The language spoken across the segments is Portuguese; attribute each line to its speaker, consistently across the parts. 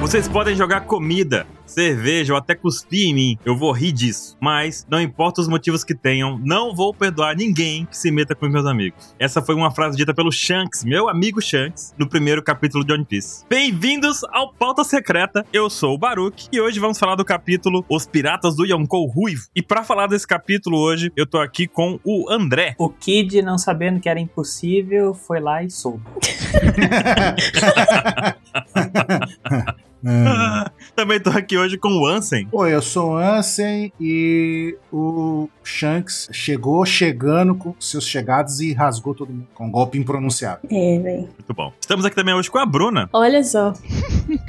Speaker 1: Vocês podem jogar comida, cerveja ou até cuspir em mim, eu vou rir disso. Mas, não importa os motivos que tenham, não vou perdoar ninguém que se meta com meus amigos. Essa foi uma frase dita pelo Shanks, meu amigo Shanks, no primeiro capítulo de One Piece. Bem-vindos ao Pauta Secreta, eu sou o Baruch e hoje vamos falar do capítulo Os Piratas do Yonkou Ruivo. E para falar desse capítulo hoje, eu tô aqui com o André.
Speaker 2: O Kid, não sabendo que era impossível, foi lá e soube.
Speaker 1: Ah, Também tô aqui hoje com o Ansem.
Speaker 3: Oi, eu sou o Ansem e o Shanks chegou chegando com seus chegados e rasgou todo mundo com um golpe impronunciável.
Speaker 4: É, velho.
Speaker 1: Muito bom. Estamos aqui também hoje com a Bruna.
Speaker 4: Olha só.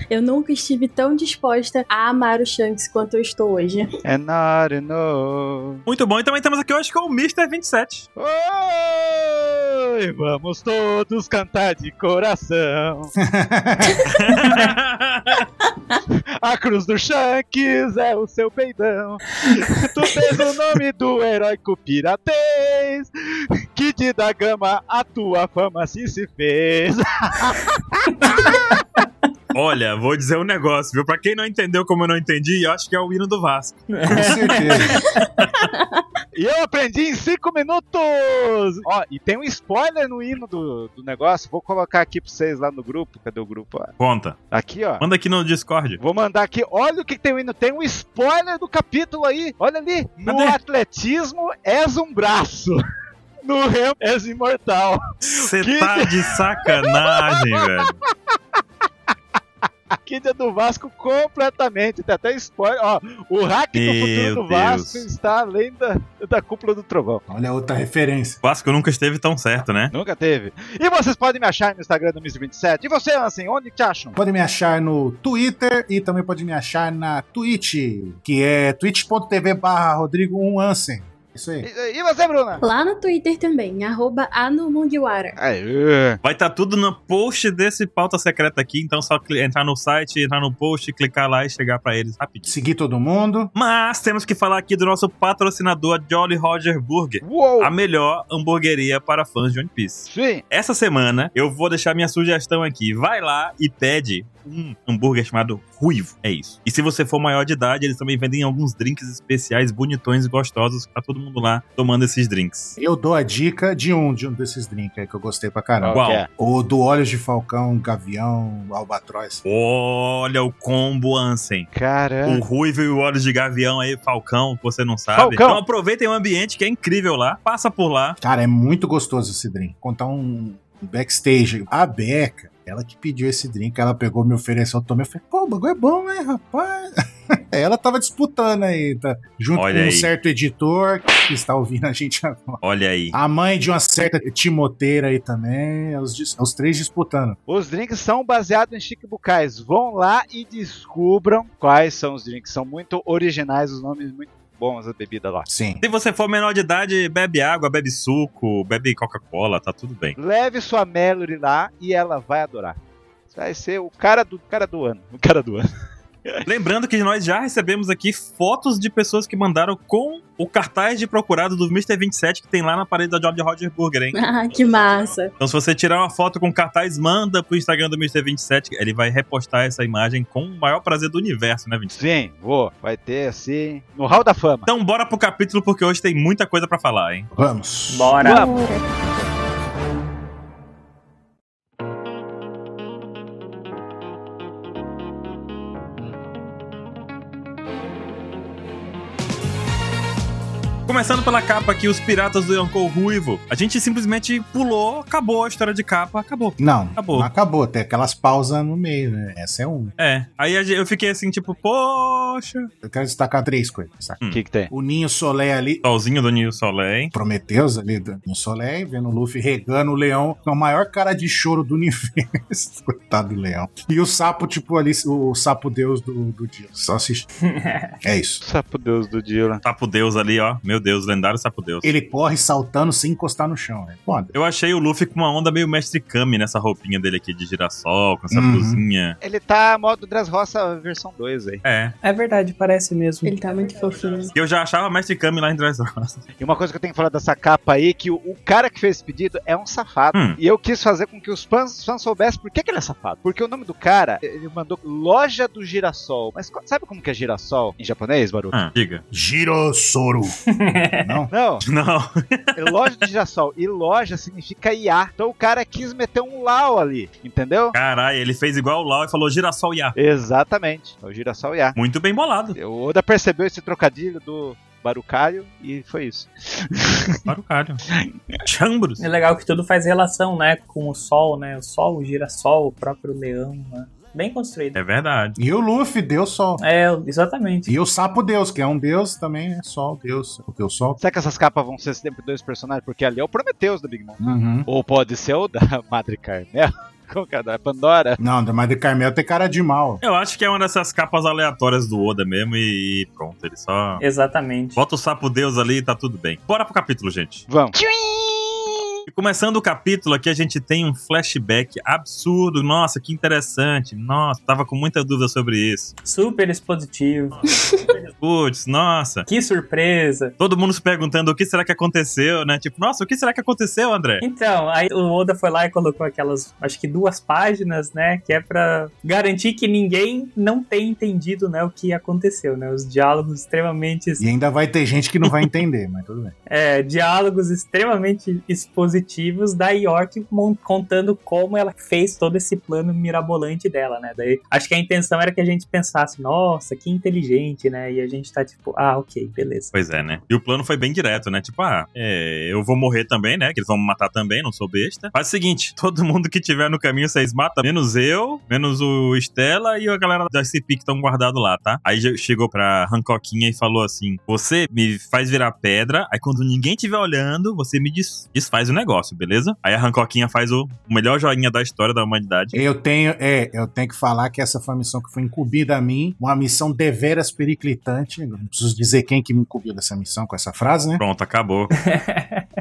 Speaker 4: eu nunca estive tão disposta a amar o Shanks quanto eu estou hoje.
Speaker 5: And I don't know.
Speaker 1: Muito bom. E também estamos aqui hoje com o Mr. 27.
Speaker 5: Oi, vamos todos cantar de coração. A cruz do Shanks é o seu peidão. Tu tens o nome do heróico piratês. Kid da Gama, a tua fama assim se fez.
Speaker 1: Olha, vou dizer um negócio, viu? Pra quem não entendeu como eu não entendi, eu acho que é o hino do Vasco.
Speaker 3: Com certeza.
Speaker 5: E eu aprendi em 5 minutos! Ó, e tem um spoiler no hino do, do negócio. Vou colocar aqui pra vocês lá no grupo. Cadê o grupo? Ó,
Speaker 1: Conta.
Speaker 5: Aqui, ó.
Speaker 1: Manda aqui no Discord.
Speaker 5: Vou mandar aqui. Olha o que tem o hino. Tem um spoiler do capítulo aí. Olha ali. No
Speaker 1: Cadê?
Speaker 5: atletismo és um braço. No remo és imortal.
Speaker 1: Você
Speaker 5: Que- é?
Speaker 1: tá de sacanagem, velho.
Speaker 5: A Kídia do Vasco completamente. Tem até spoiler. Ó, o hack do futuro
Speaker 1: Meu
Speaker 5: do
Speaker 1: Deus.
Speaker 5: Vasco está além da, da cúpula do trovão.
Speaker 3: Olha outra referência.
Speaker 1: Vasco nunca esteve tão certo, né?
Speaker 5: Nunca teve. E vocês podem me achar no Instagram do Mr. 27. E você, Ansem, onde te acham?
Speaker 3: Pode me achar no Twitter e também pode me achar na Twitch, que é twitch.tv barra Rodrigo 1 Ansem. Isso
Speaker 5: E,
Speaker 3: aí.
Speaker 5: e você, Bruna?
Speaker 4: Lá no Twitter também, arroba Anumungiwara.
Speaker 5: Aê.
Speaker 1: Vai estar tudo no post desse pauta secreta aqui, então só cli- entrar no site, entrar no post, clicar lá e chegar pra eles rapidinho.
Speaker 3: Seguir todo mundo.
Speaker 1: Mas temos que falar aqui do nosso patrocinador Jolly Roger Burger,
Speaker 5: Uou!
Speaker 1: a melhor hamburgueria para fãs de One Piece.
Speaker 5: Sim.
Speaker 1: Essa semana eu vou deixar minha sugestão aqui. Vai lá e pede um hambúrguer chamado Ruivo. É isso. E se você for maior de idade, eles também vendem alguns drinks especiais bonitões e gostosos pra todo mundo lá tomando esses drinks.
Speaker 3: Eu dou a dica de um, de um desses drinks aí que eu gostei pra caramba.
Speaker 1: Uau.
Speaker 5: Ok.
Speaker 3: O do Olhos de Falcão, Gavião, Albatroz.
Speaker 1: Olha o combo Ansem.
Speaker 5: Caramba.
Speaker 1: O Ruivo e o Olhos de Gavião aí, Falcão, você não sabe.
Speaker 5: Falcão.
Speaker 1: Então aproveitem o ambiente que é incrível lá. Passa por lá.
Speaker 3: Cara, é muito gostoso esse drink. Contar um um backstage. A Beca, ela que pediu esse drink, ela pegou, me ofereceu, eu tomei. Eu falei, pô, o bagulho é bom, né, rapaz? ela tava disputando aí, tá? Junto
Speaker 1: Olha
Speaker 3: com
Speaker 1: aí.
Speaker 3: um certo editor que está ouvindo a gente agora.
Speaker 1: Olha aí.
Speaker 3: A mãe de uma certa timoteira aí também. é Os, dis- é os três disputando.
Speaker 5: Os drinks são baseados em chiquibucais. Vão lá e descubram quais são os drinks. São muito originais, os nomes muito bons da bebida lá.
Speaker 3: Sim.
Speaker 1: Se você for menor de idade, bebe água, bebe suco, bebe Coca-Cola, tá tudo bem.
Speaker 5: Leve sua Melody lá e ela vai adorar. Você Vai ser o cara do cara do ano. O cara do ano.
Speaker 1: Lembrando que nós já recebemos aqui fotos de pessoas que mandaram com o cartaz de procurado do Mr. 27 que tem lá na parede da Job de Roger Burger, hein?
Speaker 4: Ah, que massa.
Speaker 1: Então, se você tirar uma foto com o cartaz, manda pro Instagram do Mr. 27. Ele vai repostar essa imagem com o maior prazer do universo, né, 27?
Speaker 5: Sim, vou. Vai ter assim no Hall da Fama.
Speaker 1: Então, bora pro capítulo, porque hoje tem muita coisa pra falar, hein?
Speaker 3: Vamos.
Speaker 2: Bora!
Speaker 1: Começando pela capa aqui, os piratas do Yonkou Ruivo. A gente simplesmente pulou, acabou a história de capa, acabou.
Speaker 3: Não,
Speaker 1: Acabou.
Speaker 3: acabou. acabou. Tem aquelas pausas no meio, né? Essa é uma.
Speaker 1: É. Aí a gen- eu fiquei assim, tipo, poxa.
Speaker 3: Eu quero destacar três coisas. saca?
Speaker 5: O que, que tem?
Speaker 3: O Ninho Solé ali,
Speaker 1: Solzinho do Nil Soleil.
Speaker 3: Prometeus ali do- no Soleil, vendo o Luffy regando o leão com a maior cara de choro do universo. Coitado do leão. E o sapo, tipo, ali, o sapo deus do, do dia. Só assiste. é isso.
Speaker 5: Sapo Deus do Dila.
Speaker 1: Tá pro Deus ali, ó. Meu Deus, lendário Sapo Deus.
Speaker 3: Ele corre saltando sem encostar no chão, né? Foda.
Speaker 1: Eu achei o Luffy com uma onda meio mestre Kami nessa roupinha dele aqui de girassol, com essa
Speaker 3: Uhum.
Speaker 1: blusinha.
Speaker 5: Ele tá modo Dressrosa versão 2 aí.
Speaker 1: É.
Speaker 2: É verdade, parece mesmo.
Speaker 4: Ele tá muito fofinho.
Speaker 1: E eu já achava mestre Kami lá em Dressrosa.
Speaker 5: E uma coisa que eu tenho que falar dessa capa aí, que o, o cara que fez esse pedido é um safado.
Speaker 1: Hum.
Speaker 5: E eu quis fazer com que os fãs, os fãs soubessem por que, que ele é safado. Porque o nome do cara, ele mandou Loja do Girassol. Mas co- sabe como que é girassol em japonês, Baruto?
Speaker 1: Ah, diga.
Speaker 3: Girossouro. Não?
Speaker 5: Não,
Speaker 1: Não.
Speaker 5: é loja do girassol. E loja significa IA. Então o cara quis meter um lau ali, entendeu?
Speaker 1: Caralho, ele fez igual o Lau e falou girassol Yá.
Speaker 5: Exatamente. É o girassol IA.
Speaker 1: Muito bem bolado.
Speaker 5: O Oda percebeu esse trocadilho do Barucário e foi isso.
Speaker 1: Para o caralho. Chambros.
Speaker 2: É legal que tudo faz relação, né? Com o sol, né? O sol, o girassol, o próprio leão, né? Bem construído.
Speaker 1: É verdade.
Speaker 3: E o Luffy, Deus Sol.
Speaker 2: É, exatamente.
Speaker 3: E o Sapo Deus, que é um deus também, é Sol, Deus, o teu Sol.
Speaker 5: Será que essas capas vão ser sempre dois personagens? Porque ali é o Prometheus do Big Mom.
Speaker 3: Uhum.
Speaker 5: Ou pode ser o da Madre Carmel. Qual que é? Da Pandora.
Speaker 3: Não, mas de Carmel tem cara de mal.
Speaker 1: Eu acho que é uma dessas capas aleatórias do Oda mesmo e e pronto, ele só.
Speaker 2: Exatamente.
Speaker 1: Bota o sapo Deus ali e tá tudo bem. Bora pro capítulo, gente.
Speaker 5: Vamos.
Speaker 1: E começando o capítulo aqui, a gente tem um flashback absurdo. Nossa, que interessante. Nossa, tava com muita dúvida sobre isso.
Speaker 2: Super expositivo.
Speaker 1: Putz, nossa.
Speaker 2: Que surpresa.
Speaker 1: Todo mundo se perguntando o que será que aconteceu, né? Tipo, nossa, o que será que aconteceu, André?
Speaker 2: Então, aí o Oda foi lá e colocou aquelas, acho que duas páginas, né? Que é pra garantir que ninguém não tenha entendido, né? O que aconteceu, né? Os diálogos extremamente.
Speaker 3: E ainda vai ter gente que não vai entender, mas tudo bem.
Speaker 2: É, diálogos extremamente expositivos da York mon- contando como ela fez todo esse plano mirabolante dela, né? Daí acho que a intenção era que a gente pensasse, nossa, que inteligente, né? E a gente tá tipo, ah, ok, beleza.
Speaker 1: Pois é, né? E o plano foi bem direto, né? Tipo, ah, é, eu vou morrer também, né? Que eles vão me matar também, não sou besta. Faz o seguinte: todo mundo que tiver no caminho, vocês matam, menos eu, menos o Stella e a galera da CP que estão guardado lá, tá? Aí já chegou pra Hancockinha e falou assim: Você me faz virar pedra, aí quando ninguém tiver olhando, você me des- desfaz o negócio, beleza? Aí a Hancockinha faz o o melhor joinha da história da humanidade.
Speaker 3: Eu tenho, é, eu tenho que falar que essa foi uma missão que foi incumbida a mim, uma missão deveras periclitante. Não preciso dizer quem que me incumbiu dessa missão com essa frase, né?
Speaker 1: Pronto, acabou.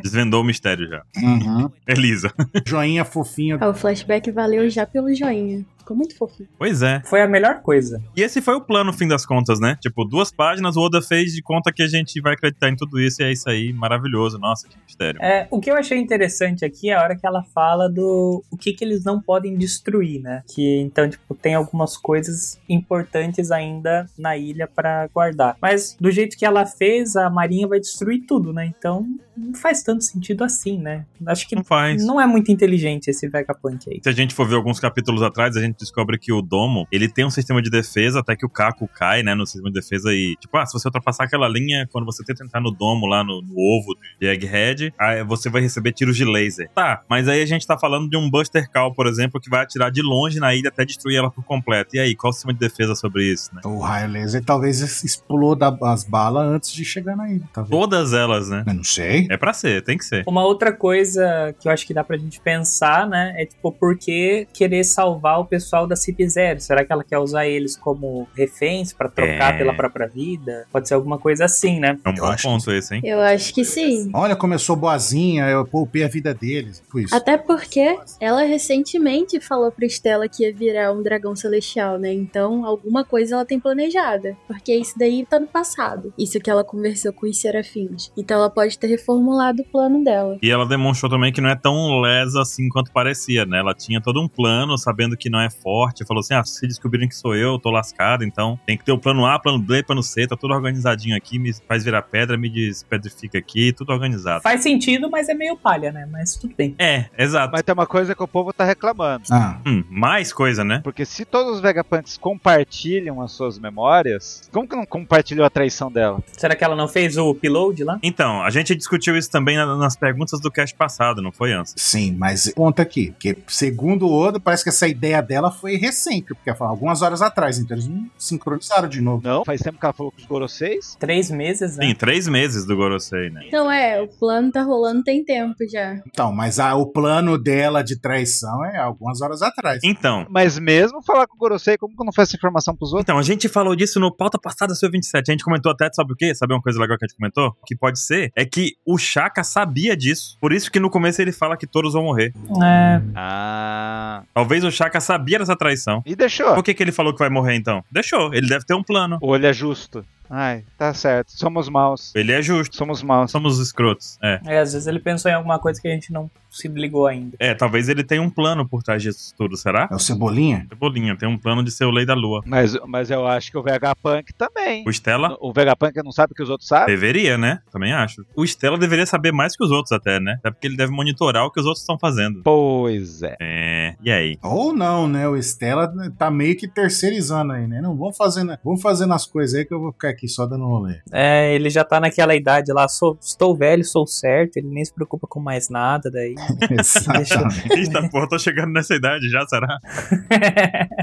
Speaker 1: Desvendou o mistério já.
Speaker 3: Uhum.
Speaker 1: Elisa.
Speaker 3: Joinha fofinha.
Speaker 4: Ah, o flashback valeu já pelo joinha. Ficou muito fofinho.
Speaker 1: Pois é.
Speaker 2: Foi a melhor coisa.
Speaker 1: E esse foi o plano, no fim das contas, né? Tipo, duas páginas, o Oda fez de conta que a gente vai acreditar em tudo isso, e é isso aí, maravilhoso. Nossa, que mistério.
Speaker 2: É, o que eu achei interessante aqui é a hora que ela fala do o que, que eles não podem destruir, né? Que então, tipo, tem algumas coisas importantes ainda na ilha pra guardar. Mas do jeito que ela fez, a marinha vai destruir tudo, né? Então não faz tanto sentido assim, né? Acho que
Speaker 1: Não faz.
Speaker 2: não é muito inteligente esse Vegapunk aí.
Speaker 1: Se a gente for ver alguns capítulos atrás, a gente descobre que o Domo, ele tem um sistema de defesa, até que o Caco cai, né, no sistema de defesa e, tipo, ah, se você ultrapassar aquela linha, quando você tenta entrar no Domo, lá no, no ovo de Egghead, aí você vai receber tiros de laser. Tá, mas aí a gente tá falando de um Buster Call, por exemplo, que vai atirar de longe na ilha até destruir ela por completo. E aí, qual o sistema de defesa sobre isso, né?
Speaker 3: O raio laser talvez exploda as balas antes de chegar na ilha, tá vendo?
Speaker 1: Todas elas, né?
Speaker 3: Eu não sei.
Speaker 1: É pra ser, tem que ser.
Speaker 2: Uma outra coisa que eu acho que dá pra gente pensar, né? É tipo, por que querer salvar o pessoal da CIP0? Será que ela quer usar eles como reféns pra trocar
Speaker 1: É.
Speaker 2: pela própria vida? Pode ser alguma coisa assim, né?
Speaker 1: É um
Speaker 3: Eu
Speaker 1: bom
Speaker 3: acho
Speaker 1: ponto esse, hein?
Speaker 4: Eu acho que sim.
Speaker 3: Olha, começou boazinha, eu poupei a vida deles. Por isso.
Speaker 4: Até porque ela recentemente falou pra Estela que ia virar um dragão celestial, né? Então, alguma coisa ela tem planejada. Porque isso daí tá no passado. Isso que ela conversou com os serafins. Então, ela pode ter reformulado o plano dela.
Speaker 1: E ela demonstrou também que não é tão lesa assim quanto parecia, né? Ela tinha todo um plano, sabendo que não é forte. Falou assim: ah, se descobrirem que sou eu, eu tô lascado, então tem que ter o plano A, plano B, plano C, tá tudo organizadinho aqui, me faz virar pedra, me despedrifica aqui, tudo organizado.
Speaker 2: Faz sentido, mas é meio palha, né? Mas tudo bem.
Speaker 1: É, exato.
Speaker 5: Mas tem uma coisa que o povo tá reclamando.
Speaker 3: Ah,
Speaker 1: Hum, mais coisa, né?
Speaker 5: Porque se todos os Vegapunks compartilham as suas memórias, como que não compartilhou a traição dela?
Speaker 2: Será que ela não fez o upload lá?
Speaker 1: Então, a gente discutiu isso também na- nas perguntas do cast passado, não foi, Ansa?
Speaker 3: sim, mas conta aqui. Porque, segundo o Oda, parece que essa ideia dela ela foi recente, porque foi algumas horas atrás, então eles não sincronizaram de novo.
Speaker 5: Não, faz tempo que ela falou com os Goroseis.
Speaker 2: Três meses, né?
Speaker 1: Tem três meses do Gorosei, né?
Speaker 4: Então é, o plano tá rolando tem tempo já.
Speaker 3: Então, mas a- o plano dela de traição é algumas horas atrás.
Speaker 1: Então,
Speaker 5: Mas mesmo falar com o Gorosei, como que eu não faço essa informação pros outros?
Speaker 1: Então, a gente falou disso no pauta passada, seu 27. A gente comentou até, sabe o quê? Sabe uma coisa legal que a gente comentou? O Que pode ser é que o Chaka sabia disso. Por isso que no começo ele fala que todos vão morrer.
Speaker 2: É,
Speaker 5: Ah.
Speaker 1: Talvez o Chaka sabia dessa traição.
Speaker 5: E deixou.
Speaker 1: Por que, que ele falou que vai morrer então? Deixou, ele deve ter um plano.
Speaker 5: Olha justo. Ai, tá certo. Somos maus.
Speaker 1: Ele é justo.
Speaker 5: Somos maus.
Speaker 1: Somos escrotos. É.
Speaker 2: é, às vezes ele pensou em alguma coisa que a gente não se ligou ainda.
Speaker 1: É, talvez ele tenha um plano por trás disso tudo, será?
Speaker 3: É o Cebolinha?
Speaker 1: Cebolinha, tem um plano de ser o Lei da Lua.
Speaker 5: Mas, mas eu acho que o Vegapunk também.
Speaker 1: O Stella?
Speaker 5: O Vegapunk não sabe o que os outros sabem?
Speaker 1: Deveria, né? Também acho. O Stella deveria saber mais que os outros, até, né? Até porque ele deve monitorar o que os outros estão fazendo.
Speaker 5: Pois é.
Speaker 1: É. E aí?
Speaker 3: Ou não, né? O Estela tá meio que terceirizando aí, né? Não, vamos fazendo, vamos fazendo as coisas aí que eu vou ficar aqui só dando rolê.
Speaker 2: É, ele já tá naquela idade lá, sou, estou velho, sou certo, ele nem se preocupa com mais nada daí.
Speaker 3: Exatamente.
Speaker 1: Eita, porra, tô chegando nessa idade já, será?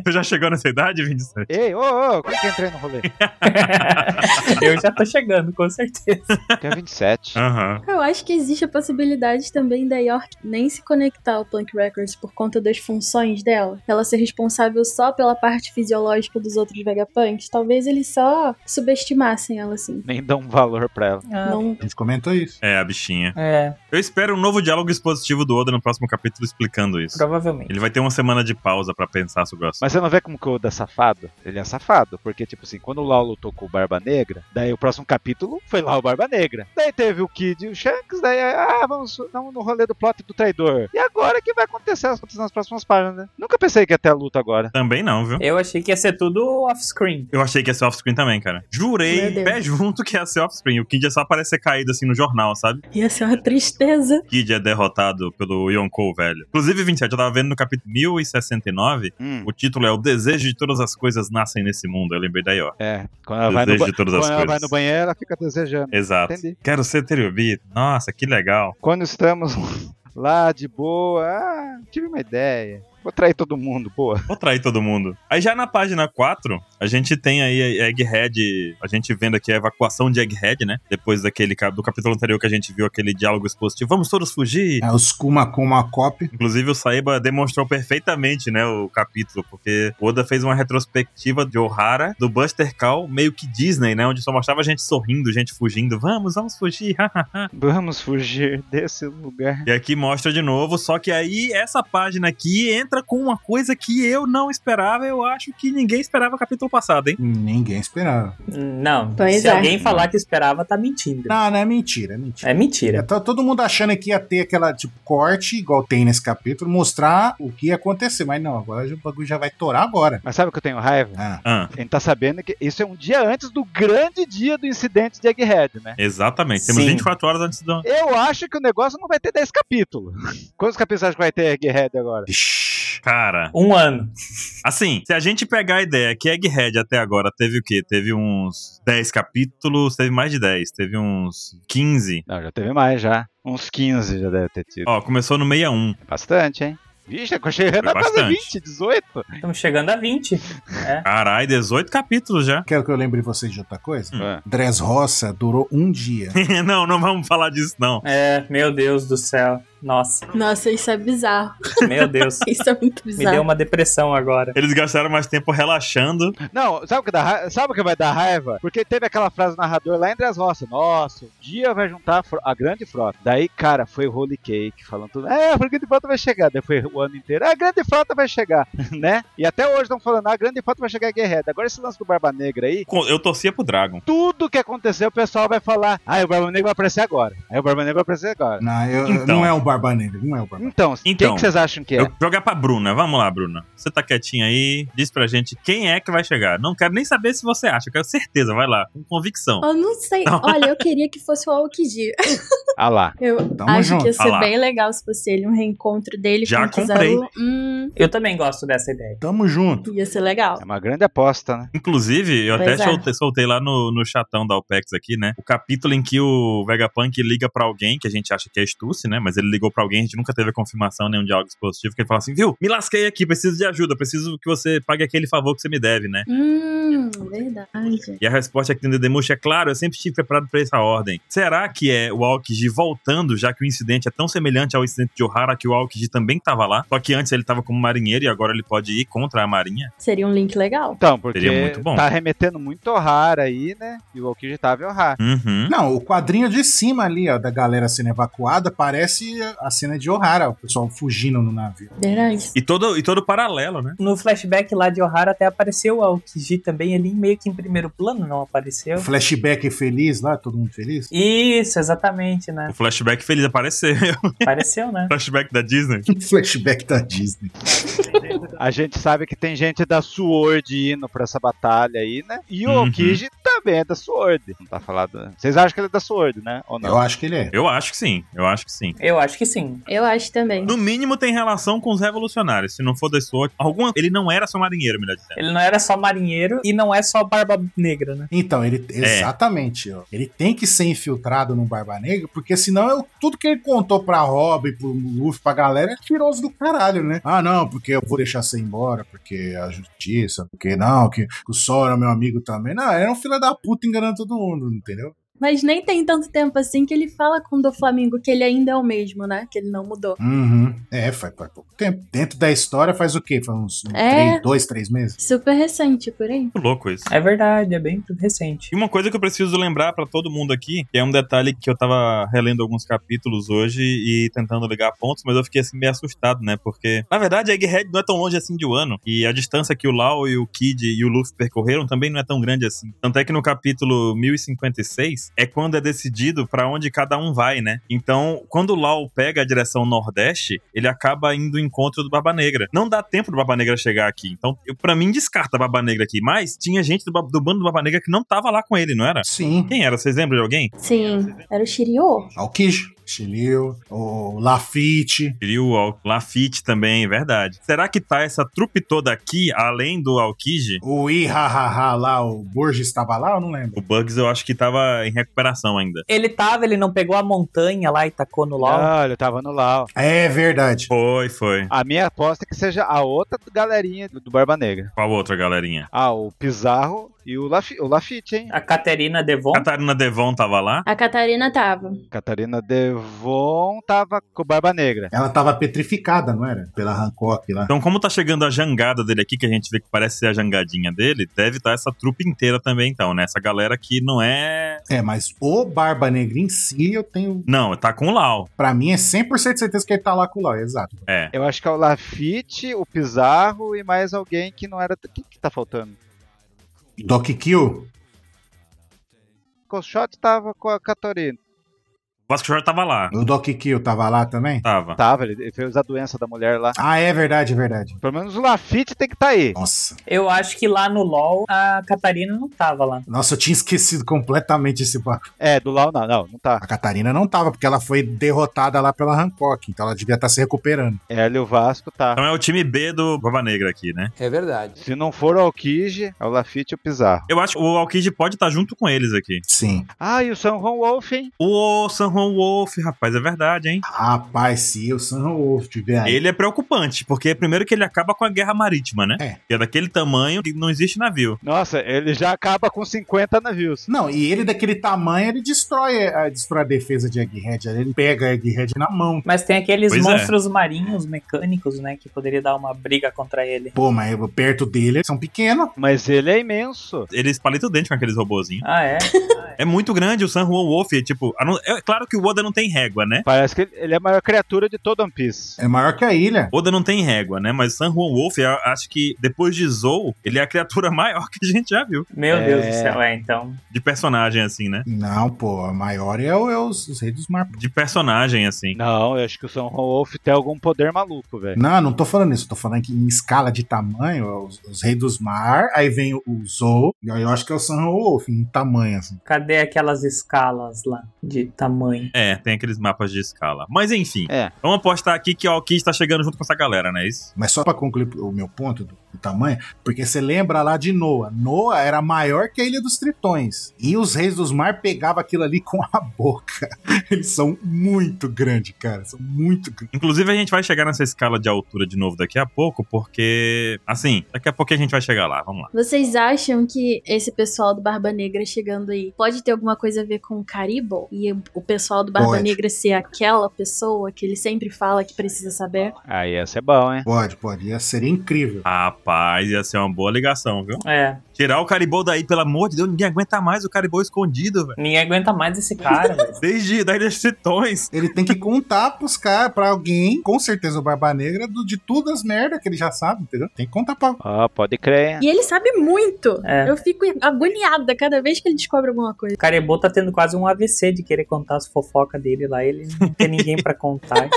Speaker 1: Você já chegou nessa idade, 27?
Speaker 5: Ei, ô, ô, como que eu entrei no rolê?
Speaker 2: Eu já tô chegando, com certeza.
Speaker 5: Tenho 27.
Speaker 1: Aham.
Speaker 4: Eu acho que existe a possibilidade também da York nem se conectar ao Plank Records por conta das funções dela. Ela ser responsável só pela parte fisiológica dos outros Vegapunks. Talvez eles só subestimassem ela assim.
Speaker 5: Nem dão valor pra ela.
Speaker 4: Não,
Speaker 3: A gente comentou isso.
Speaker 1: É, a bichinha.
Speaker 2: Ah, É,
Speaker 1: Eu espero um novo diálogo expositivo do Oda no próximo capítulo explicando isso.
Speaker 2: provavelmente.
Speaker 1: Ele vai ter uma semana de pausa pra pensar sobre o assunto.
Speaker 5: Mas você não vê como que o Oda é safado? Ele é safado, porque, tipo assim, quando o Lau lutou com o Barba Negra, daí o próximo capítulo foi lá o Barba Negra. Daí teve o Kid e o Shanks, daí, ah, vamos não, no rolê do plot do traidor. E agora que vai acontecer as coisas nas próximas páginas, né? Nunca pensei que ia ter a luta agora.
Speaker 1: Também não, viu?
Speaker 2: Eu achei que ia ser tudo off-screen.
Speaker 1: Eu achei que ia ser offspring também, cara. Jurei,
Speaker 4: Meu Deus.
Speaker 1: pé junto, que ia ser offspring. O Kid ia só aparecer caído assim no jornal, sabe?
Speaker 4: ia ser uma tristeza.
Speaker 1: O Kid é derrotado pelo Yonkou, velho. Inclusive, 27, eu tava vendo no capítulo 1069,
Speaker 5: Hum.
Speaker 1: o título é O Desejo de Todas as Coisas Nascem Nesse Mundo. Eu lembrei daí, ó.
Speaker 5: É, quando ela, vai no,
Speaker 1: Desejo
Speaker 5: ba-
Speaker 1: de todas as
Speaker 5: quando ela vai
Speaker 1: coisas.
Speaker 5: no banheiro, ela fica desejando.
Speaker 1: Exato.
Speaker 5: Entendi.
Speaker 1: Quero ser Terubito. Nossa, que legal.
Speaker 5: Quando estamos lá de boa, ah, tive uma ideia. Vou trair todo mundo, boa.
Speaker 1: Vou trair todo mundo. Aí já na página 4, a gente tem aí a Egghead, a gente vendo aqui a evacuação de Egghead, né? Depois daquele cap- do capítulo anterior que a gente viu aquele diálogo expositivo, vamos todos fugir.
Speaker 3: É os Kuma Kuma Cop.
Speaker 1: Inclusive o Saiba demonstrou perfeitamente, né, o capítulo, porque o Oda fez uma retrospectiva de O'Hara, do Buster Call, meio que Disney, né, onde só mostrava gente sorrindo, gente fugindo, vamos, vamos fugir, hahaha.
Speaker 5: Vamos fugir desse lugar.
Speaker 1: E aqui mostra de novo, só que aí essa página aqui entra com uma coisa que eu não esperava, eu acho que ninguém esperava no capítulo passado, hein?
Speaker 3: Ninguém esperava.
Speaker 2: Não,
Speaker 4: Pois
Speaker 2: se
Speaker 4: é.
Speaker 2: alguém falar que esperava, tá mentindo.
Speaker 3: Não, não é mentira, é mentira.
Speaker 2: É mentira.
Speaker 3: Tá todo mundo achando que ia ter aquela, tipo, corte, igual tem nesse capítulo, mostrar o que ia acontecer. Mas não, agora já- o bagulho já vai torar agora.
Speaker 5: Mas sabe o que eu tenho raiva?
Speaker 3: Ah,
Speaker 1: Ah,
Speaker 5: A gente tá sabendo que isso é um dia antes do grande dia do incidente de Egghead, né?
Speaker 1: Exatamente. Temos
Speaker 2: Sim.
Speaker 1: 24 horas antes do.
Speaker 5: Eu acho que o negócio não vai ter 10 capítulos. Quantos capítulos você acha que vai ter Egghead agora?
Speaker 3: vixi.
Speaker 1: Cara,
Speaker 2: Um ano.
Speaker 1: assim, se a gente pegar a ideia que Egghead até agora teve o quê? Teve uns 10 capítulos, teve mais de 10, teve uns 15.
Speaker 5: Não, já teve mais já. Uns 15 já deve ter tido.
Speaker 1: Ó, começou no 61.
Speaker 5: É Bastante, hein? Vixe, eu chegando
Speaker 1: Foi
Speaker 5: na casa
Speaker 1: bastante.
Speaker 5: 20, 18.
Speaker 2: Estamos chegando a 20.
Speaker 1: Caralho, 18 capítulos já.
Speaker 3: Quero que eu lembre vocês de outra coisa?
Speaker 1: Hum.
Speaker 5: É.
Speaker 3: Dress Roça durou um dia.
Speaker 1: não, não vamos falar disso, não.
Speaker 2: É, meu Deus do céu. Nossa,
Speaker 4: Nossa, isso é bizarro.
Speaker 2: meu Deus.
Speaker 4: Isso é muito
Speaker 2: Me deu
Speaker 4: bizarro.
Speaker 2: uma depressão agora.
Speaker 1: Eles gastaram mais tempo relaxando.
Speaker 5: Não, sabe o, que dá raiva? sabe o que vai dar raiva? Porque teve aquela frase do narrador lá entre as roças. Nossa, um dia vai juntar a, fro- a grande frota. Daí, cara, foi o Holy Cake falando tudo. É, a grande frota vai chegar. Daí foi o ano inteiro. "Ah, A grande frota vai chegar, né? E até hoje estão falando, "Ah, a grande frota vai chegar em Guerrero. Agora esse lance do Barba Negra aí,
Speaker 1: Co- Eu torcia pro Dragon.
Speaker 5: tudo que aconteceu, o pessoal vai falar, ah, o Barba Negra vai aparecer agora. Aí o Barba Negra vai aparecer agora.
Speaker 3: Não, eu-
Speaker 1: Então.
Speaker 3: não é o Barba Negra, não é o Barba Negra.
Speaker 5: Então,
Speaker 1: Então,
Speaker 5: quem que vocês acham que é?
Speaker 1: Eu jogar pra Bruna. Vamos lá, Bruna. Você tá quietinha aí. Diz pra gente quem é que vai chegar. Não quero nem saber se você acha. Eu quero certeza. Vai lá, com convicção.
Speaker 4: Eu não sei. Olha, eu queria que fosse o Aokiji.
Speaker 5: Ah lá.
Speaker 4: Eu
Speaker 3: Tamo
Speaker 4: acho
Speaker 3: junto.
Speaker 4: que ia ser
Speaker 1: Ah lá.
Speaker 4: bem legal se fosse ele, um reencontro dele
Speaker 1: Já
Speaker 4: com o
Speaker 1: comprei.
Speaker 4: Kizaru. Hum,
Speaker 2: Eu também gosto dessa ideia.
Speaker 3: Tamo junto.
Speaker 4: ia ser legal.
Speaker 5: É uma grande aposta, né?
Speaker 1: Inclusive, eu
Speaker 4: Pois
Speaker 1: até
Speaker 4: é.
Speaker 1: solte- soltei lá no, no chatão da OPEX aqui, né? O capítulo em que o Vegapunk liga pra alguém, que a gente acha que é Stussy, né? Mas ele ligou pra alguém, a gente nunca teve a confirmação nenhum de algo positivo, que ele fala assim, viu, me lasquei aqui, preciso de ajuda, preciso que você pague aquele favor que você me deve, né?
Speaker 4: Hum, verdade.
Speaker 1: E a resposta aqui do Dedemush é claro, eu sempre estive preparado pra essa ordem. Será que é o Aokiji voltando, já que o incidente é tão semelhante ao incidente de Ohara que o Aokiji também tava lá? Só que antes ele tava como marinheiro e agora ele pode ir contra a marinha?
Speaker 4: Seria um link legal.
Speaker 5: Então, porque
Speaker 1: Seria muito bom.
Speaker 5: tá remetendo muito ao Ohara aí, né? E o Aokiji tava em Ohara.
Speaker 1: Uhum.
Speaker 3: Não, o quadrinho de cima ali, ó, da galera sendo evacuada, parece a cena de Ohara, o pessoal fugindo no navio.
Speaker 4: Verdade.
Speaker 1: E todo, e todo paralelo, né?
Speaker 2: No flashback lá de Ohara até apareceu o Aokiji também ali, meio que em primeiro plano, não apareceu?
Speaker 3: Flashback feliz lá, todo mundo feliz.
Speaker 2: Isso, exatamente, né?
Speaker 1: O flashback feliz apareceu.
Speaker 2: Apareceu, né?
Speaker 1: flashback da Disney.
Speaker 3: Flashback da Disney.
Speaker 5: A gente sabe que tem gente da Sword indo pra essa batalha aí, né? E o
Speaker 1: Uhum.
Speaker 5: Aokiji também é da Sword. Não tá falado. Vocês acham que ele é da Sword, né? Ou
Speaker 3: Eu
Speaker 5: não?
Speaker 3: acho que ele é.
Speaker 1: Eu acho que sim, eu acho que sim.
Speaker 2: Eu acho que sim.
Speaker 4: Eu acho também.
Speaker 1: No mínimo tem relação com os revolucionários. Se não for da SWOT, alguma. Ele não era só marinheiro, melhor dizendo.
Speaker 2: Ele não era só marinheiro e não é só barba negra, né?
Speaker 3: Então, ele. Exatamente, ó. Ele tem que ser infiltrado no Barba Negra, porque senão eu- tudo que ele contou pra Robin, pro Luffy, pra galera, é tiroso do caralho, né? Ah, não, porque eu vou deixar você embora, porque a justiça, porque não, que o Sora é meu amigo também. Não, ele é um filho da puta enganando todo mundo, entendeu?
Speaker 4: Mas nem tem tanto tempo assim que ele fala com o do Flamengo que ele ainda é o mesmo, né? Que ele não mudou.
Speaker 3: Uhum. É, faz, faz pouco tempo. Dentro da história faz o quê? Faz uns uns
Speaker 4: É.
Speaker 3: três, dois, três meses?
Speaker 4: Super recente, porém.
Speaker 1: Muito louco isso.
Speaker 2: É verdade, é bem recente.
Speaker 1: E uma coisa que eu preciso lembrar pra todo mundo aqui, que é um detalhe que eu tava relendo alguns capítulos hoje e tentando ligar pontos, mas eu fiquei assim meio assustado, né? Porque, na verdade, a Egghead não é tão longe assim de Wano. E a distância que o Lau e o Kid e o Luffy percorreram também não é tão grande assim. Tanto é que no capítulo 1056 é quando é decidido pra onde cada um vai, né? Então, quando o Lau pega a direção nordeste, ele acaba indo ao encontro do Barba Negra. Não dá tempo do Barba Negra chegar aqui. Então, eu, pra mim, descarta Barba Negra aqui. Mas tinha gente do, ba- do bando do Barba Negra que não tava lá com ele, não era?
Speaker 3: Sim.
Speaker 1: Quem era? Vocês lembram de alguém?
Speaker 4: Sim, era o Shiryu.
Speaker 3: Alquijo, Chilil, o Lafitte.
Speaker 1: Viu o Al- Lafitte também, é verdade. Será que tá essa trupe toda aqui, além do Alkiji?
Speaker 3: O Ihahaha lá, o Borges estava lá, eu não lembro.
Speaker 1: O Bugs eu acho que tava em recuperação ainda.
Speaker 2: Ele tava, ele não pegou a montanha lá e tacou no LOL.
Speaker 5: Olha, eu tava no Lau.
Speaker 3: É verdade.
Speaker 1: Foi, foi.
Speaker 5: A minha aposta é que seja a outra galerinha do do Barba Negra.
Speaker 1: Qual outra galerinha?
Speaker 5: Ah, o Pizarro e o, Lafi o Lafitte, hein?
Speaker 2: A Caterina Devon.
Speaker 1: Catarina Devon tava lá?
Speaker 4: A Catarina tava.
Speaker 5: Catarina Devon tava com o Barba Negra.
Speaker 3: Ela tava petrificada, não era? Pela Hancock lá.
Speaker 1: Então, como tá chegando a jangada dele aqui, que a gente vê que parece ser a jangadinha dele, deve estar essa trupe inteira também, então, né? Essa galera que não é.
Speaker 3: É, mas o Barba Negra em si, eu tenho.
Speaker 1: Não, tá com o Lau.
Speaker 3: Pra mim é 100% certeza que ele tá lá com o Lau, exato.
Speaker 1: É.
Speaker 5: Eu acho que é o Lafitte, o Pizarro e mais alguém que não era. Quem que tá faltando?
Speaker 3: Doc Kill?
Speaker 5: O Colchote tava com a Catarina.
Speaker 1: O Vasco Jorge tava lá.
Speaker 3: O Doc Kill tava lá também?
Speaker 1: Tava.
Speaker 5: Tava, ele ele fez a doença da mulher lá.
Speaker 3: Ah, é verdade, é verdade.
Speaker 5: Pelo menos o Lafitte tem que tá aí.
Speaker 3: Nossa.
Speaker 2: Eu acho que lá no LOL a Catarina não tava lá.
Speaker 3: Nossa, eu tinha esquecido completamente esse barco.
Speaker 5: É, do Lau não, não, não tá.
Speaker 3: A Catarina não tava, porque ela foi derrotada lá pela Hancock, então ela devia estar se recuperando.
Speaker 5: Ela e o Vasco tá.
Speaker 1: Então é o time B do Barba Negra aqui, né?
Speaker 6: É verdade.
Speaker 5: Se não for o Alkiji, é o Lafitte e o Pizarro.
Speaker 1: Eu acho que o Alkid pode estar junto com eles aqui.
Speaker 3: Sim.
Speaker 5: Ah, e o San Juan Wolf, hein?
Speaker 1: O San Juan Wolf, rapaz, é verdade, hein?
Speaker 3: Rapaz, se eu um San Wolf tiver aí.
Speaker 1: Ele é preocupante, porque primeiro que ele acaba com a guerra marítima, né?
Speaker 3: É.
Speaker 1: Que é daquele tamanho que não existe navio.
Speaker 5: Nossa, ele já acaba com 50 navios.
Speaker 3: Não, e ele é daquele tamanho, ele destrói a, destrói a defesa de Egghead. Ele pega a Egghead na mão.
Speaker 2: Mas tem aqueles
Speaker 1: Pois é.
Speaker 2: monstros marinhos mecânicos, né? Que poderia dar uma briga contra ele.
Speaker 3: Pô, mas perto dele são pequenos.
Speaker 5: Mas ele é imenso.
Speaker 1: Ele espalita o dente com aqueles robozinhos.
Speaker 2: Ah, é?
Speaker 1: É muito grande o San Juan Wolf, é tipo, a não- é claro que o Oda não tem régua, né?
Speaker 5: Parece que ele- ele é a maior criatura de todo One Piece.
Speaker 3: É maior que a ilha.
Speaker 1: Oda não tem régua, né? Mas San Juan Wolf, eu acho que depois de Zou, ele é a criatura maior que a gente já viu.
Speaker 2: Meu
Speaker 5: É.
Speaker 2: Deus do céu. É, então.
Speaker 1: De personagem, assim, né?
Speaker 3: Não, pô, a maior é, o, é os, os reis dos mar.
Speaker 1: De personagem, assim.
Speaker 5: Não, eu acho que o San Juan Wolf tem algum poder maluco, velho.
Speaker 3: Não, não tô falando isso. Tô falando que em escala de tamanho, é os, os reis dos mar, aí vem o, o Zou, e aí eu acho que é o San Wolf em tamanho, assim.
Speaker 2: Cadê aquelas escalas lá de tamanho? também.
Speaker 1: É, tem aqueles mapas de escala. Mas enfim,
Speaker 5: É.
Speaker 1: vamos apostar aqui que a Alki está chegando junto com essa galera, não é isso?
Speaker 3: Mas só pra concluir o meu ponto do, do tamanho, porque você lembra lá de Noa. Noa era maior que a Ilha dos Tritões. E os Reis dos Mar pegavam aquilo ali com a boca. Eles são muito grandes, cara. São muito grandes.
Speaker 1: Inclusive, a gente vai chegar nessa escala de altura de novo daqui a pouco, porque. Assim, daqui a pouco a gente vai chegar lá. Vamos lá.
Speaker 4: Vocês acham que esse pessoal do Barba Negra chegando aí pode ter alguma coisa a ver com o Caribou? E o pessoal do Barba
Speaker 3: Pode.
Speaker 4: Negra ser aquela pessoa que ele sempre fala que precisa saber?
Speaker 5: Aí essa é bom, hein?
Speaker 3: Pode, pode. Ia ser incrível.
Speaker 1: Rapaz, ia ser uma boa ligação, viu?
Speaker 2: É.
Speaker 1: Tirar o caribou daí, pelo amor de Deus, ninguém aguenta mais o caribou escondido, velho.
Speaker 2: Ninguém aguenta mais esse cara, velho.
Speaker 1: Desde daí dos tritões.
Speaker 3: Ele tem que contar pros caras, pra alguém, com certeza o Barba Negra, do- de todas as merdas que ele já sabe, entendeu? Tem que contar pra.
Speaker 5: Ó, pode crer.
Speaker 4: E ele sabe muito!
Speaker 2: É.
Speaker 4: Eu fico agoniada cada vez que ele descobre alguma coisa.
Speaker 2: O Carebô tá tendo quase um AVC de querer contar as fofocas dele lá. Ele não tem ninguém pra contar.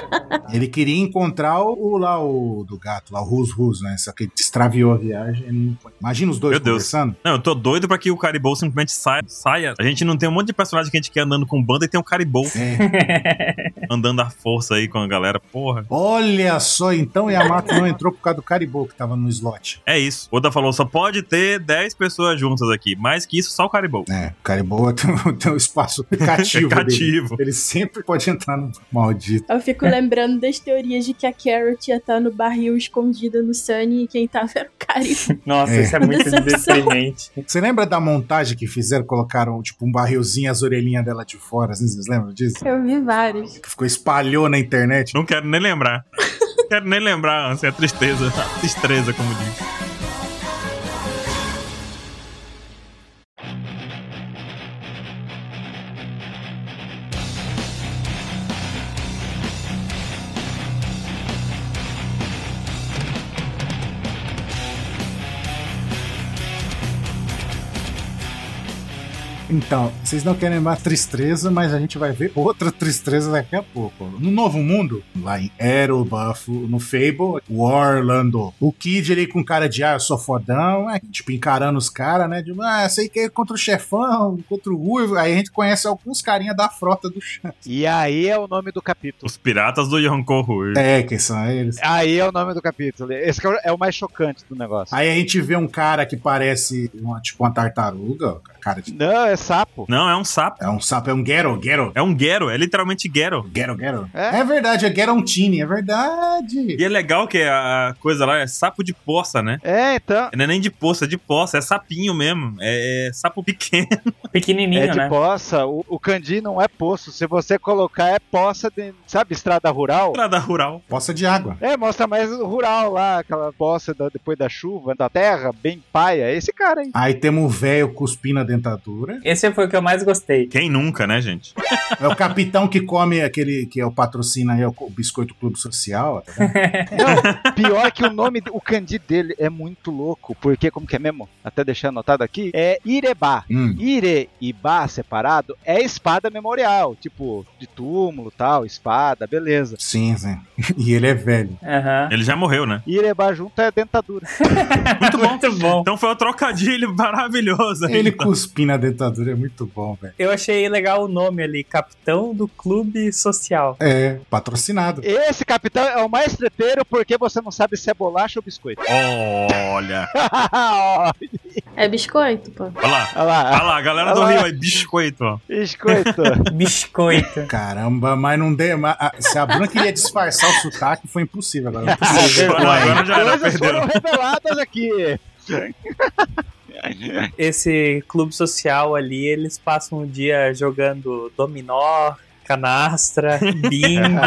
Speaker 3: Ele queria encontrar o, o lá, o do gato, lá, o Rus Rus, né? Só que extraviou a viagem. ele não foi. Imagina os dois
Speaker 1: Meu Deus.
Speaker 3: conversando.
Speaker 1: Não, eu tô doido pra que o caribou simplesmente saia, saia. A gente não tem um monte de personagem que a gente quer andando com banda e tem um caribou
Speaker 3: É.
Speaker 1: andando à força aí com a galera. Porra.
Speaker 3: Olha só, então Yamato não entrou por causa do Caribou que tava no slot.
Speaker 1: É isso. Oda falou: só pode ter 10 pessoas juntas aqui. Mais que isso, só o caribou.
Speaker 3: É, o Caribou tem, um- tem um espaço cativo.
Speaker 1: É
Speaker 3: dele.
Speaker 1: cativo.
Speaker 3: Ele sempre pode entrar no maldito.
Speaker 4: Eu fico lembrando das teorias de que a Carrot ia estar no barril escondida no Sunny e quem tava era o Caribou.
Speaker 2: Nossa,
Speaker 3: É.
Speaker 2: isso é muito
Speaker 4: Decepção.
Speaker 2: deprimente.
Speaker 3: Você lembra da montagem que fizeram? Colocaram, tipo, um barrilzinho, as orelhinhas dela de fora. assim, Vocês lembram disso?
Speaker 4: Eu vi vários.
Speaker 3: Que ficou espalhou na internet.
Speaker 1: Não quero nem lembrar. quero nem lembrar, assim, a tristeza. A tristeza, como diz.
Speaker 3: Então, vocês não querem lembrar tristeza, mas a gente vai ver outra tristeza daqui a pouco. No Novo Mundo, lá em Erebafo, no Fable, o Orlando. O Kid ali com cara de, ah, eu sou fodão, é, tipo, encarando os caras, né? De, ah, sei que é contra o chefão, contra o Uivo. Aí a gente conhece alguns carinha da frota do chão.
Speaker 5: E aí é o nome do capítulo.
Speaker 1: Os piratas do Yonkou
Speaker 3: É, quem são eles?
Speaker 5: Aí é o nome do capítulo. Esse que é o- é o mais chocante do negócio.
Speaker 3: Aí a gente vê um cara que parece, uma, tipo, uma tartaruga, cara de...
Speaker 5: Não, é sapo.
Speaker 1: Não, é um sapo.
Speaker 3: É um sapo, é um Gero, Gero.
Speaker 1: É um Gero, é literalmente Gero.
Speaker 3: Gero, Gero.
Speaker 5: É?
Speaker 3: É, verdade, é Gerontini, é verdade.
Speaker 1: E é legal que a coisa lá é sapo de poça, né?
Speaker 5: É, então.
Speaker 1: Não é nem de poça, é de poça, é sapinho mesmo. É, é sapo pequeno.
Speaker 5: É
Speaker 2: Pequenininho,
Speaker 5: de
Speaker 2: né?
Speaker 5: poça. O, o candi não é poço. Se você colocar, é poça de. Sabe, estrada rural?
Speaker 1: Estrada rural.
Speaker 3: Poça de água.
Speaker 5: É, mostra mais o rural lá, aquela poça da- depois da chuva, da terra, bem paia. Esse cara aí.
Speaker 3: Aí temos o velho cuspindo a dentadura.
Speaker 2: Esse foi o que eu mais gostei.
Speaker 1: Quem nunca, né, gente?
Speaker 3: É o capitão que come aquele que é o patrocina aí, o co- biscoito Clube Social. tá vendo?
Speaker 5: Não, pior que o nome, o candi dele é muito louco, porque, como que é mesmo? Até deixar anotado aqui, é Irebá.
Speaker 3: Hum.
Speaker 5: Ire e Ba separado é espada memorial, tipo, de túmulo tal, espada, beleza.
Speaker 3: Sim, sim. E ele é velho.
Speaker 2: Aham.
Speaker 1: Ele já morreu, né?
Speaker 5: Irebá junto é dentadura.
Speaker 1: Muito bom.
Speaker 2: Muito bom.
Speaker 1: Então foi um trocadilho maravilhoso. aí.
Speaker 3: Ele cuspindo a dentadura é muito bom, velho.
Speaker 2: Eu achei legal o nome ali, Capitão do Clube Social.
Speaker 3: É, patrocinado.
Speaker 5: Esse capitão é o mais treteiro porque você não sabe se é bolacha ou biscoito.
Speaker 1: Olha.
Speaker 5: Olha
Speaker 4: É biscoito, pô.
Speaker 1: Olha lá. Olha
Speaker 5: lá,
Speaker 1: lá, a galera do
Speaker 5: Olha lá.
Speaker 1: Rio aí, biscoito, ó.
Speaker 5: biscoito.
Speaker 2: Biscoito.
Speaker 3: Caramba, mas não deu. mas, ah, Se a Bruna queria disfarçar o sotaque, foi impossível agora. Não é precisa.
Speaker 1: Agora, agora já era,
Speaker 5: Coisas
Speaker 1: perdeu.
Speaker 5: foram reveladas aqui.
Speaker 2: Esse clube social ali, eles passam o dia jogando dominó, canastra, bingo.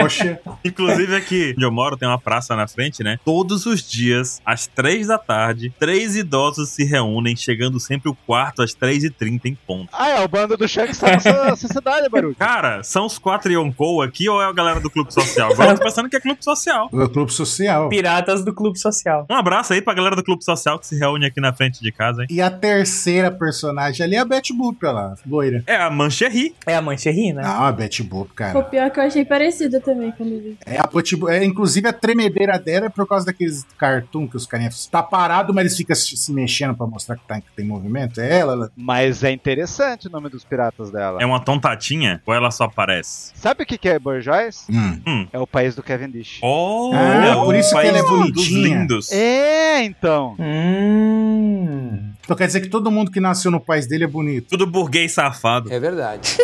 Speaker 3: Poxa,
Speaker 1: Inclusive aqui onde eu moro tem uma praça na frente, né? Todos os dias, às três da tarde, três idosos se reúnem, chegando sempre o quarto às três e trinta em ponto.
Speaker 5: ah, é, o bando do Shanks tá na sua sociedade, Baruch.
Speaker 1: Cara, são os quatro Yonkou aqui ou é a galera do Clube Social? Agora eu tô pensando que é Clube Social.
Speaker 3: o Clube Social.
Speaker 2: Piratas do Clube Social.
Speaker 1: Um abraço aí pra galera do Clube Social que se reúne aqui na frente de casa, hein?
Speaker 3: E a terceira personagem ali é a Betty Boop, olha lá, loira.
Speaker 1: É a Mancherry.
Speaker 2: É a Xerri, né?
Speaker 3: Ah, a Betty Boop,
Speaker 4: O
Speaker 3: cara.
Speaker 4: pior é que eu achei parecido também quando vi.
Speaker 3: É, a Betty Boop, é, inclusive, a tremedeira dela é por causa daqueles cartoon que os carinhas... Tá parado, mas eles ficam se se mexendo pra mostrar que, tá, que tem movimento. É ela, ela...
Speaker 5: Mas é interessante o nome dos piratas dela.
Speaker 1: É um- uma tontatinha ou ela só aparece?
Speaker 5: Sabe o que que é Borjóis?
Speaker 3: Hum.
Speaker 5: É o país do Cavendish.
Speaker 1: Oh,
Speaker 3: Ah, por isso que
Speaker 1: país
Speaker 3: ela é
Speaker 1: dos
Speaker 3: bonitinha.
Speaker 1: lindos.
Speaker 5: É, então.
Speaker 2: Hum.
Speaker 3: Então quer dizer que todo mundo que nasceu no país dele é bonito.
Speaker 1: Tudo burguês safado.
Speaker 6: É verdade.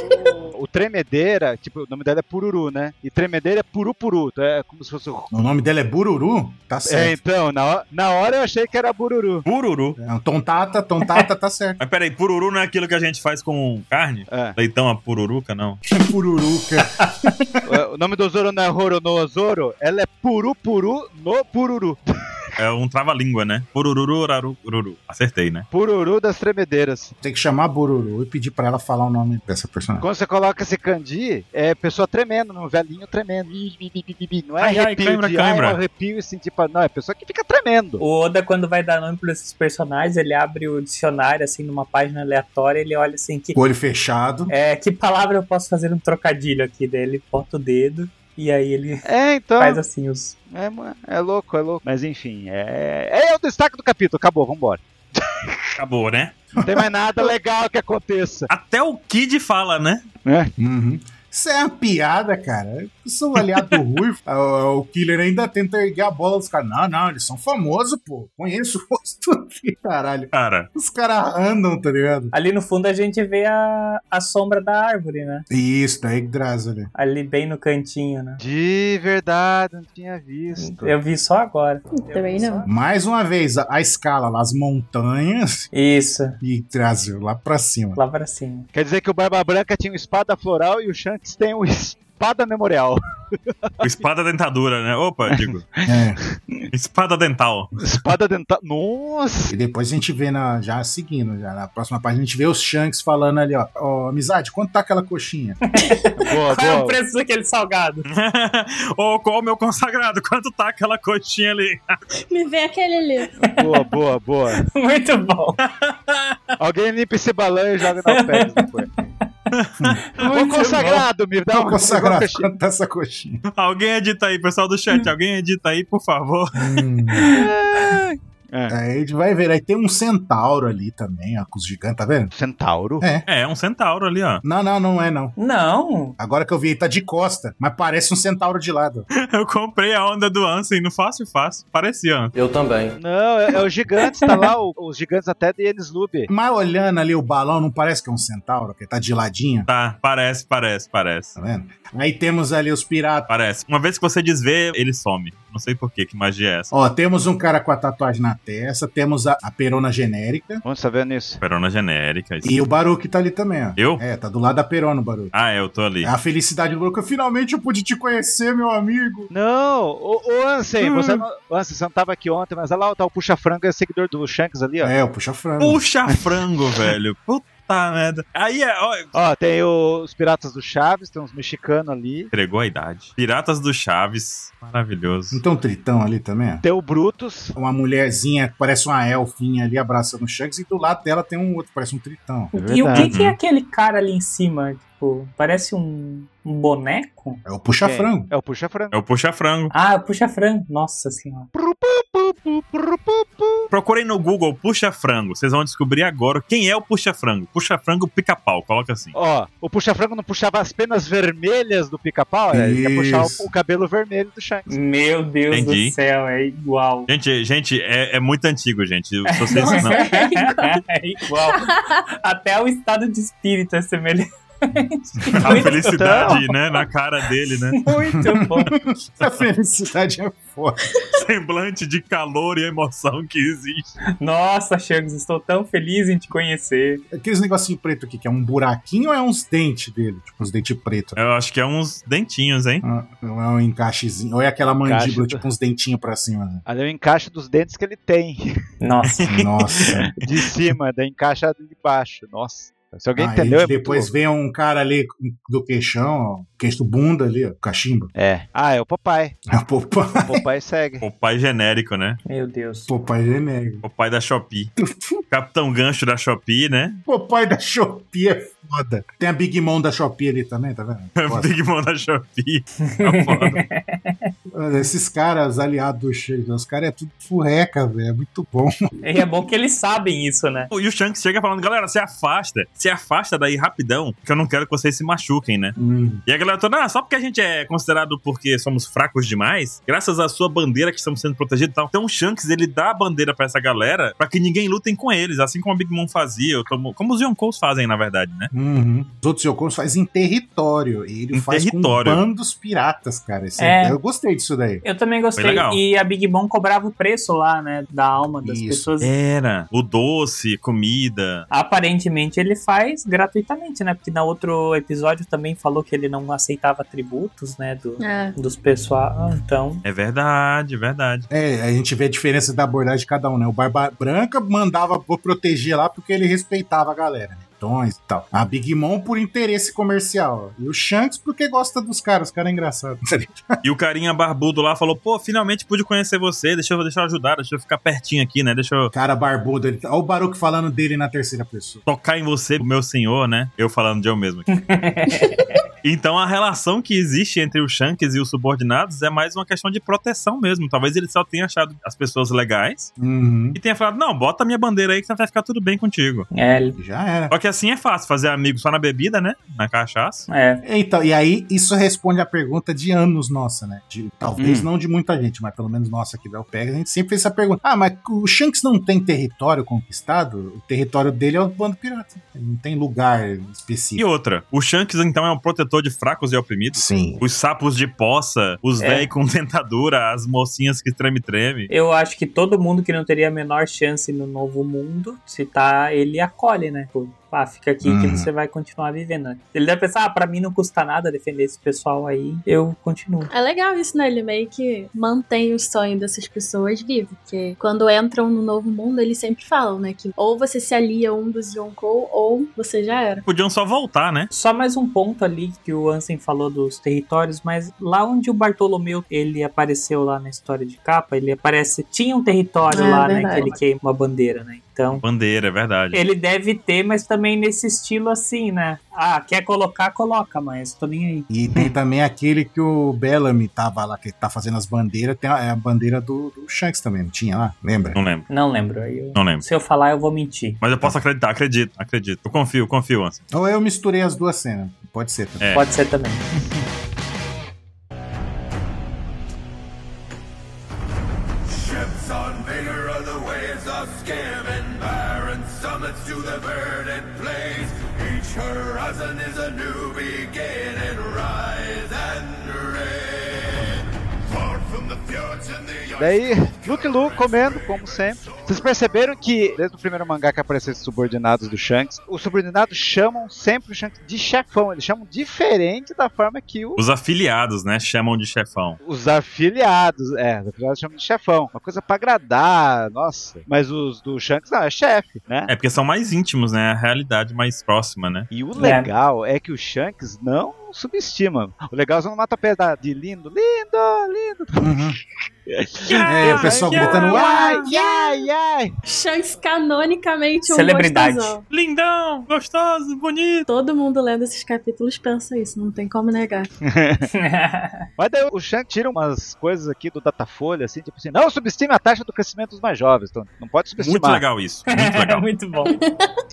Speaker 5: O Tremedeira, tipo, o nome dela é Pururu, né? E Tremedeira é Purupuru. então É como se fosse. o-
Speaker 3: O nome dela é Bururu? Tá
Speaker 5: É,
Speaker 3: certo.
Speaker 5: então, na, ho- na hora eu achei que era Bururu.
Speaker 1: Pururu.
Speaker 3: É, um tontata, tontata, tá certo.
Speaker 1: Mas peraí, pururu não é aquilo que a gente faz com carne?
Speaker 5: É.
Speaker 1: Leitão a pururuca, não.
Speaker 3: Pururuca.
Speaker 5: O- o nome do Zoro não é Roro no Zoro, ela é Purupuru no Pururu.
Speaker 1: É um trava-língua, né? Purururu, raru, ururu. Acertei, né?
Speaker 5: Pururu das Tremedeiras.
Speaker 3: Tem que chamar a Bururu e pedir pra ela falar o nome dessa personagem.
Speaker 5: Quando você coloca esse kanji, é pessoa tremendo, um velhinho tremendo. Ih, bi, bi, bi, bi, bi. Não é
Speaker 1: Ai, ai,
Speaker 5: arrepio
Speaker 1: cãibra,
Speaker 5: de ai,
Speaker 1: cãibra.
Speaker 5: um arrepio assim, tipo, não, é pessoa que fica tremendo.
Speaker 2: O Oda, quando vai dar nome para esses personagens, ele abre o dicionário, assim, numa página aleatória, ele olha assim que.
Speaker 3: Com o Olho fechado.
Speaker 2: É, que palavra eu posso fazer um trocadilho aqui? Daí ele bota o dedo e aí ele
Speaker 5: É, então.
Speaker 2: faz assim os.
Speaker 5: É, mo- é louco, é louco. Mas enfim, é, é o destaque do capítulo. Acabou, vambora.
Speaker 1: Acabou, né?
Speaker 5: Não tem mais nada legal que aconteça.
Speaker 1: Até o Kid fala, né?
Speaker 3: Uhum. Isso é uma piada, cara. Isso é um aliado do Ruivo. Ah, O Killer ainda tenta erguer a bola dos caras. Não, não, eles são famosos, pô. Conheço o rosto aqui, caralho.
Speaker 1: Cara,
Speaker 3: Os caras andam, tá ligado?
Speaker 2: Ali no fundo a gente vê a, a sombra da árvore, né?
Speaker 3: Isso, daí que draza, né?
Speaker 2: Ali bem no cantinho, né?
Speaker 5: De verdade, não tinha visto.
Speaker 2: Eu vi só agora.
Speaker 4: Hum, Também não.
Speaker 3: Mais uma vez, a, a escala lá, as montanhas
Speaker 2: Isso,
Speaker 3: e Drazel lá pra cima.
Speaker 2: lá pra cima.
Speaker 5: Quer dizer que o Barba Branca tinha uma espada floral e o Shanks tem uma espada memorial.
Speaker 1: o espada dentadura, né? Opa, digo.
Speaker 3: É.
Speaker 1: Espada dental.
Speaker 5: Espada dental. Nossa!
Speaker 3: E depois a gente vê na, já seguindo, já na próxima página, a gente vê os Shanks falando ali, ó. Ó, amizade, quanto tá aquela coxinha?
Speaker 6: Tá
Speaker 5: Boa,
Speaker 2: Qual é o
Speaker 5: boa.
Speaker 2: preço daquele salgado?
Speaker 1: Ô, Oh, qual o meu consagrado? Quanto tá aquela coxinha ali?
Speaker 4: Me vê aquele ali.
Speaker 5: Boa, boa, boa.
Speaker 2: Muito bom.
Speaker 5: Alguém limpa esse balão e joga na pele depois. Ô
Speaker 2: Muito
Speaker 5: consagrado, me dá
Speaker 3: Não,
Speaker 5: um
Speaker 3: consagrado,
Speaker 5: me dá um
Speaker 3: quanto tá essa coxinha?
Speaker 1: Alguém edita aí, pessoal do chat. Alguém edita aí, por favor.
Speaker 3: Hum.
Speaker 5: cachinho.
Speaker 3: É, Aí a gente vai ver. Aí tem um centauro ali também, ó, com os gigantes, tá vendo?
Speaker 5: Centauro?
Speaker 1: É, é um centauro ali, ó.
Speaker 3: Não, não, não é não.
Speaker 2: Não.
Speaker 3: Agora que eu vi, ele tá de costa, mas parece um centauro de lado.
Speaker 1: Eu comprei a onda do Ansem no Fácil Fácil. Parecia. Ansem.
Speaker 6: Eu também.
Speaker 5: Não, é, é o gigantes, tá lá, o- os gigantes até de Enes Lube.
Speaker 3: Mas olhando ali o balão, não parece que é um centauro, que tá de ladinho,
Speaker 1: Tá, parece, parece, parece.
Speaker 3: tá vendo? Aí temos ali os piratas.
Speaker 1: Parece. Uma vez que você desvê, ele some. Não sei por quê, que magia é essa.
Speaker 3: Ó, temos um cara com a tatuagem na testa, temos a, a perona genérica
Speaker 5: Onde você tá vendo isso?
Speaker 1: Perona genérica. Isso.
Speaker 3: e o Baruque tá ali também, ó.
Speaker 1: Eu?
Speaker 3: É, tá do lado da perona o Baruque.
Speaker 1: Ah, é, eu tô ali.
Speaker 3: É a felicidade do Baruque. Finalmente eu pude te conhecer, meu amigo.
Speaker 5: Não, ô, ô Ansem,
Speaker 1: Hum.
Speaker 5: você não, ô, Ansem, você não tava aqui ontem, mas olha lá tá o puxa-frango é seguidor do Shanks ali, ó.
Speaker 3: É, o puxa frango.
Speaker 1: Puxa frango, velho. Puta merda. Aí é. Ó,
Speaker 5: Ó, tem o- os piratas do Chaves, tem uns mexicanos ali.
Speaker 1: entregou a idade. Piratas do Chaves. Maravilhoso.
Speaker 3: Não tem um tritão ali também, ó?
Speaker 5: Tem o Brutus.
Speaker 3: uma mulherzinha que parece uma elfinha ali abraçando o Shanks e do lado dela tem um outro, parece um tritão.
Speaker 2: e o
Speaker 1: verdade.
Speaker 2: que,
Speaker 1: né?
Speaker 2: que é aquele cara ali em cima? Tipo, parece um, um boneco?
Speaker 3: É o puxa
Speaker 5: Quem?
Speaker 3: frango.
Speaker 5: É o puxa-frango.
Speaker 1: É o Puxa Frango.
Speaker 2: Ah, puxa frango. Nossa senhora.
Speaker 5: Pu, pu, pru, pu, pu.
Speaker 1: Procurem no Google Puxa Frango. Vocês vão descobrir agora quem é o Puxa Frango. Puxa Frango pica-pau. Coloca assim.
Speaker 5: Ó, o puxa-frango não puxava as penas vermelhas do pica-pau, né? Ele ia puxar
Speaker 3: Isso.
Speaker 5: o, o cabelo vermelho do Shanks.
Speaker 2: Meu Deus
Speaker 1: Entendi.
Speaker 2: do céu, é igual.
Speaker 1: Gente, gente, é, é muito antigo, gente. Se vocês não.
Speaker 2: é igual. Até o estado de espírito é semelhante.
Speaker 1: A felicidade, né? Na cara dele, né?
Speaker 2: Muito bom.
Speaker 3: A felicidade é foda.
Speaker 1: Semblante de calor e emoção que existe.
Speaker 2: Nossa, Shanks, estou tão feliz em te conhecer.
Speaker 3: Aqueles negocinho preto aqui, que é um buraquinho ou é uns dentes dele? Tipo, uns dentes pretos.
Speaker 1: Eu acho que é uns dentinhos, hein?
Speaker 3: Ah, Ou é um encaixezinho, ou é aquela mandíbula,
Speaker 5: Encaixe.
Speaker 3: tipo uns dentinhos pra cima. né?
Speaker 5: Ali é o encaixe dos dentes que ele tem.
Speaker 2: Nossa.
Speaker 3: Nossa.
Speaker 5: um De cima, da encaixa de baixo. Nossa. Se alguém
Speaker 3: Aí
Speaker 5: entendeu, é muito
Speaker 3: Ah, depois
Speaker 5: louco.
Speaker 3: vem um cara ali do queixão, ó, queixo bunda ali, ó, cachimbo.
Speaker 5: É. Ah, é o Popeye.
Speaker 3: É o Popeye.
Speaker 5: O Popeye segue.
Speaker 1: O pai genérico, né?
Speaker 2: Meu Deus.
Speaker 3: Popeye é genérico.
Speaker 1: O pai da Shopee. Capitão Gancho da Shopee, né?
Speaker 3: Popeye da Shopee é foda. Tem a Big Mom da Shopee ali também, tá vendo?
Speaker 5: É
Speaker 1: O Big Mom da Shopee. É foda.
Speaker 3: Olha, Esses caras aliados do Shakespeare, os caras é tudo furreca, velho. É muito bom.
Speaker 2: E é bom que eles sabem isso, né?
Speaker 1: e o Shanks chega falando, galera, se afasta. Se afasta daí rapidão, que eu não quero que vocês se machuquem, né?
Speaker 3: Hum.
Speaker 1: E a galera toda, ah, só porque a gente é considerado porque somos fracos demais, graças à sua bandeira que estamos sendo protegidos e tal. Então o Shanks, ele dá a bandeira pra essa galera pra que ninguém lutem com eles, assim como a Big Mom fazia, ou como, como os Yonkous fazem, na verdade, né?
Speaker 3: Uhum. Os outros Yokons faz em território. E ele
Speaker 1: Em
Speaker 3: faz
Speaker 1: território.
Speaker 3: com bandos piratas, cara. Esse-
Speaker 2: É.
Speaker 3: Eu gostei disso daí.
Speaker 2: Eu também gostei.
Speaker 1: Foi legal.
Speaker 2: E a Big Mom cobrava o preço lá, né? Da alma das
Speaker 3: Isso.
Speaker 2: pessoas.
Speaker 1: Era. O doce, comida,
Speaker 2: Aparentemente ele faz gratuitamente, né? Porque no outro episódio também falou que ele não aceitava tributos, né? Do,
Speaker 4: É.
Speaker 2: dos pessoal. Então,
Speaker 1: É verdade, verdade.
Speaker 3: É, a gente vê a diferença da abordagem de cada um, né? O Barba Branca mandava pro proteger lá porque ele respeitava a galera, né? Tons e tal. A Big Mom por interesse comercial. E o Shanks porque gosta dos caras. Os caras é engraçado.
Speaker 1: E o carinha barbudo lá falou: pô, finalmente pude conhecer você, deixa eu, deixa eu ajudar, deixa eu ficar pertinho aqui, né? Deixa eu
Speaker 3: Cara barbudo. Ele... Olha o Baruch falando dele na terceira pessoa.
Speaker 1: tocar em você, meu senhor, né? Eu falando de eu mesmo aqui. Então a relação que existe entre o Shanks e os subordinados é mais uma questão de proteção mesmo. Talvez ele só tenha achado as pessoas legais
Speaker 3: Uhum.
Speaker 1: e tenha falado: não, bota a minha bandeira aí que vai ficar tudo bem contigo.
Speaker 2: é, ele-
Speaker 3: Já era.
Speaker 1: Só que assim é fácil, fazer amigo só na bebida, né? Na cachaça.
Speaker 2: é.
Speaker 3: Então, e aí isso responde a pergunta de anos nossa, né? De- talvez
Speaker 1: Hum.
Speaker 3: não de muita gente, mas pelo menos nossa aqui da OPEG, a gente sempre fez essa pergunta. Ah, mas o Shanks não tem território conquistado? O território dele é o bando pirata. Ele não tem lugar
Speaker 1: E
Speaker 3: específico.
Speaker 1: outra, o Shanks então é um protetor de fracos e oprimidos.
Speaker 3: Sim.
Speaker 1: Os sapos de poça, os
Speaker 2: É.
Speaker 1: véi com dentadura, as mocinhas que treme-treme.
Speaker 2: Eu acho que todo mundo que não teria a menor chance no novo mundo, se tá, ele acolhe, né? Tipo, ah, fica aqui que
Speaker 3: Uhum.
Speaker 2: você vai continuar vivendo. né? Ele deve pensar, ah, pra mim não custa nada defender esse pessoal aí, eu continuo.
Speaker 4: É legal isso, né? Ele meio que mantém o sonho dessas pessoas vivo. Porque quando entram no novo mundo, eles sempre falam, né? Que ou você se alia a um dos Yonkou, ou você já era.
Speaker 1: Podiam só voltar, né?
Speaker 2: Só mais um ponto ali que o Ansem falou dos territórios, mas lá onde o Bartolomeu ele apareceu lá na história de capa, ele aparece, tinha um território
Speaker 4: É,
Speaker 2: lá, né? Que
Speaker 4: verdade.
Speaker 2: ele queima uma bandeira, né? Então,
Speaker 1: Bandeira, é verdade.
Speaker 2: ele deve ter, mas também nesse estilo assim, né? Ah, quer colocar, coloca, mas tô nem aí.
Speaker 3: E tem também aquele que o Bellamy tava lá, que ele tá fazendo as bandeiras, tem a, é a bandeira do, do Shanks também, não tinha lá? Lembra?
Speaker 1: Não lembro,
Speaker 2: Não lembro. Aí eu-
Speaker 1: não lembro.
Speaker 2: Se eu falar, eu vou mentir.
Speaker 1: Mas eu posso acreditar, acredito, acredito. Eu confio, confio, Anson.
Speaker 3: Ou Então eu misturei as duas cenas, pode ser. também.
Speaker 1: É.
Speaker 2: Pode ser também.
Speaker 6: Ships on vigor of the waves of skim and barren summits to the verdant plains. Each horizon is a new beginning. Rise and reign. Far from the fjords and the
Speaker 5: Daí, Luke e Lu comendo, como sempre. Vocês perceberam que, desde o primeiro mangá que apareceu esses subordinados do Shanks, os subordinados chamam sempre o Shanks de chefão. Eles chamam diferente da forma que o-
Speaker 1: Os afiliados, né? Chamam de chefão.
Speaker 5: os afiliados. É, os afiliados chamam de chefão. Uma coisa pra agradar, nossa. Mas os do Shanks, não, é chefe, né?
Speaker 1: É porque são mais íntimos, né? A realidade mais próxima, né?
Speaker 5: E o legal é que o Shanks não subestima. O legal é só não mata a pé da- de lindo, lindo, lindo.
Speaker 3: Uhum. É, o pessoal
Speaker 1: Yeah,
Speaker 3: gritando,
Speaker 5: ai,
Speaker 3: uai!
Speaker 5: ai, ai.
Speaker 4: Shanks canonicamente um
Speaker 2: Celebridade.
Speaker 4: gostosão.
Speaker 1: Lindão, gostoso, bonito.
Speaker 4: Todo mundo lendo esses capítulos pensa isso, não tem como negar.
Speaker 5: Mas daí o Shanks tira umas coisas aqui do Datafolha, assim, tipo assim, não subestime a taxa do crescimento dos mais jovens. Então, não pode subestimar.
Speaker 1: Muito legal isso, muito legal.
Speaker 2: Muito bom.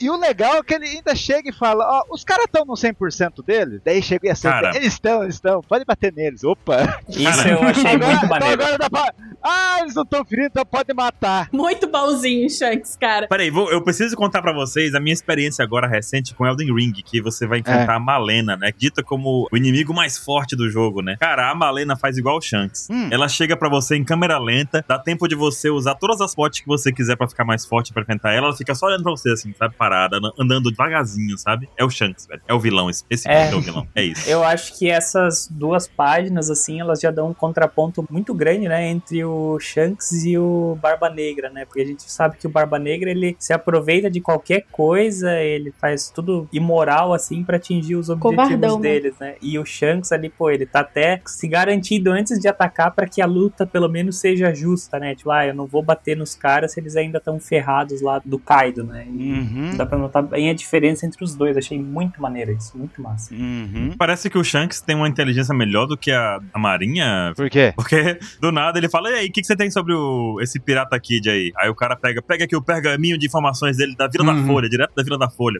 Speaker 5: E o legal é que ele ainda chega e fala, ó, os caras estão no 100% dele? Daí chega e acerta,
Speaker 1: Cara.
Speaker 5: eles estão, eles estão, pode bater neles. Opa.
Speaker 2: Isso eu achei
Speaker 5: Agora,
Speaker 2: É muito
Speaker 5: então
Speaker 2: maneiro.
Speaker 5: agora dá pra... Ah, eles não estão feridos, então pode matar.
Speaker 4: Muito bonzinho, Shanks, cara.
Speaker 1: Peraí, vou- eu preciso contar pra vocês a minha experiência agora recente com Elden Ring, que você vai enfrentar a Malena, né? Dita como o inimigo mais forte do jogo, né? Cara, a Malena faz igual o Shanks.
Speaker 5: Hum.
Speaker 1: Ela chega pra você em câmera lenta, dá tempo de você usar todas as potes que você quiser pra ficar mais forte pra enfrentar ela. Ela fica só olhando pra você, assim, sabe? Parada, an- andando devagarzinho, sabe? É o Shanks, velho. É o vilão esse. Esse
Speaker 2: É.
Speaker 1: é, o vilão. É isso.
Speaker 2: Eu acho que essas duas páginas, assim, elas já dão um contraponto muito grande, né? Entre o Shanks Shanks e o Barba Negra, né? Porque a gente sabe que o Barba Negra ele se aproveita de qualquer coisa, ele faz tudo imoral assim pra atingir os objetivos
Speaker 4: Covardão, né?
Speaker 2: deles, né? E o Shanks ali, pô, ele tá até se garantindo antes de atacar pra que a luta pelo menos seja justa, né? Tipo, ah, eu não vou bater nos caras se eles ainda estão ferrados lá do Kaido, né? E
Speaker 5: Uhum.
Speaker 2: Dá pra notar bem a diferença entre os dois. Achei muito maneiro isso, muito massa.
Speaker 5: Uhum.
Speaker 1: Parece que o Shanks tem uma inteligência melhor do que a, a Marinha.
Speaker 5: Por quê?
Speaker 1: Porque do nada ele fala: E aí, o que, que você tem sobre o, esse Pirata Kid aí? Aí o cara pega, pega aqui o pergaminho de informações dele da Vila da
Speaker 3: Uhum.
Speaker 1: Folha, direto da Vila da Folha.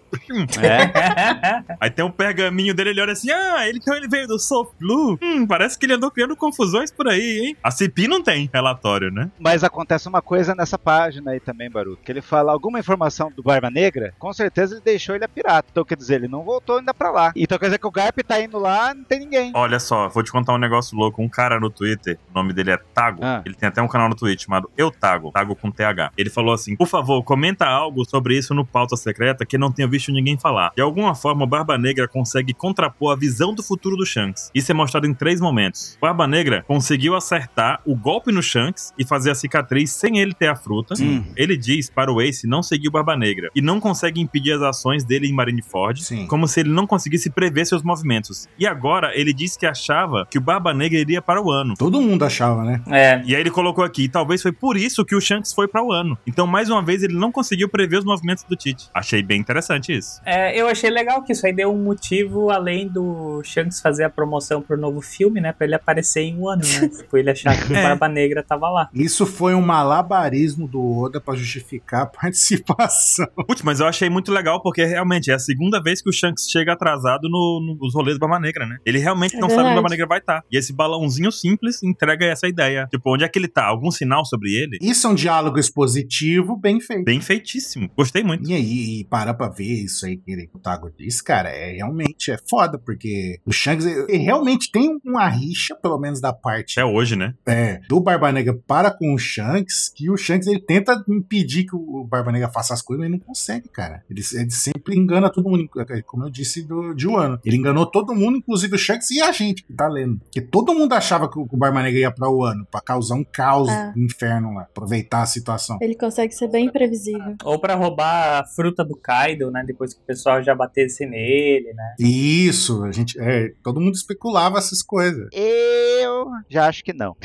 Speaker 5: É.
Speaker 1: Aí tem um pergaminho dele, ele olha assim: Ah, ele, então ele veio do Soul Blue. Hum, parece que ele andou criando confusões por aí, hein? A CP não tem relatório, né?
Speaker 5: Mas acontece uma coisa nessa página aí também, Baru. Que ele fala alguma informação do Barba Negra, com certeza ele deixou ele a pirata. Então quer dizer, ele não voltou ainda pra lá. Então quer dizer que o Garp tá indo lá não tem ninguém.
Speaker 1: Olha só, vou te contar um negócio louco. Um cara no Twitter, o nome dele é Tago.
Speaker 5: Ah.
Speaker 1: Ele tem até um canal no Twitch chamado Eu Tago, Tago com TH. Ele falou assim: por favor, comenta algo sobre isso no pauta secreta que eu não tenho visto ninguém falar. De alguma forma, o Barba Negra consegue contrapor a visão do futuro do Shanks. Isso é mostrado em três momentos. Barba Negra conseguiu acertar o golpe no Shanks e fazer a cicatriz sem ele ter a fruta.
Speaker 5: Sim.
Speaker 1: Ele diz para o Ace não seguir o Barba Negra e não consegue impedir as ações dele em Marineford,
Speaker 3: Sim.
Speaker 1: como se ele não conseguisse prever seus movimentos. E agora ele disse que achava que o Barba Negra iria para o ano.
Speaker 3: Todo mundo achava, né?
Speaker 2: É,
Speaker 1: E aí ele colocou aqui, e talvez foi por isso que o Shanks foi para o ano. Então, mais uma vez, ele não conseguiu prever os movimentos do Tite. Achei bem interessante isso.
Speaker 2: É, eu achei legal que isso aí deu um motivo além do Shanks fazer a promoção pro novo filme, né? Pra ele aparecer em um ano, né? tipo, ele achar que o
Speaker 1: É.
Speaker 2: Barba Negra tava lá.
Speaker 3: Isso foi um malabarismo do Oda pra justificar a participação.
Speaker 1: Putz, mas eu achei muito legal porque realmente é a segunda vez que o Shanks chega atrasado no- no- nos rolês do Barba Negra, né? Ele realmente
Speaker 4: É
Speaker 1: não sabe onde o
Speaker 4: verdade.
Speaker 1: Barba Negra vai estar. E esse balãozinho simples entrega essa ideia. Tipo, onde é que ele tá? Algum sinal sobre ele?
Speaker 3: Isso é um diálogo expositivo bem feito.
Speaker 1: Bem feitíssimo. Gostei muito.
Speaker 3: E aí, e parar pra ver isso aí que ele- o Tago disse, cara, é realmente é foda, porque o Shanks ele ele realmente tem uma rixa, pelo menos da parte
Speaker 1: É hoje, né?
Speaker 3: é, do Barba Negra para com o Shanks, que o Shanks ele tenta impedir que o Barba Negra faça as coisas, mas ele não consegue, cara. Ele, ele sempre engana todo mundo, como eu disse do, de Wano. Ele enganou todo mundo, inclusive o Shanks e a gente que tá lendo. Porque todo mundo achava que o que o Barba Negra ia pra Wano, pra causar um caos
Speaker 4: É.
Speaker 3: no inferno lá, aproveitar a situação.
Speaker 4: Ele consegue ser bem imprevisível.
Speaker 2: Ou pra roubar a fruta do Kaido, né? Depois que o pessoal já batesse nele, né?
Speaker 3: Isso, a gente, é, todo mundo especulava essas coisas.
Speaker 5: Eu já acho que não.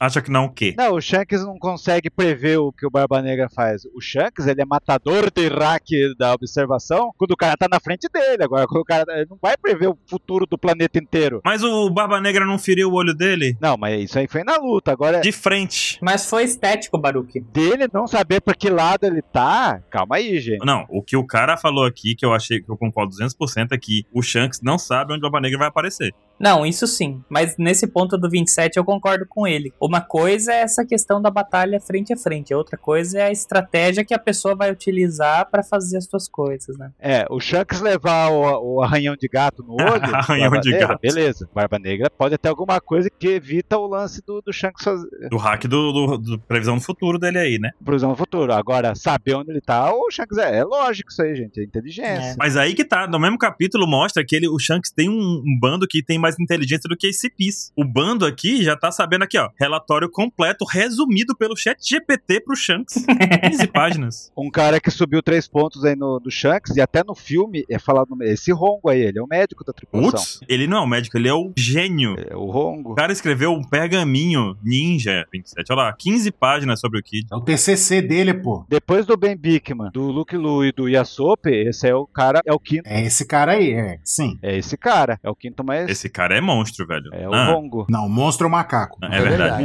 Speaker 1: Acha que não o quê?
Speaker 5: Não, o Shanks não consegue prever o que o Barba Negra faz. O Shanks, ele é matador de hack da observação quando o cara tá na frente dele. Agora, quando o cara ele não vai prever o futuro do planeta inteiro.
Speaker 1: Mas o Barba Negra não feriu o olho dele?
Speaker 5: Não, mas isso aí foi na luta. Agora,
Speaker 1: De frente.
Speaker 2: Mas foi estético, Baruque.
Speaker 5: dele não saber pra que lado ele tá, calma aí, gente.
Speaker 1: Não, o que o cara falou aqui, que eu achei que eu concordo 200%, é que o Shanks não sabe onde o Barba Negra vai aparecer.
Speaker 2: Não, isso sim. Mas nesse ponto do 27 eu concordo com ele. Uma coisa é essa questão da batalha frente a frente, a outra coisa é a estratégia que a pessoa vai utilizar pra fazer as suas coisas, né?
Speaker 5: É, o Shanks levar o, o arranhão de gato no olho.
Speaker 1: Arranhão
Speaker 5: Barba
Speaker 1: de
Speaker 5: Negra,
Speaker 1: gato.
Speaker 5: Beleza. Barba Negra pode ter alguma coisa que evita o lance do, do Shanks fazer-
Speaker 1: Do hack do, do- do previsão do futuro dele aí, né?
Speaker 5: pro usar no futuro. Agora, saber onde ele tá, o Shanks é, é lógico isso aí, gente. É inteligência.
Speaker 1: Mas aí que tá, no mesmo capítulo mostra que ele, o Shanks tem um, um bando que tem mais inteligência do que esse PIS. O bando aqui já tá sabendo aqui, ó, relatório completo, resumido pelo chat GPT pro Shanks. 15 páginas.
Speaker 5: Um cara que subiu três pontos aí no do Shanks, e até no filme é falado no- esse Rongo aí, ele é o médico da tripulação.
Speaker 1: Putz, ele não é o médico, ele é o gênio.
Speaker 5: É, o
Speaker 1: O
Speaker 5: Rongo.
Speaker 1: cara escreveu um pergaminho ninja 27, olha lá, 15 páginas sobre o Kid.
Speaker 3: É o TCC dele, pô.
Speaker 5: Depois do Ben Bickman, do Luke Lu e do Yasope, esse é o cara, é o quinto.
Speaker 3: É esse cara aí, é. Sim.
Speaker 5: É esse cara, é o quinto mais.
Speaker 1: Esse cara é monstro, velho.
Speaker 5: É o
Speaker 1: Ah,
Speaker 5: Rongo.
Speaker 3: Não, monstro ou macaco.
Speaker 1: É verdade.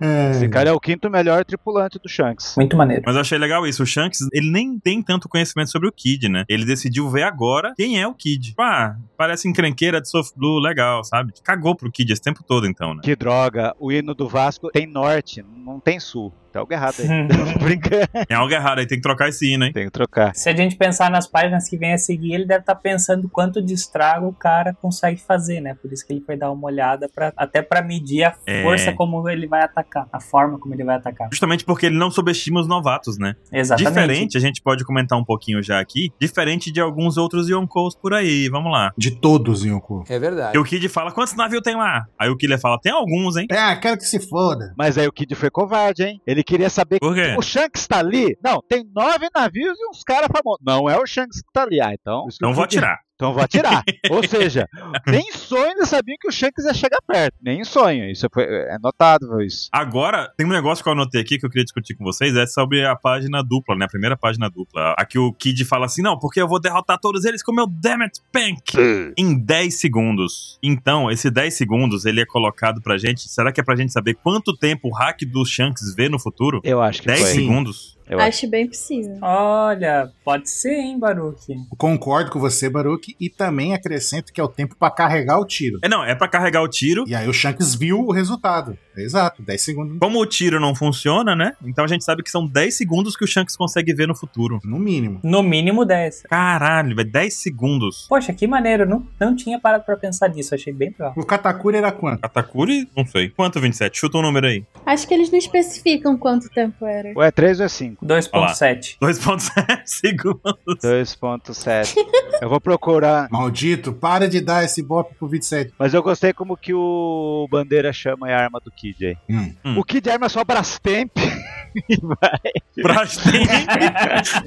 Speaker 1: Hum.
Speaker 5: Esse cara é o quinto melhor tripulante do Shanks.
Speaker 2: Muito maneiro.
Speaker 1: Mas eu achei legal isso. O Shanks, ele nem tem tanto conhecimento sobre o Kid, né? Ele decidiu ver agora quem é o Kid. Ah, parece encrenqueira de Soft Blue, legal, sabe? Cagou pro Kid esse tempo todo, então, né?
Speaker 5: Que droga, o hino do Vasco tem norte, não tem sul. Tá algo errado aí.
Speaker 2: Hum.
Speaker 5: Tô brincando.
Speaker 1: É algo errado, aí tem que trocar esse hino, hein?
Speaker 5: Tem que trocar.
Speaker 2: Se a gente pensar nas páginas que vem a seguir, ele deve estar tá pensando quanto de estrago o cara consegue fazer, né? Por isso que ele foi dar uma olhada pra, até pra medir a
Speaker 1: É.
Speaker 2: força como ele vai atacar, a forma como ele vai atacar.
Speaker 1: Justamente porque ele não subestima os novatos, né?
Speaker 2: Exatamente.
Speaker 1: Diferente, a gente pode comentar um pouquinho já aqui, diferente de alguns outros Yonkous por aí, vamos lá.
Speaker 3: De todos, Yonko.
Speaker 7: É
Speaker 1: E
Speaker 7: verdade.
Speaker 1: o Kid fala, quantos navios tem lá? Aí o Killer fala, tem alguns, hein?
Speaker 3: Ah, quero que se foda.
Speaker 5: Mas aí o Kid foi covarde, hein? Ele queria saber
Speaker 1: Por quê?
Speaker 5: o Shanks tá ali. Não, tem nove navios e uns caras famosos. Não é o Shanks que tá ali. Ah, então.
Speaker 1: Então vou atirar.
Speaker 5: Então vou atirar. Ou seja, nem em sonho eles sabiam que o Shanks ia chegar perto. Nem em sonho. Isso foi, é notável isso.
Speaker 1: Agora, tem um negócio que eu anotei aqui que eu queria discutir com vocês, é sobre a página dupla, né? A primeira página dupla. A que o Kid fala assim, não, porque eu vou derrotar todos eles com o meu Dammit Pank em 10 segundos. Então, esse 10 segundos, ele é colocado pra gente, será que é pra gente saber quanto tempo o hack do Shanks vê no futuro?
Speaker 5: Eu acho que
Speaker 1: 10
Speaker 5: foi.
Speaker 1: segundos?
Speaker 5: Eu acho.
Speaker 4: Acho bem possível.
Speaker 2: Olha, pode ser, hein, Baruque?
Speaker 3: Concordo com você, Baruque, e também acrescento que é o tempo pra carregar o tiro.
Speaker 1: É, não, é pra carregar o tiro.
Speaker 3: E aí o Shanks viu o resultado. Exato, 10 segundos
Speaker 1: Como o tiro não funciona, né? Então a gente sabe que são 10 segundos que o Shanks consegue ver no futuro.
Speaker 3: no mínimo.
Speaker 2: No mínimo 10.
Speaker 1: Caralho, velho, 10 segundos.
Speaker 2: Poxa, que maneiro, não, não tinha parado pra pensar nisso, achei bem legal.
Speaker 3: O Katakuri era quanto?
Speaker 1: Katakuri? Não sei. Quanto, 27? Chuta um número aí.
Speaker 4: Acho que eles não especificam quanto tempo era.
Speaker 5: Ou é 3 ou é 5?
Speaker 2: 2.7.
Speaker 1: 2.7 segundos.
Speaker 5: 2.7. eu vou procurar.
Speaker 3: Maldito, para de dar esse bop pro 27.
Speaker 5: Mas eu gostei como que o Bandeira chama a arma do Kid aí.
Speaker 3: Hum.
Speaker 1: Hum.
Speaker 5: O Kid arma só Brastemp. e vai.
Speaker 1: Brastemp.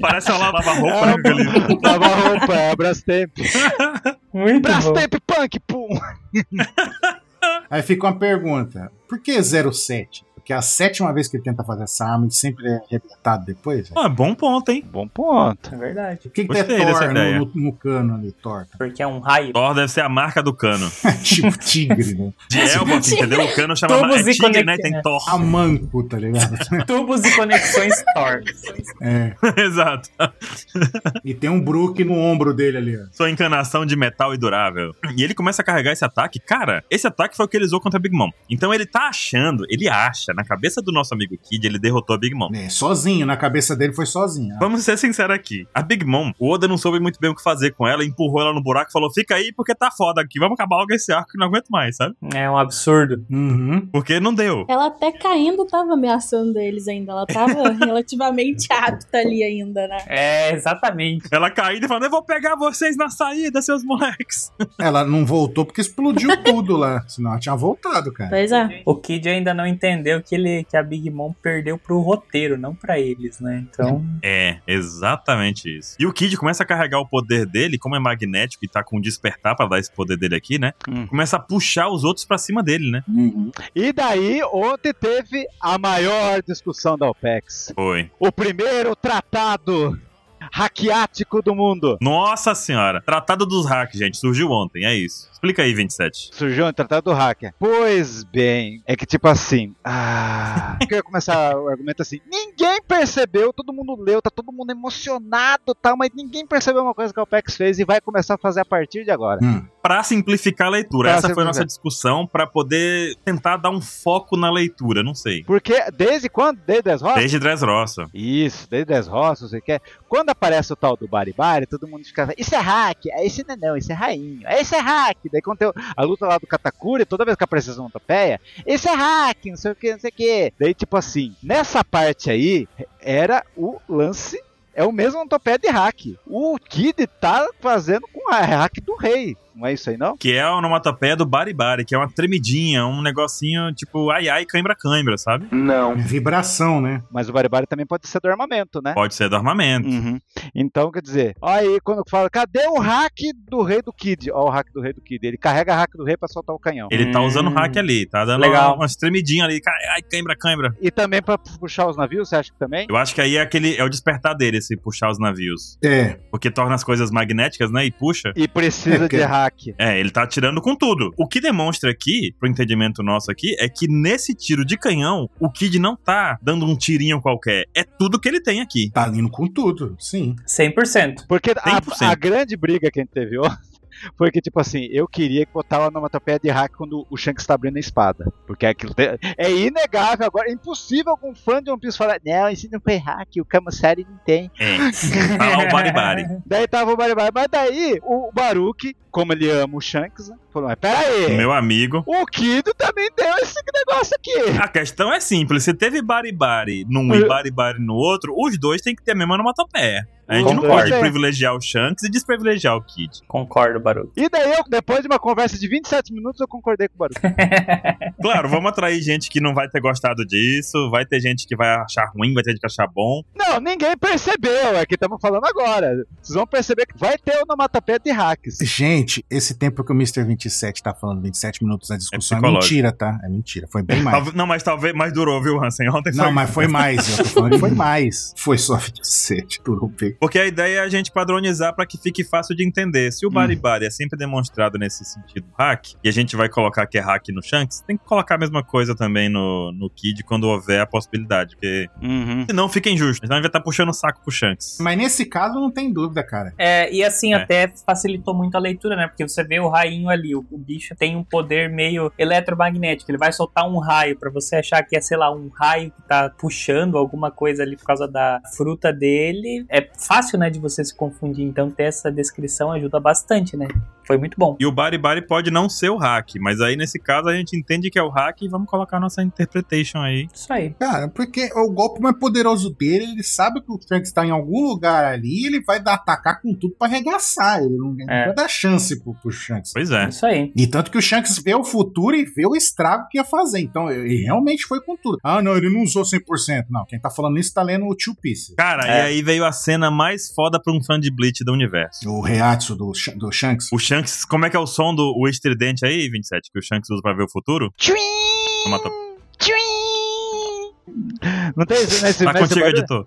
Speaker 1: Parece uma lava-roupa, né, Felipe?
Speaker 5: Lava roupa, é Brastemp.
Speaker 2: Muito bom.
Speaker 5: Brastemp Punk, pum.
Speaker 3: Aí fica uma pergunta: por que 07? Porque é a sétima vez que ele tenta fazer essa arma, ele sempre é arrebentado depois. velho.
Speaker 1: Ah, bom ponto, hein?
Speaker 5: Bom ponto.
Speaker 2: É verdade.
Speaker 3: Por que, que tem
Speaker 1: Gostei dessa
Speaker 3: Thor
Speaker 1: ideia.
Speaker 3: no, no, no cano ali, torta?
Speaker 2: Porque é um raio.
Speaker 1: Thor deve ser a marca do cano.
Speaker 3: tipo tigre, né?
Speaker 1: De Elbot, entendeu? O cano chama...
Speaker 2: Tubos
Speaker 1: É
Speaker 2: e
Speaker 1: tigre, né?
Speaker 2: conecta-
Speaker 1: Tem
Speaker 3: A
Speaker 1: Thor.
Speaker 3: manco, tá ligado?
Speaker 2: Tubos e conexões Thor.
Speaker 3: É.
Speaker 1: Exato.
Speaker 3: E tem um Brook no ombro dele ali, ó.
Speaker 1: Sua encanação de metal e durável. E ele começa a carregar esse ataque. Cara, esse ataque foi o que ele usou contra a Big Mom. Então ele tá achando, ele acha, na cabeça do nosso amigo Kid, ele derrotou a Big Mom.
Speaker 3: É, sozinho, na cabeça dele foi sozinho. ó.
Speaker 1: Vamos ser sinceros aqui. A Big Mom, o Oda não soube muito bem o que fazer com ela, empurrou ela no buraco e falou: fica aí porque tá foda aqui, vamos acabar logo esse arco que não aguento mais, sabe?
Speaker 2: É um absurdo.
Speaker 3: Uhum.
Speaker 1: Porque não deu.
Speaker 4: Ela até caindo tava ameaçando eles ainda. Ela tava relativamente apta ali ainda, né?
Speaker 2: É, exatamente.
Speaker 1: Ela caindo e falando: eu vou pegar vocês na saída, seus moleques.
Speaker 3: Ela não voltou porque explodiu tudo lá. Senão ela tinha voltado, cara.
Speaker 4: Pois é.
Speaker 2: O Kid ainda não entendeu que, ele, que a Big Mom perdeu pro roteiro, não pra eles, né? Então,
Speaker 1: É, exatamente isso. E o Kid começa a carregar o poder dele, como é magnético e tá com despertar pra dar esse poder dele aqui, né?
Speaker 5: Hum.
Speaker 1: Começa a puxar os outros pra cima dele, né?
Speaker 5: E daí, ontem teve a maior discussão da OPEX.
Speaker 1: Foi.
Speaker 5: O primeiro tratado hackiático do mundo.
Speaker 1: Nossa senhora. Tratado dos hacks, gente. Surgiu ontem, é isso. Explica aí, 27.
Speaker 5: Surgiu um tratado do hacker. Pois bem, é que tipo assim. Ah, eu ia começar o argumento assim. Ninguém percebeu, todo mundo leu, tá todo mundo emocionado tal, mas ninguém percebeu uma coisa que a OPEX fez e vai começar a fazer a partir de agora.
Speaker 3: Hum.
Speaker 1: Pra simplificar a leitura.
Speaker 5: Pra
Speaker 1: Essa foi a nossa
Speaker 5: simplificar.
Speaker 1: discussão pra poder tentar dar um foco na leitura, não sei.
Speaker 5: Porque desde quando? Desde as roças?
Speaker 1: Desde Dressrosa.
Speaker 5: Isso, desde as roças, você quer. Quando aparece o tal do Baribari, todo mundo fica. Isso é hack, Ah, esse não é não, esse é rainho, Ah, esse é hack. Daí quando tem a luta lá do Katakuri, toda vez que aparece essa onomatopeia, esse é hack, não sei o que, não sei o que. Daí, tipo assim, nessa parte aí, era o lance. É o mesmo onomatopeia de hack. O Kid tá fazendo com a hack do rei. Não é isso aí, não?
Speaker 1: Que é a onomatopeia do baribari, que é uma tremidinha, um negocinho tipo ai ai, cãibra cãibra, sabe?
Speaker 5: Né?
Speaker 6: Não.
Speaker 3: É Vibração, né?
Speaker 5: Mas o Baribari também pode ser do armamento, né?
Speaker 1: Pode ser do armamento.
Speaker 5: Uhum. Então, quer dizer, ó aí quando fala, cadê o hack do rei do Kid? Ó, o hack do rei do Kid. Ele carrega o hack do rei pra soltar o canhão.
Speaker 1: Ele tá
Speaker 2: Hum.
Speaker 1: usando hack ali, tá dando
Speaker 2: Legal.
Speaker 1: umas tremidinhas ali, ca- ai, cãibra cãibra.
Speaker 5: E também pra puxar os navios, você acha que também?
Speaker 1: Eu acho que aí é aquele é o despertar dele, esse puxar os navios.
Speaker 3: É.
Speaker 1: Porque torna as coisas magnéticas, né? E puxa.
Speaker 5: E precisa
Speaker 3: É, porque-
Speaker 5: de hack.
Speaker 1: É, ele tá atirando com tudo. O que demonstra aqui, pro entendimento nosso aqui, é que nesse tiro de canhão, o Kid não tá dando um tirinho qualquer. É tudo que ele tem aqui.
Speaker 3: Tá indo com tudo, sim.
Speaker 2: 100%.
Speaker 5: Porque a,
Speaker 1: 100%.
Speaker 5: a grande briga que a gente teve ontem foi que, tipo assim, eu queria que botar uma onomatopeia de hack quando o Shanks tá abrindo a espada. Porque aquilo tem- é inegável agora. É impossível algum fã de One Piece falar, não, isso não foi hack, o Kamusari não tem.
Speaker 1: É. Tá lá o Bari Bari.
Speaker 5: Daí tava o Baribari. Mas daí o Baruque, como ele ama o Shanks, né, falou: Mas pera
Speaker 3: É.
Speaker 5: aí,
Speaker 1: Meu amigo.
Speaker 5: o Kido também deu esse negócio aqui.
Speaker 1: A questão é simples. Se teve Bari Bari num e Bari Bari no outro, os dois têm que ter a mesma onomatopeia. A gente não
Speaker 5: Concordo.
Speaker 1: pode privilegiar o Shanks e desprivilegiar o Kid.
Speaker 2: Concordo, Baruch.
Speaker 5: E daí, eu, depois de uma conversa de 27 minutos, eu concordei com o Baruque.
Speaker 1: Claro, vamos atrair gente que não vai ter gostado disso, vai ter gente que vai achar ruim, vai ter gente que achar bom.
Speaker 5: Não, ninguém percebeu, é que estamos falando agora. Vocês vão perceber que vai ter onomatopeia de hacks.
Speaker 3: Gente, esse tempo que o Mr. 27 tá falando, 27 minutos na discussão, é,
Speaker 1: psicológico.
Speaker 3: mentira, tá? É mentira. Foi bem mais.
Speaker 1: Talvez- Não, mas talvez mais durou, viu, Hansen? Ontem
Speaker 3: Não,
Speaker 1: foi...
Speaker 3: mas foi mais. Eu tô falando que foi mais. Foi só 27, durou bem.
Speaker 1: Porque a ideia é a gente padronizar para que fique fácil de entender. Se o Baribari é sempre demonstrado nesse sentido hack, e a gente vai colocar que é hack no Shanks, tem que colocar a mesma coisa também no, no Kid quando houver a possibilidade. Porque
Speaker 5: Uhum.
Speaker 1: senão fica injusto. Senão ele vai estar puxando o saco pro Shanks.
Speaker 3: Mas nesse caso não tem dúvida, cara.
Speaker 2: É, e assim,
Speaker 1: É.
Speaker 2: até facilitou muito a leitura, né? Porque você vê o rainho ali, o, o bicho tem um poder meio eletromagnético, ele vai soltar um raio pra você achar que é, sei lá, um raio que tá puxando alguma coisa ali por causa da fruta dele. É fácil, né, de você se confundir, então ter essa descrição ajuda bastante, né? Foi muito bom.
Speaker 1: E o Baribari pode não ser o hack, mas aí nesse caso a gente entende que é o hack e vamos colocar a nossa interpretation aí.
Speaker 2: Isso aí.
Speaker 3: Cara, porque o golpe mais poderoso dele, ele sabe que o Shanks tá em algum lugar ali, ele vai dar, atacar com tudo pra arregaçar. Ele não, não
Speaker 2: É.
Speaker 3: vai dar chance pro, pro Shanks.
Speaker 1: Pois é.
Speaker 2: Isso aí.
Speaker 3: E tanto que o Shanks vê o futuro e vê o estrago que ia fazer. Então, ele realmente foi com tudo. Ah, não, ele não usou 100%. Não, quem tá falando isso tá lendo o Two Piece.
Speaker 1: Cara,
Speaker 2: É.
Speaker 1: e aí veio a cena mais foda pra um fã de Bleach do universo.
Speaker 3: O reatsu do, Sh- do Shanks.
Speaker 1: O Shanks, como é que é o som do o estridente aí, 27, que o Shanks usa pra ver o futuro? Mata-
Speaker 5: Não tem esse, nesse,
Speaker 1: Tá
Speaker 5: nesse
Speaker 1: contigo,
Speaker 5: barulho?
Speaker 1: editor.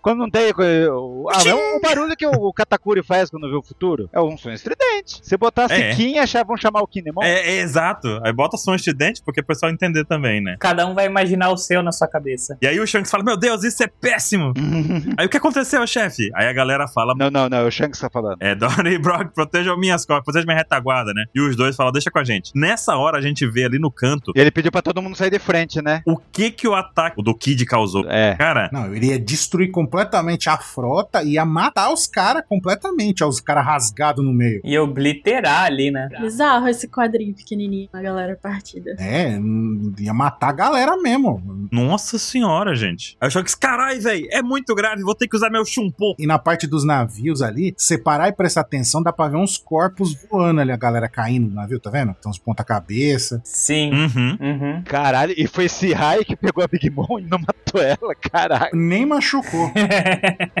Speaker 5: Quando não tem. o- Ah, é o barulho que o Katakuri faz quando vê o futuro. É um som estridente. Se botasse
Speaker 1: É.
Speaker 5: Kim, achava, vão chamar o Kinemon.
Speaker 1: É, é, exato. Aí bota som estridente porque o pessoal entender também, né?
Speaker 2: Cada um vai imaginar o seu na sua cabeça.
Speaker 1: E aí o Shanks fala: Meu Deus, isso é péssimo! aí o que aconteceu, chefe? Aí a galera fala:
Speaker 5: Não, não, não, é o Shanks que tá falando.
Speaker 1: É, Dory e Brock, protejam minhas costas, protejam minha retaguarda, né? E os dois falam: Deixa com a gente. Nessa hora a gente vê ali no canto
Speaker 5: E ele pediu pra todo mundo sair de frente, né?
Speaker 1: o que que o ataque do Kid causou.
Speaker 5: É.
Speaker 1: Cara,
Speaker 3: Não, ele ia destruir completamente a frota e ia matar os caras completamente, ó, os caras rasgados no meio.
Speaker 2: E obliterar ali, né?
Speaker 4: Bizarro esse quadrinho pequenininho, a galera partida.
Speaker 3: É, hum, ia matar a galera mesmo.
Speaker 1: nossa senhora, gente. Aí o Shanks: Caralho, velho, é muito grave, vou ter que usar meu chumpô.
Speaker 3: E na parte dos navios ali, separar e prestar atenção, dá pra ver uns corpos voando ali, a galera caindo no navio, tá vendo? Tem uns ponta-cabeça.
Speaker 2: Sim.
Speaker 1: Uhum.
Speaker 2: Uhum.
Speaker 5: Caralho, e foi esse raio que pegou a Big Mom e não matou ela, caralho.
Speaker 3: Nem machucou.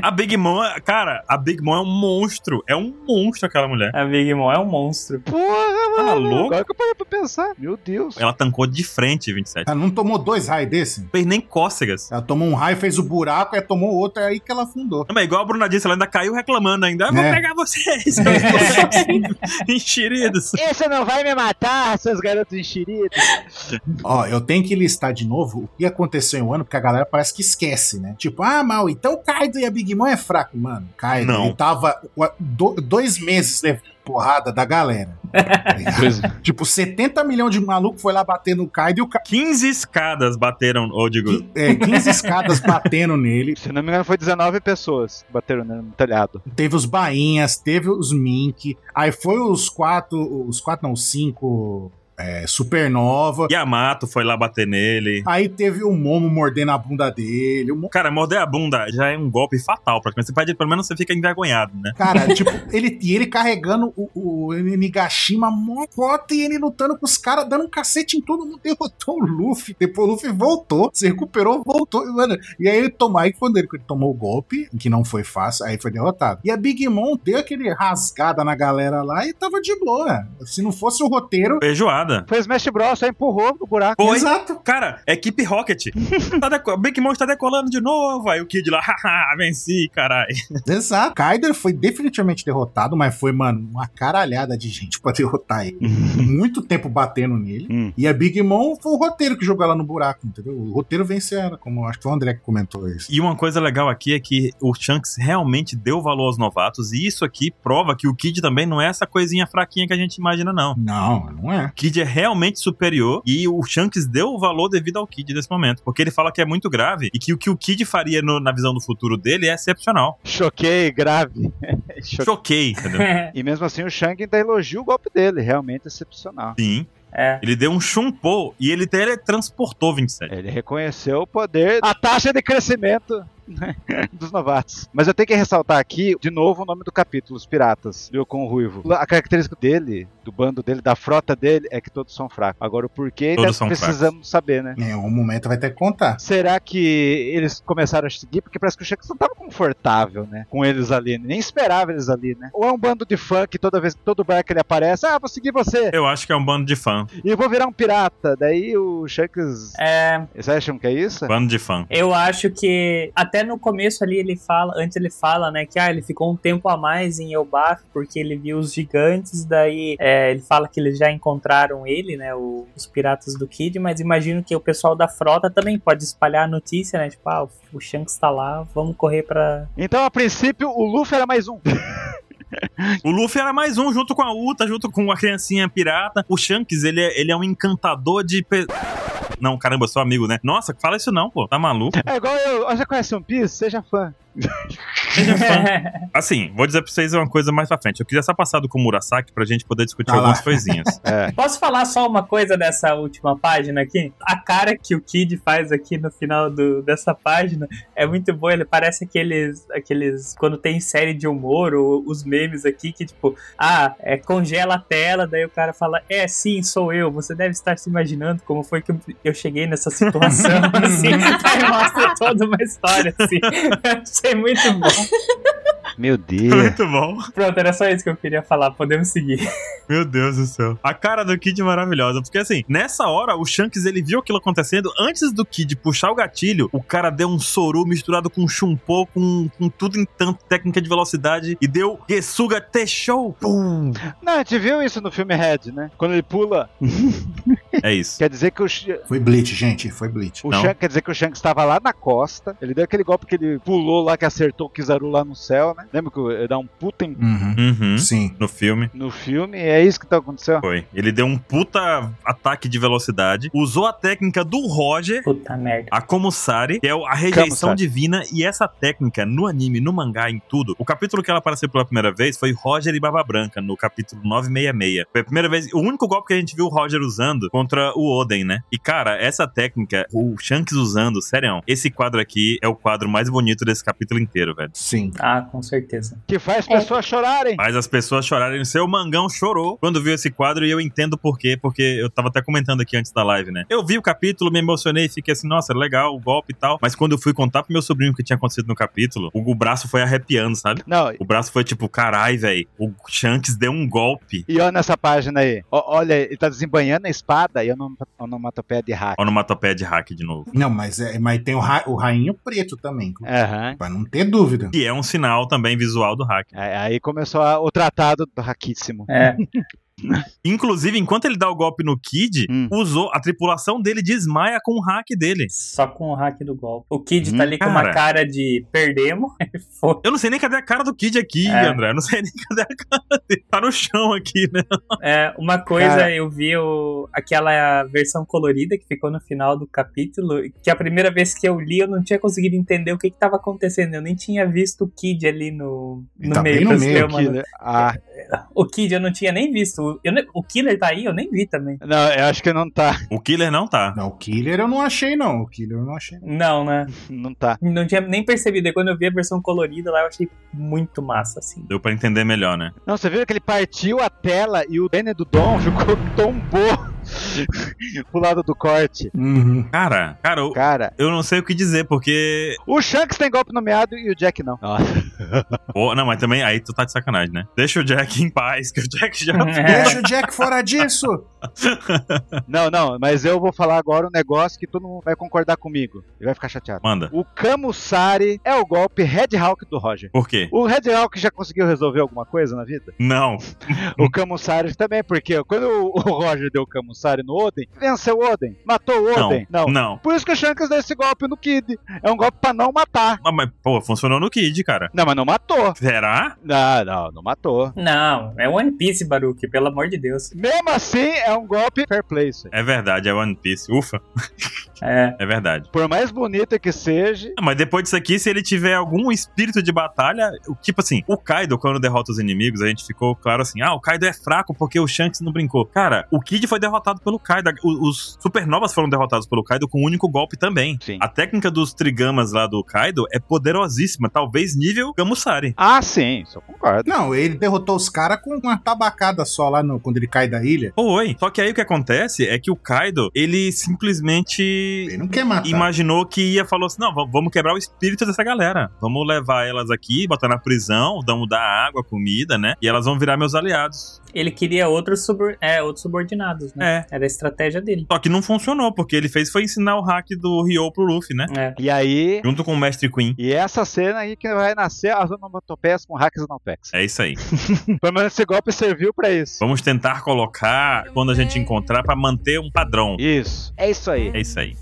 Speaker 1: A Big Mom, é- cara, a Big Mom é um monstro. É um monstro aquela mulher.
Speaker 2: A Big Mom é um monstro.
Speaker 5: Porra,
Speaker 1: Tá louco?
Speaker 5: Agora que eu parei pra pensar. Meu Deus.
Speaker 1: Ela tancou de frente, 27.
Speaker 3: Ela não tomou dois raios desse?
Speaker 1: Não fez nem cócegas.
Speaker 3: Ela tomou um raio, fez o buraco, aí tomou outro, é aí que ela afundou.
Speaker 1: Não, mas igual a Bruna disse, ela ainda caiu reclamando ainda. Eu vou
Speaker 3: É.
Speaker 1: pegar vocês, seus moleques enxeridos.
Speaker 5: Esse não vai me matar, seus garotos enxeridos.
Speaker 3: Ó, eu tenho que listar de novo o que aconteceu em um ano, porque a galera parece que esquece, né? Tipo, ah, mal, então o Kaido e a Big Mom é fraco, mano. Kaido,
Speaker 1: Não.
Speaker 3: ele tava ua- do- dois meses levando porrada da galera. Tá ligado? tipo, 70 milhões de maluco foi lá bater no Kaido e o Kaido.
Speaker 1: 15 escadas bateram, ou digo,
Speaker 3: É, 15 escadas batendo nele.
Speaker 5: Se não me engano, foi 19 pessoas que bateram no no telhado.
Speaker 3: Teve os bainhas, teve os mink. Aí foi os quatro. Os quatro, não, os cinco. é, supernova.
Speaker 1: Yamato foi lá bater nele.
Speaker 3: Aí teve o Momo mordendo a bunda dele. O Mo-
Speaker 1: Cara, morder a bunda já é um golpe fatal pra você pode, pelo menos você fica envergonhado, né?
Speaker 3: Cara, tipo, ele, e ele carregando o, o Nigashima mocota e ele lutando com os caras, dando um cacete em todo mundo, derrotou o Luffy. Depois o Luffy voltou, se recuperou, voltou. E, mano, e aí ele tomou, aí quando ele tomou o golpe, que não foi fácil, aí foi derrotado. E a Big Mom deu aquele rasgada na galera lá e tava de boa. Se não fosse o roteiro,
Speaker 1: Feijoada. nada.
Speaker 5: Foi o Smash Bros, só empurrou o buraco.
Speaker 1: Foi.
Speaker 3: Exato.
Speaker 1: Cara, equipe Rocket. tá deco- Big Mom está decolando de novo. Aí o Kid lá, haha, venci, caralho.
Speaker 3: Exato. Kaider foi definitivamente derrotado, mas foi, mano, uma caralhada de gente pra derrotar ele. Muito tempo batendo nele.
Speaker 5: Hum.
Speaker 3: E a Big Mom foi o roteiro que jogou ela no buraco, entendeu? O roteiro vence ela, como eu acho que foi o André que comentou isso.
Speaker 1: E uma coisa legal aqui é que o Shanks realmente deu valor aos novatos. E isso aqui prova que o Kid também não é essa coisinha fraquinha que a gente imagina, não.
Speaker 3: Não, não é.
Speaker 1: Kid é realmente superior e o Shanks deu o valor devido ao Kid nesse momento, porque ele fala que é muito grave e que o que o Kid faria no- na visão do futuro dele é excepcional.
Speaker 5: Choquei, grave. Choquei.
Speaker 1: Choquei, entendeu?
Speaker 5: E mesmo assim o Shang ainda elogia o golpe dele, realmente excepcional.
Speaker 1: Sim.
Speaker 2: é.
Speaker 1: Ele deu um chumpou e ele teletransportou 27.
Speaker 5: Ele reconheceu o poder, a taxa de crescimento né, dos novatos. Mas eu tenho que ressaltar aqui, de novo, o nome do capítulo, Os Piratas, do Yokon Ruivo. A característica dele, do bando dele, da frota dele, é que todos são fracos. Agora, o porquê
Speaker 1: Todos
Speaker 5: ainda
Speaker 1: são
Speaker 5: precisamos saber, né?
Speaker 3: Em algum É, momento vai ter que contar.
Speaker 5: Será que eles começaram a seguir? Porque parece que o Shanks não tava confortável, né? Com eles ali, nem esperava eles ali, né? Ou é um bando de fã que toda vez, todo bar que ele aparece, ah, vou seguir você,
Speaker 1: Eu acho que é um bando de fã.
Speaker 5: e eu vou virar um pirata. Daí o Shanks...
Speaker 2: É,
Speaker 5: Vocês acham que é isso?
Speaker 1: Bando de fã.
Speaker 2: eu acho que até no começo ali ele fala, antes ele fala, né, que ah, ele ficou um tempo a mais em Elbaf porque ele viu os gigantes, daí é, ele fala que eles já encontraram ele, né, o- os piratas do Kid, mas imagino que o pessoal da frota também pode espalhar a notícia, né, tipo, ah, o Shanks tá lá, vamos correr pra...
Speaker 5: Então, a princípio, o Luffy era mais um.
Speaker 1: O Luffy era mais um, junto com a Uta, junto com a criancinha pirata. O Shanks, ele é, ele é um encantador de. pe- Não, caramba, eu sou amigo, né? Nossa, fala isso não, pô. Tá maluco?
Speaker 5: É igual eu. ó, Já conhece One Piece? Seja fã.
Speaker 1: Seja fã. Assim, vou dizer pra vocês uma coisa mais pra frente. Eu queria só passar do Komurasaki pra gente poder discutir
Speaker 3: Ah lá.
Speaker 1: algumas coisinhas.
Speaker 5: É.
Speaker 2: Posso falar só uma coisa dessa última página aqui? A cara que o Kid faz aqui no final do- dessa página é muito boa. Ele parece aqueles, aqueles. Quando tem série de humor, ou os memes aqui que, tipo, ah, é, congela a tela, daí o cara fala, é sim, sou eu. Você deve estar se imaginando como foi que eu- eu cheguei nessa situação. assim, aí mostra toda uma história, assim. Achei muito bom.
Speaker 5: Meu Deus.
Speaker 1: Muito bom.
Speaker 2: Pronto, era só isso que eu queria falar. Podemos seguir.
Speaker 1: Meu Deus do céu. A cara do Kid é maravilhosa. Porque assim, nessa hora, o Shanks ele viu aquilo acontecendo. Antes do Kid puxar o gatilho, o cara deu um soru misturado com chumpô, com, com tudo em tanto técnica de velocidade. E deu Gesuga T-Show. Pum!
Speaker 5: Não, a gente viu isso no filme Red, né? Quando ele pula.
Speaker 1: É isso.
Speaker 5: Quer dizer que o, Sh-
Speaker 3: Foi Bleach, gente, foi Bleach.
Speaker 5: o
Speaker 1: Não.
Speaker 5: Shanks. Quer dizer que o Shanks estava lá na costa. Ele deu aquele golpe que ele pulou lá, que acertou o Kizaru lá no céu, né? Lembra que ele dá um puta em...
Speaker 3: Uhum.
Speaker 1: Uhum.
Speaker 3: Sim.
Speaker 1: No filme.
Speaker 5: no filme? É isso que tá acontecendo?
Speaker 1: Foi. Ele deu um puta ataque de velocidade. Usou a técnica do Roger.
Speaker 2: Puta merda.
Speaker 1: A Komosari, que é a rejeição
Speaker 5: Kamosari.
Speaker 1: divina, e essa técnica no anime, no mangá, em tudo. O capítulo que ela apareceu pela primeira vez foi Roger e Barba Branca, no capítulo 966. Foi a primeira vez, o único golpe que a gente viu o Roger usando contra o Oden, né? E cara, essa técnica, o Shanks usando, sério, esse quadro aqui é o quadro mais bonito desse capítulo inteiro, velho.
Speaker 3: Sim.
Speaker 2: Ah, com certeza.
Speaker 5: Que faz
Speaker 4: É.
Speaker 5: pessoas chorarem.
Speaker 1: Mas as pessoas chorarem. O seu mangão chorou quando viu esse quadro e eu entendo por quê, porque eu tava até comentando aqui antes da live, né? Eu vi o capítulo, me emocionei, fiquei assim, nossa, legal, o golpe e tal. Mas quando eu fui contar pro meu sobrinho o que tinha acontecido no capítulo, o, o braço foi arrepiando, sabe?
Speaker 5: Não,
Speaker 1: O braço foi tipo, carai, velho, o Shanks deu um golpe.
Speaker 5: e olha nessa página aí. Ó, olha, ele tá desembanhando a espada e onom- onomatopeia de hack.
Speaker 1: Onomatopeia de hack de novo.
Speaker 3: Não, mas, é, mas tem o, ra, o rainho preto também.
Speaker 5: Aham.
Speaker 3: Pra não ter dúvida.
Speaker 1: Que é um sinal também visual do hack.
Speaker 5: Aí É, aí começou a- o tratado do hackíssimo.
Speaker 2: É.
Speaker 1: Inclusive, enquanto ele dá o golpe no Kid,
Speaker 5: Hum.
Speaker 1: usou a tripulação dele desmaia com o hack dele.
Speaker 2: Só com o hack do golpe. O Kid tá
Speaker 5: Hum,
Speaker 2: ali com uma
Speaker 1: cara.
Speaker 2: cara de perdemos. Foi.
Speaker 1: Eu não sei nem cadê a cara do Kid aqui,
Speaker 2: É.
Speaker 1: André. Eu não sei nem cadê a cara dele. Tá no chão aqui, né?
Speaker 2: É, uma coisa,
Speaker 5: Cara.
Speaker 2: eu vi o- aquela versão colorida que ficou no final do capítulo, que a primeira vez que eu li eu não tinha conseguido entender o que que tava acontecendo. Eu nem tinha visto o Kid ali no,
Speaker 3: Ele
Speaker 2: no
Speaker 3: tá
Speaker 2: meio
Speaker 3: bem no
Speaker 2: das
Speaker 3: meio,
Speaker 2: filmas.
Speaker 5: Killer. Ah,
Speaker 2: O Kid eu não tinha nem visto. Eu ne- o Killer tá aí, eu nem vi também.
Speaker 5: não, eu acho que não tá.
Speaker 1: O Killer não tá.
Speaker 3: Não, o Killer eu não achei, não. O Killer eu não achei.
Speaker 2: Não, né?
Speaker 5: Não tá.
Speaker 2: Não tinha nem percebido. E quando eu vi a versão colorida lá, eu achei muito massa, assim.
Speaker 1: Deu pra entender melhor, né?
Speaker 5: Não, você viu que ele partiu a tela e o Danny do Dom ficou tombou pro lado do corte.
Speaker 3: Uhum.
Speaker 1: Cara, cara, eu,
Speaker 5: Cara,
Speaker 1: eu não sei o que dizer, porque.
Speaker 5: o Shanks tem golpe no meado e o Jack não.
Speaker 1: Pô, não, mas também aí tu tá de sacanagem, né? Deixa o Jack em paz, que o Jack já.
Speaker 2: É.
Speaker 3: Deixa o Jack fora disso!
Speaker 5: Não, não, mas eu vou falar agora um negócio que todo mundo vai concordar comigo. Ele vai ficar chateado.
Speaker 1: Manda.
Speaker 5: O Camussari é o golpe Red Hawk do Roger.
Speaker 1: Por quê?
Speaker 5: O Red Hawk já conseguiu resolver alguma coisa na vida?
Speaker 1: Não.
Speaker 5: O Camussari também, porque quando o o Roger deu o Camussari no Oden, venceu o Oden, matou o Oden. Não.
Speaker 1: Não. Não.
Speaker 5: Por isso que o Shanks deu esse golpe no Kid. É um golpe pra não matar.
Speaker 1: Ah, Mas, pô, funcionou no Kid, cara.
Speaker 5: Não, mas não matou.
Speaker 1: Será?
Speaker 5: Não, não, não matou.
Speaker 2: Não, é One Piece, Baruque, pelo amor de Deus.
Speaker 5: Mesmo assim, é um golpe fair play. isso aí.
Speaker 1: É verdade, é One Piece. Ufa,
Speaker 2: É.
Speaker 1: é verdade.
Speaker 5: Por mais bonita que seja,
Speaker 1: Ah, Mas depois disso aqui, se ele tiver algum espírito de batalha, o- tipo assim, o Kaido, quando derrota os inimigos, a gente ficou claro assim: ah, o Kaido é fraco porque o Shanks não brincou. Cara, o Kid foi derrotado pelo Kaido. o- Os supernovas foram derrotados pelo Kaido com um único golpe também.
Speaker 5: Sim.
Speaker 1: A técnica dos trigamas lá do Kaido é poderosíssima, talvez nível Gamusari.
Speaker 5: Ah, sim, isso eu concordo.
Speaker 3: Não, ele derrotou os caras com uma tabacada só lá no, quando ele cai da ilha.
Speaker 1: Oi. Só que aí o que acontece é que o Kaido, ele simplesmente
Speaker 3: Ele não quer matar.
Speaker 1: imaginou que ia falou assim: não, va- vamos quebrar o espírito dessa galera. Vamos levar elas aqui, botar na prisão, vamos dar água, comida, né? E elas vão virar meus aliados.
Speaker 2: Ele queria outros, subor- é, outros subordinados, né?
Speaker 1: É.
Speaker 2: Era a estratégia dele.
Speaker 1: Só que não funcionou, porque ele fez foi ensinar o hack do Ryo pro Luffy, né?
Speaker 2: É.
Speaker 5: E aí,
Speaker 1: Junto com o Mestre Queen.
Speaker 5: e essa cena aí que vai nascer as onomatopeias com hacks no Apex.
Speaker 1: É isso aí.
Speaker 5: Pelo menos esse golpe serviu pra isso.
Speaker 1: Vamos tentar colocar quando a gente encontrar pra manter um padrão.
Speaker 5: Isso, é isso aí.
Speaker 1: É isso aí.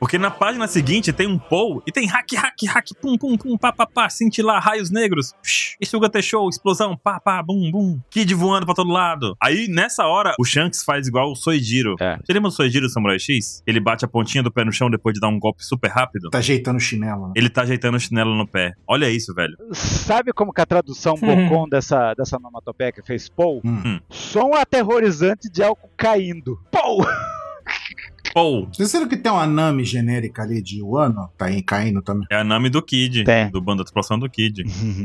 Speaker 1: Porque na página seguinte tem um Paul e tem hack, hack, hack, pum, pum, pum, pá, pá, pá, cintilar, raios negros, Isuga Show, explosão, pá, pá, bum, bum, Kid voando pra todo lado. Aí, nessa hora, o Shanks faz igual o Soijiro.
Speaker 5: É.
Speaker 1: Você lembra do Soijiro do Samurai X? Ele bate a pontinha do pé no chão depois de dar um golpe super rápido.
Speaker 3: Tá ajeitando o chinelo. né?
Speaker 1: Ele tá ajeitando o chinelo no pé. Olha isso, velho.
Speaker 5: Sabe como que a tradução bocon dessa, dessa onomatopeia que fez Pou?
Speaker 3: Hum.
Speaker 5: Som aterrorizante de algo caindo. Pou!
Speaker 1: Paul
Speaker 3: Vocês viram que tem uma Nami genérica ali de Wano? Tá aí caindo também.
Speaker 1: é a nome do Kid.
Speaker 5: Tem.
Speaker 1: Do bando da explosão do Kid.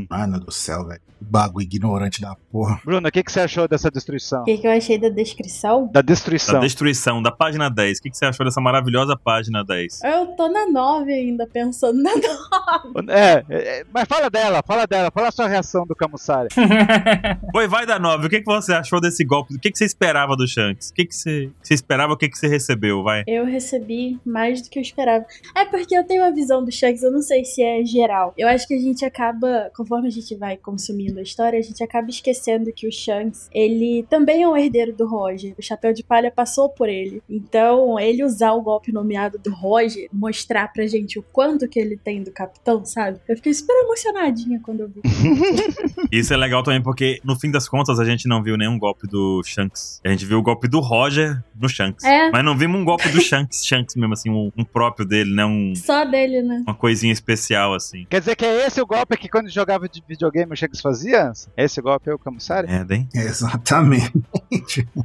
Speaker 3: Mano do céu, velho. Que Bagulho ignorante da porra.
Speaker 5: Bruno, o que, que você achou dessa destruição?
Speaker 4: O que, que eu achei da descrição?
Speaker 5: Da
Speaker 1: Da
Speaker 5: destruição.
Speaker 1: destruição, da página 10. O que que você achou dessa maravilhosa página 10?
Speaker 4: Eu tô na 9 ainda, pensando na 9.
Speaker 5: É, é, é, mas fala dela, fala dela, fala a sua reação do Kamusari.
Speaker 1: Oi, vai da nove. O que, que você achou desse golpe? O que, que você esperava do Shanks? O que, que você, você esperava? O que, que você recebeu? Vai.
Speaker 4: Eu recebi mais do que eu esperava. É porque eu tenho a visão do Shanks, eu não sei se é geral. Eu acho que a gente acaba, conforme a gente vai consumindo a história, a gente acaba esquecendo que o Shanks, ele também é um herdeiro do Roger. O Chapéu de Palha passou por ele. Então, ele usar o golpe nomeado do Roger, mostrar pra gente o quanto que ele tem do capitão, sabe? Eu fiquei super emocionadinha quando eu vi.
Speaker 1: Isso é legal também, porque no fim das contas a gente não viu nenhum golpe do Shanks. A gente viu o golpe do Roger no Shanks.
Speaker 4: É.
Speaker 1: Mas não vimos um golpe do Shanks, Shanks mesmo, assim, um, um próprio dele, né? Um-
Speaker 4: Só dele, né?
Speaker 1: uma coisinha especial, assim.
Speaker 5: Quer dizer que é esse o golpe que quando jogava de videogame o Shanks fazia? Esse golpe é o Kamusari?
Speaker 1: É, hein?
Speaker 3: Exatamente.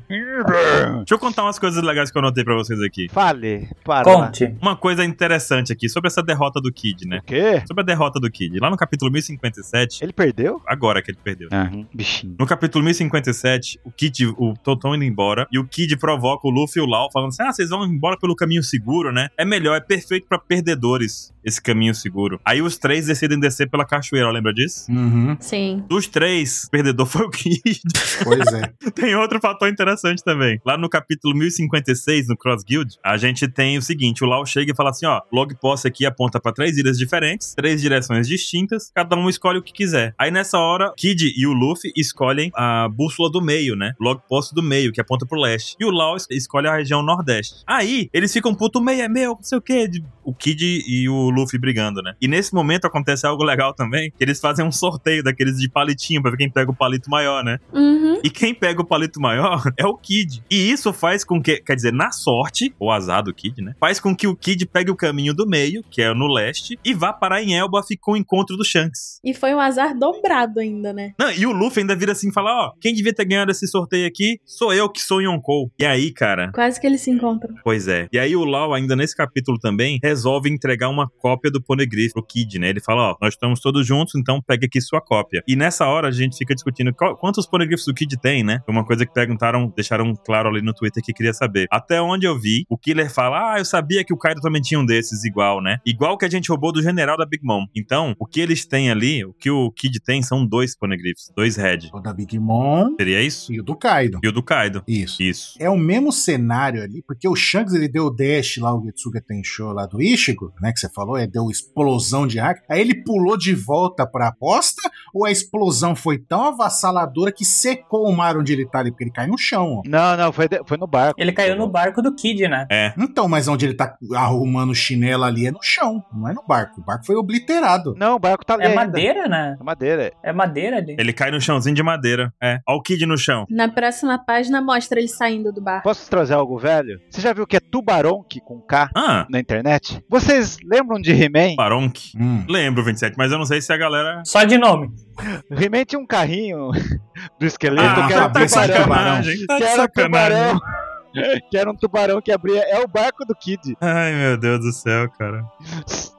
Speaker 1: Deixa eu contar umas coisas legais que eu anotei pra vocês aqui.
Speaker 5: Fale, para. lá.
Speaker 2: Conte.
Speaker 1: Uma coisa interessante aqui, sobre essa derrota do Kid, né?
Speaker 5: O quê?
Speaker 1: Sobre a derrota do Kid. Lá no capítulo 1057,
Speaker 5: Ele perdeu?
Speaker 1: agora que ele perdeu.
Speaker 5: Ah, bichinho.
Speaker 1: No capítulo 1057, o Kid, o Toton indo embora, e o Kid provoca o Luffy e o Lau, falando assim: ah, vocês vão embora pelo caminho seguro, né? É melhor, é perfeito pra perdedores esse caminho seguro. Aí os três decidem descer pela cachoeira, lembra disso?
Speaker 3: Uhum.
Speaker 4: Sim.
Speaker 1: Dos três, o perdedor foi o Kid.
Speaker 3: Pois é.
Speaker 1: tem outro fator interessante também. Lá no capítulo 1056, no Cross Guild, a gente tem o seguinte: o Lau chega e fala assim: ó, log posse aqui aponta pra três ilhas diferentes, três direções distintas, cada um escolhe o que quiser. Aí nessa hora, Kid e o Luffy escolhem a bússola do meio, né? Log posse do meio, que aponta pro leste. E o Lau es- escolhe a região nordeste. Aí eles ficam puto, o meio é meu, não sei o quê. de- O Kid e o Luffy brigando, né? E nesse momento acontece algo legal também, que eles fazem um sorteio daqueles de palitinho pra ver quem pega o palito maior, né?
Speaker 4: Uhum.
Speaker 1: E quem pega o palito maior é o Kid. E isso faz com que, quer dizer, na sorte, o azar do Kid, né? Faz com que o Kid pegue o caminho do meio, que é no leste, e vá parar em Elba com o encontro do Shanks.
Speaker 4: E foi um azar dobrado ainda, né?
Speaker 1: Não, e o Luffy ainda vira assim e fala: ó, quem devia ter ganhado esse sorteio aqui sou eu que sou Yonkou. E aí, cara,
Speaker 4: Quase que eles se encontram.
Speaker 1: Pois é. E aí o Lau, ainda nesse capítulo também, resolve entregar uma cópia do Poneglyph pro Kid, né? Ele fala, ó, nós estamos todos juntos, então pega aqui sua cópia. E nessa hora a gente fica discutindo qual- quantos Poneglyphs o Kid tem, né? Uma coisa que perguntaram, deixaram claro ali no Twitter que queria saber. Até onde eu vi, o Killer fala, ah, eu sabia que o Kaido também tinha um desses igual, né? Igual que a gente roubou do general da Big Mom. Então, o que eles têm ali, o que o Kid tem são dois Poneglyphs, dois Red.
Speaker 3: O da Big Mom
Speaker 1: Seria isso?
Speaker 3: e o do Kaido.
Speaker 1: E o do Kaido.
Speaker 3: Isso.
Speaker 1: Isso.
Speaker 3: É o mesmo cenário ali, porque o Shanks ele deu o dash lá, o Getsuga Tenshou lá do Ishigo, né, que você falou, é, deu explosão de hack. Aí ele pulou de volta pra aposta, ou a explosão foi tão avassaladora que secou o mar onde ele tá ali, porque ele cai no chão, ó.
Speaker 5: Não, não, foi, de- foi no barco.
Speaker 2: Ele caiu no barco do Kid, né?
Speaker 1: É.
Speaker 3: Então, mas onde ele tá arrumando chinela ali é no chão, não é no barco. O barco foi obliterado.
Speaker 5: Não, o barco tá ali
Speaker 2: É
Speaker 5: ainda.
Speaker 2: madeira, né?
Speaker 5: É madeira.
Speaker 2: É madeira ali.
Speaker 1: Ele cai no chãozinho de madeira. É. Ó o Kid no chão.
Speaker 4: Na próxima página mostra ele saindo do bar.
Speaker 5: Posso trazer algo velho? Você já viu o que é tubaronque com K
Speaker 1: Ah,
Speaker 5: na internet? Vocês lembram de He-Man?
Speaker 1: Baronk.
Speaker 3: Hum.
Speaker 1: Lembro, 27, mas eu não sei se a galera.
Speaker 2: Só de nome.
Speaker 5: He-Man tinha um carrinho do esqueleto
Speaker 1: Ah,
Speaker 5: que era
Speaker 3: tá de
Speaker 5: um tubarão.
Speaker 1: sacanagem. Tá
Speaker 5: Que
Speaker 1: de
Speaker 5: era um
Speaker 1: sacanagem.
Speaker 5: tubarão. Que era um tubarão que abria. É o barco do Kid.
Speaker 1: Ai, meu Deus do céu, cara.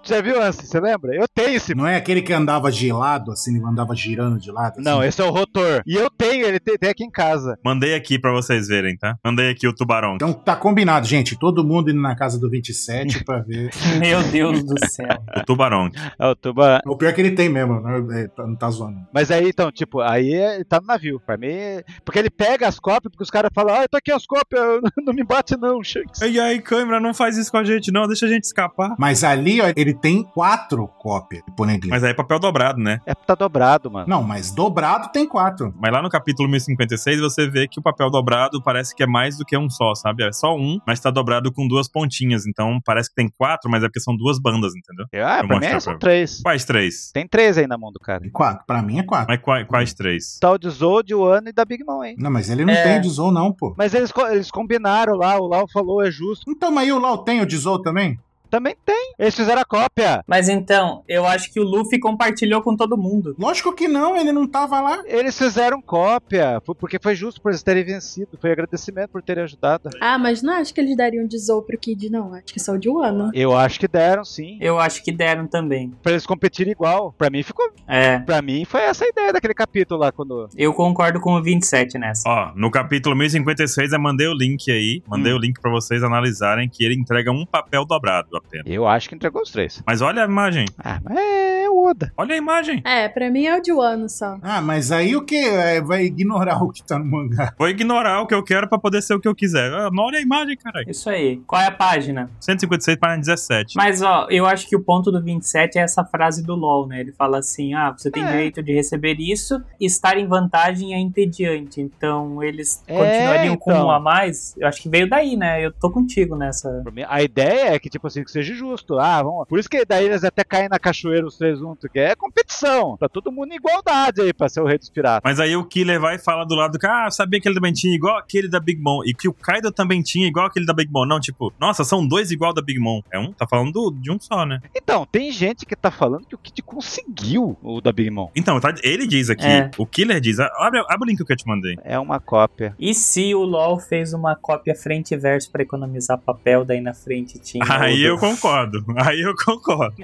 Speaker 5: Já viu, Ansi? Você lembra? Eu tenho esse.
Speaker 3: Não é aquele que andava de lado, assim, ele andava girando de lado? assim?
Speaker 5: Não, esse é o rotor. E eu tenho, ele tem, tem aqui em casa.
Speaker 1: Mandei aqui pra vocês verem, tá? Mandei aqui o tubarão.
Speaker 3: Então tá combinado, gente. Todo mundo indo na casa do 27 pra ver.
Speaker 2: Meu Deus do céu.
Speaker 1: O tubarão.
Speaker 5: É o tubarão.
Speaker 3: O pior é que ele tem mesmo, né? É, tá- não tá zoando.
Speaker 5: Mas aí, então, tipo, aí ele tá no navio. Pra mim, é- porque ele pega as cópias, porque os caras falam, ah, eu tô aqui as cópias, eu- não me bate não, Shanks.
Speaker 1: E aí, câmera, não faz isso com a gente, não. Deixa a gente escapar.
Speaker 3: Mas ali, ó, ele tem quatro cópias de Poneglyph.
Speaker 1: Mas aí é papel dobrado, né?
Speaker 5: É, tá dobrado, mano.
Speaker 3: Não, mas dobrado tem quatro.
Speaker 1: Mas lá no capítulo 1056 você vê que o papel dobrado parece que é mais do que um só, sabe? É só um, mas tá dobrado com duas pontinhas. Então parece que tem quatro, mas é porque são duas bandas, entendeu?
Speaker 5: Ah,
Speaker 1: Vou
Speaker 5: pra mim
Speaker 1: mostrar
Speaker 5: é são
Speaker 1: pra-
Speaker 5: três.
Speaker 1: Quais três?
Speaker 5: Tem três aí na mão do cara.
Speaker 3: Tem quatro. Pra mim é quatro.
Speaker 1: Mas quais, quais três?
Speaker 5: Tal de Zold, o Ano e da Big Mom, hein?
Speaker 3: Não, mas ele não
Speaker 2: É.
Speaker 3: tem o Dizou, não, pô.
Speaker 5: Mas eles, co- eles combinaram lá, o Lau falou, é justo.
Speaker 3: Então, mas aí o Lau tem o Dizou também?
Speaker 5: Também tem. Eles fizeram a cópia.
Speaker 2: Mas então, eu acho que o Luffy compartilhou com todo mundo.
Speaker 3: Lógico que não, ele não tava lá.
Speaker 5: Eles fizeram cópia, foi- porque foi justo por eles terem vencido. Foi agradecimento por terem ajudado.
Speaker 4: Ah, mas não acho que eles dariam de Zou pro Kid, não. Acho que é só de Wano.
Speaker 5: Eu acho que deram, sim.
Speaker 2: Eu acho que deram também.
Speaker 5: Pra eles competirem igual. Pra mim ficou.
Speaker 2: É,
Speaker 5: Pra mim foi essa a ideia daquele capítulo lá quando.
Speaker 2: eu concordo com o 27 nessa.
Speaker 1: Ó, no capítulo 1056 eu mandei o link aí,
Speaker 2: Hum.
Speaker 1: mandei o link pra vocês analisarem que ele entrega um papel dobrado apenas.
Speaker 5: Eu acho que entregou os três.
Speaker 1: Mas olha a imagem,
Speaker 5: Ah, mas é o Oda.
Speaker 1: olha a imagem.
Speaker 4: É, pra mim é o de Wano só.
Speaker 3: Ah, mas aí o que? É, vai ignorar o que tá no mangá.
Speaker 1: Vou ignorar o que eu quero pra poder ser o que eu quiser. Ah, Olha a imagem, caralho.
Speaker 2: Isso aí. Qual é a página?
Speaker 1: 156 para 17.
Speaker 2: Mas ó, eu acho que o ponto do 27 é essa frase do LOL, né? Ele fala assim: ah, você tem
Speaker 5: É.
Speaker 2: direito de receber isso, estar em vantagem é entediante. Então eles
Speaker 5: É,
Speaker 2: continuariam com
Speaker 5: então.
Speaker 2: um a mais. Eu acho que veio daí, né? Eu tô contigo nessa.
Speaker 5: Pra mim, a ideia é que, tipo assim, que seja justo. Ah, vamos. Por isso que daí eles até caem na cachoeira os três juntos, que é competição. Tá todo mundo em igualdade aí pra ser o rei dos piratas.
Speaker 1: Mas aí o Killer vai falar do lado do cara, ah, sabia que ele também tinha igual aquele da Big Mom, e que o Kaido também tinha igual aquele da Big Mom. Não, tipo, nossa, são dois igual da Big Mom. É um, tá falando do- de um só, né?
Speaker 5: Então, tem gente que tá falando que o Kid conseguiu o da Big Mom.
Speaker 1: Então, tá- ele diz aqui,
Speaker 2: É.
Speaker 1: o Killer diz, ah, abre, abre o link que eu te mandei.
Speaker 5: É uma cópia.
Speaker 2: E se o LOL fez uma cópia frente e verso pra economizar papel, daí na frente tinha.
Speaker 1: Aí eu
Speaker 2: o-
Speaker 1: concordo, aí eu concordo.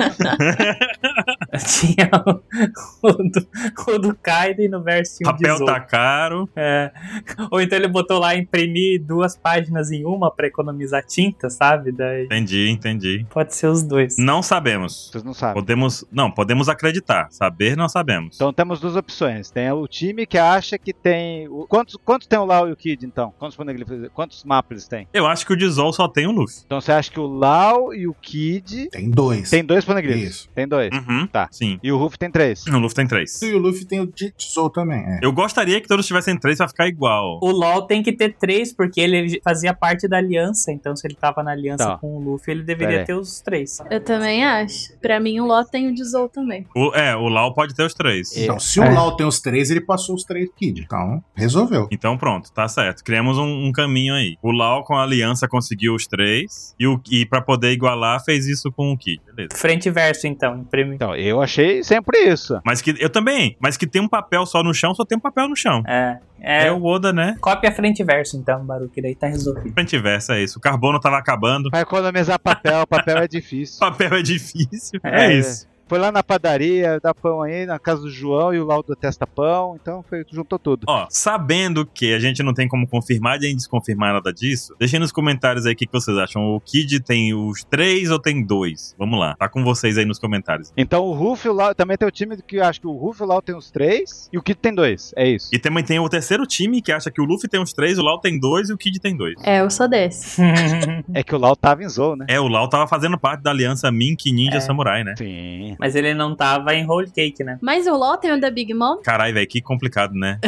Speaker 2: Tinha o, o do, o do Kaido e no verso tinha o
Speaker 1: Papel
Speaker 2: Dizou.
Speaker 1: tá caro.
Speaker 2: É. Ou então ele botou lá imprimir duas páginas em uma pra economizar tinta, sabe? Daí
Speaker 1: Entendi, entendi.
Speaker 2: pode ser os dois.
Speaker 1: Não sabemos.
Speaker 5: Vocês não sabem.
Speaker 1: Podemos. Não, podemos acreditar. Saber não sabemos.
Speaker 5: Então temos duas opções. Tem o time que acha que tem. o- Quantos, quantos tem o Lau e o Kid, então? Quantos, poneglyphs- quantos mapas eles têm?
Speaker 1: Eu acho que o Dizol só tem o Luffy.
Speaker 5: Então você acha que o Lau e o Kid.
Speaker 3: Tem dois.
Speaker 5: Tem dois poneglyphs?
Speaker 3: Isso.
Speaker 5: Tem dois.
Speaker 1: Uhum.
Speaker 5: Tá.
Speaker 1: Sim.
Speaker 5: E o Ruff tem três.
Speaker 1: O Luffy tem três.
Speaker 3: E o Luffy tem o Dizou também. É.
Speaker 1: Eu gostaria que todos tivessem três pra ficar igual.
Speaker 2: O LoL tem que ter três, porque ele fazia parte da aliança. Então, se ele tava na aliança
Speaker 5: Tá.
Speaker 2: com o Luffy, ele deveria
Speaker 5: Pera aí.
Speaker 2: ter os três.
Speaker 4: Eu também acho. Pra mim, o Ló tem o de Zou também.
Speaker 1: O- é, o Lau pode ter os três.
Speaker 5: É.
Speaker 3: Então, se o Lau tem os três, ele passou os três Kid. Então, resolveu.
Speaker 1: Então pronto, tá certo. Criamos um, um caminho aí. O Lau com a aliança conseguiu os três. E, o, e para poder igualar, fez isso com o Kid. Beleza.
Speaker 2: Frente e verso, então, imprime.
Speaker 5: Então, Eu achei sempre isso.
Speaker 1: Mas que eu também, mas que tem um papel só no chão, só tem um papel no chão.
Speaker 2: É.
Speaker 1: É,
Speaker 2: É,
Speaker 1: o Oda, né?
Speaker 2: cópia frente e verso, então, Baruque, daí tá resolvido.
Speaker 1: Frente e verso, é isso. O carbono tava acabando,
Speaker 5: Pra economizar papel, papel é difícil.
Speaker 1: papel é difícil. É,
Speaker 2: É.
Speaker 1: isso.
Speaker 5: Foi lá na padaria, dá pão aí, na casa do João e o Laudo detesta pão, então foi, juntou tudo.
Speaker 1: Ó, sabendo que a gente não tem como confirmar nem desconfirmar nada disso, deixem nos comentários aí o que, que vocês acham. O Kid tem os três ou tem dois? Vamos lá, tá com vocês aí nos comentários.
Speaker 5: Então o Ruff e o Laudo, também tem o time que eu acho que o Ruff e o Laudo tem uns três e o Kid tem dois, é isso.
Speaker 1: E também tem o terceiro time que acha que o Luffy tem uns três, o Lau tem dois e o Kid tem dois.
Speaker 4: É, eu sou desse.
Speaker 5: É que o Laudo tava em Zou, né?
Speaker 1: É, o Lau tava fazendo parte da aliança Mink Ninja
Speaker 2: É.
Speaker 1: Samurai, né?
Speaker 5: Sim.
Speaker 2: Mas ele não tava em Whole Cake, né?
Speaker 4: Mas o LOL tem o da Big Mom?
Speaker 1: Caralho, velho, que complicado, né?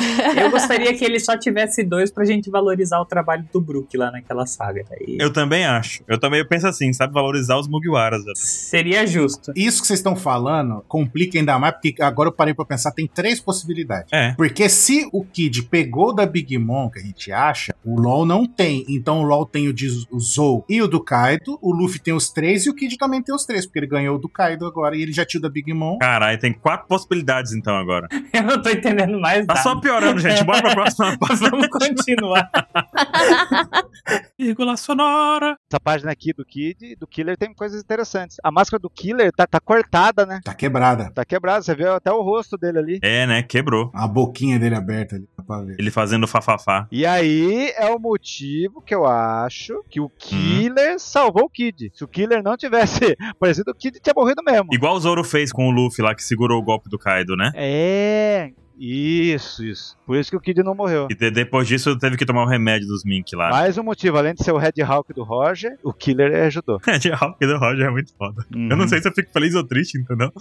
Speaker 2: Eu gostaria que ele só tivesse dois pra gente valorizar o trabalho do Brook lá naquela saga. Daí
Speaker 1: Eu também acho. Eu também penso assim, sabe? Valorizar os Mugiwaras. velho.
Speaker 2: Seria justo.
Speaker 3: Isso que vocês estão falando complica ainda mais, porque agora eu parei pra pensar, tem três possibilidades.
Speaker 1: É.
Speaker 3: Porque se o Kid pegou da Big Mom, que a gente acha, o LOL não tem. Então o LOL tem o de o Zou e o do Kaido, o Luffy tem os três e o Kid também tem os três, porque ele ganhou o do Kaido agora e ele já tinha o da Big Mom.
Speaker 1: Caralho, tem quatro possibilidades então agora.
Speaker 2: Eu não tô entendendo mais
Speaker 1: Tá
Speaker 2: nada.
Speaker 1: só piorando, gente. Bora pra próxima página.
Speaker 2: Vamos continuar.
Speaker 1: Vírgula sonora.
Speaker 5: Essa página aqui do Kid, do Killer, tem coisas interessantes. A máscara do Killer tá, tá cortada, né?
Speaker 3: Tá quebrada.
Speaker 5: Tá quebrada, você vê até o rosto dele ali.
Speaker 1: É, né? Quebrou.
Speaker 3: A boquinha dele aberta ali, dá pra ver.
Speaker 1: Ele fazendo fafafá.
Speaker 5: E aí é o motivo que eu acho que o Killer salvou o Kid. Se o Killer não tivesse parecido, o Kid tinha morrido mesmo.
Speaker 1: Igual o Zoro fez com o Luffy lá que segurou o golpe do Kaido, né?
Speaker 5: É, isso, isso. Por isso que o Kid não morreu.
Speaker 1: E de- depois disso teve que tomar o remédio dos Mink lá.
Speaker 5: Mais um motivo, além de ser o Red Hawk do Roger, o Killer ajudou.
Speaker 1: Red Hawk do Roger é muito foda. Eu
Speaker 5: Uhum.
Speaker 1: não sei se eu fico feliz ou triste, entendeu?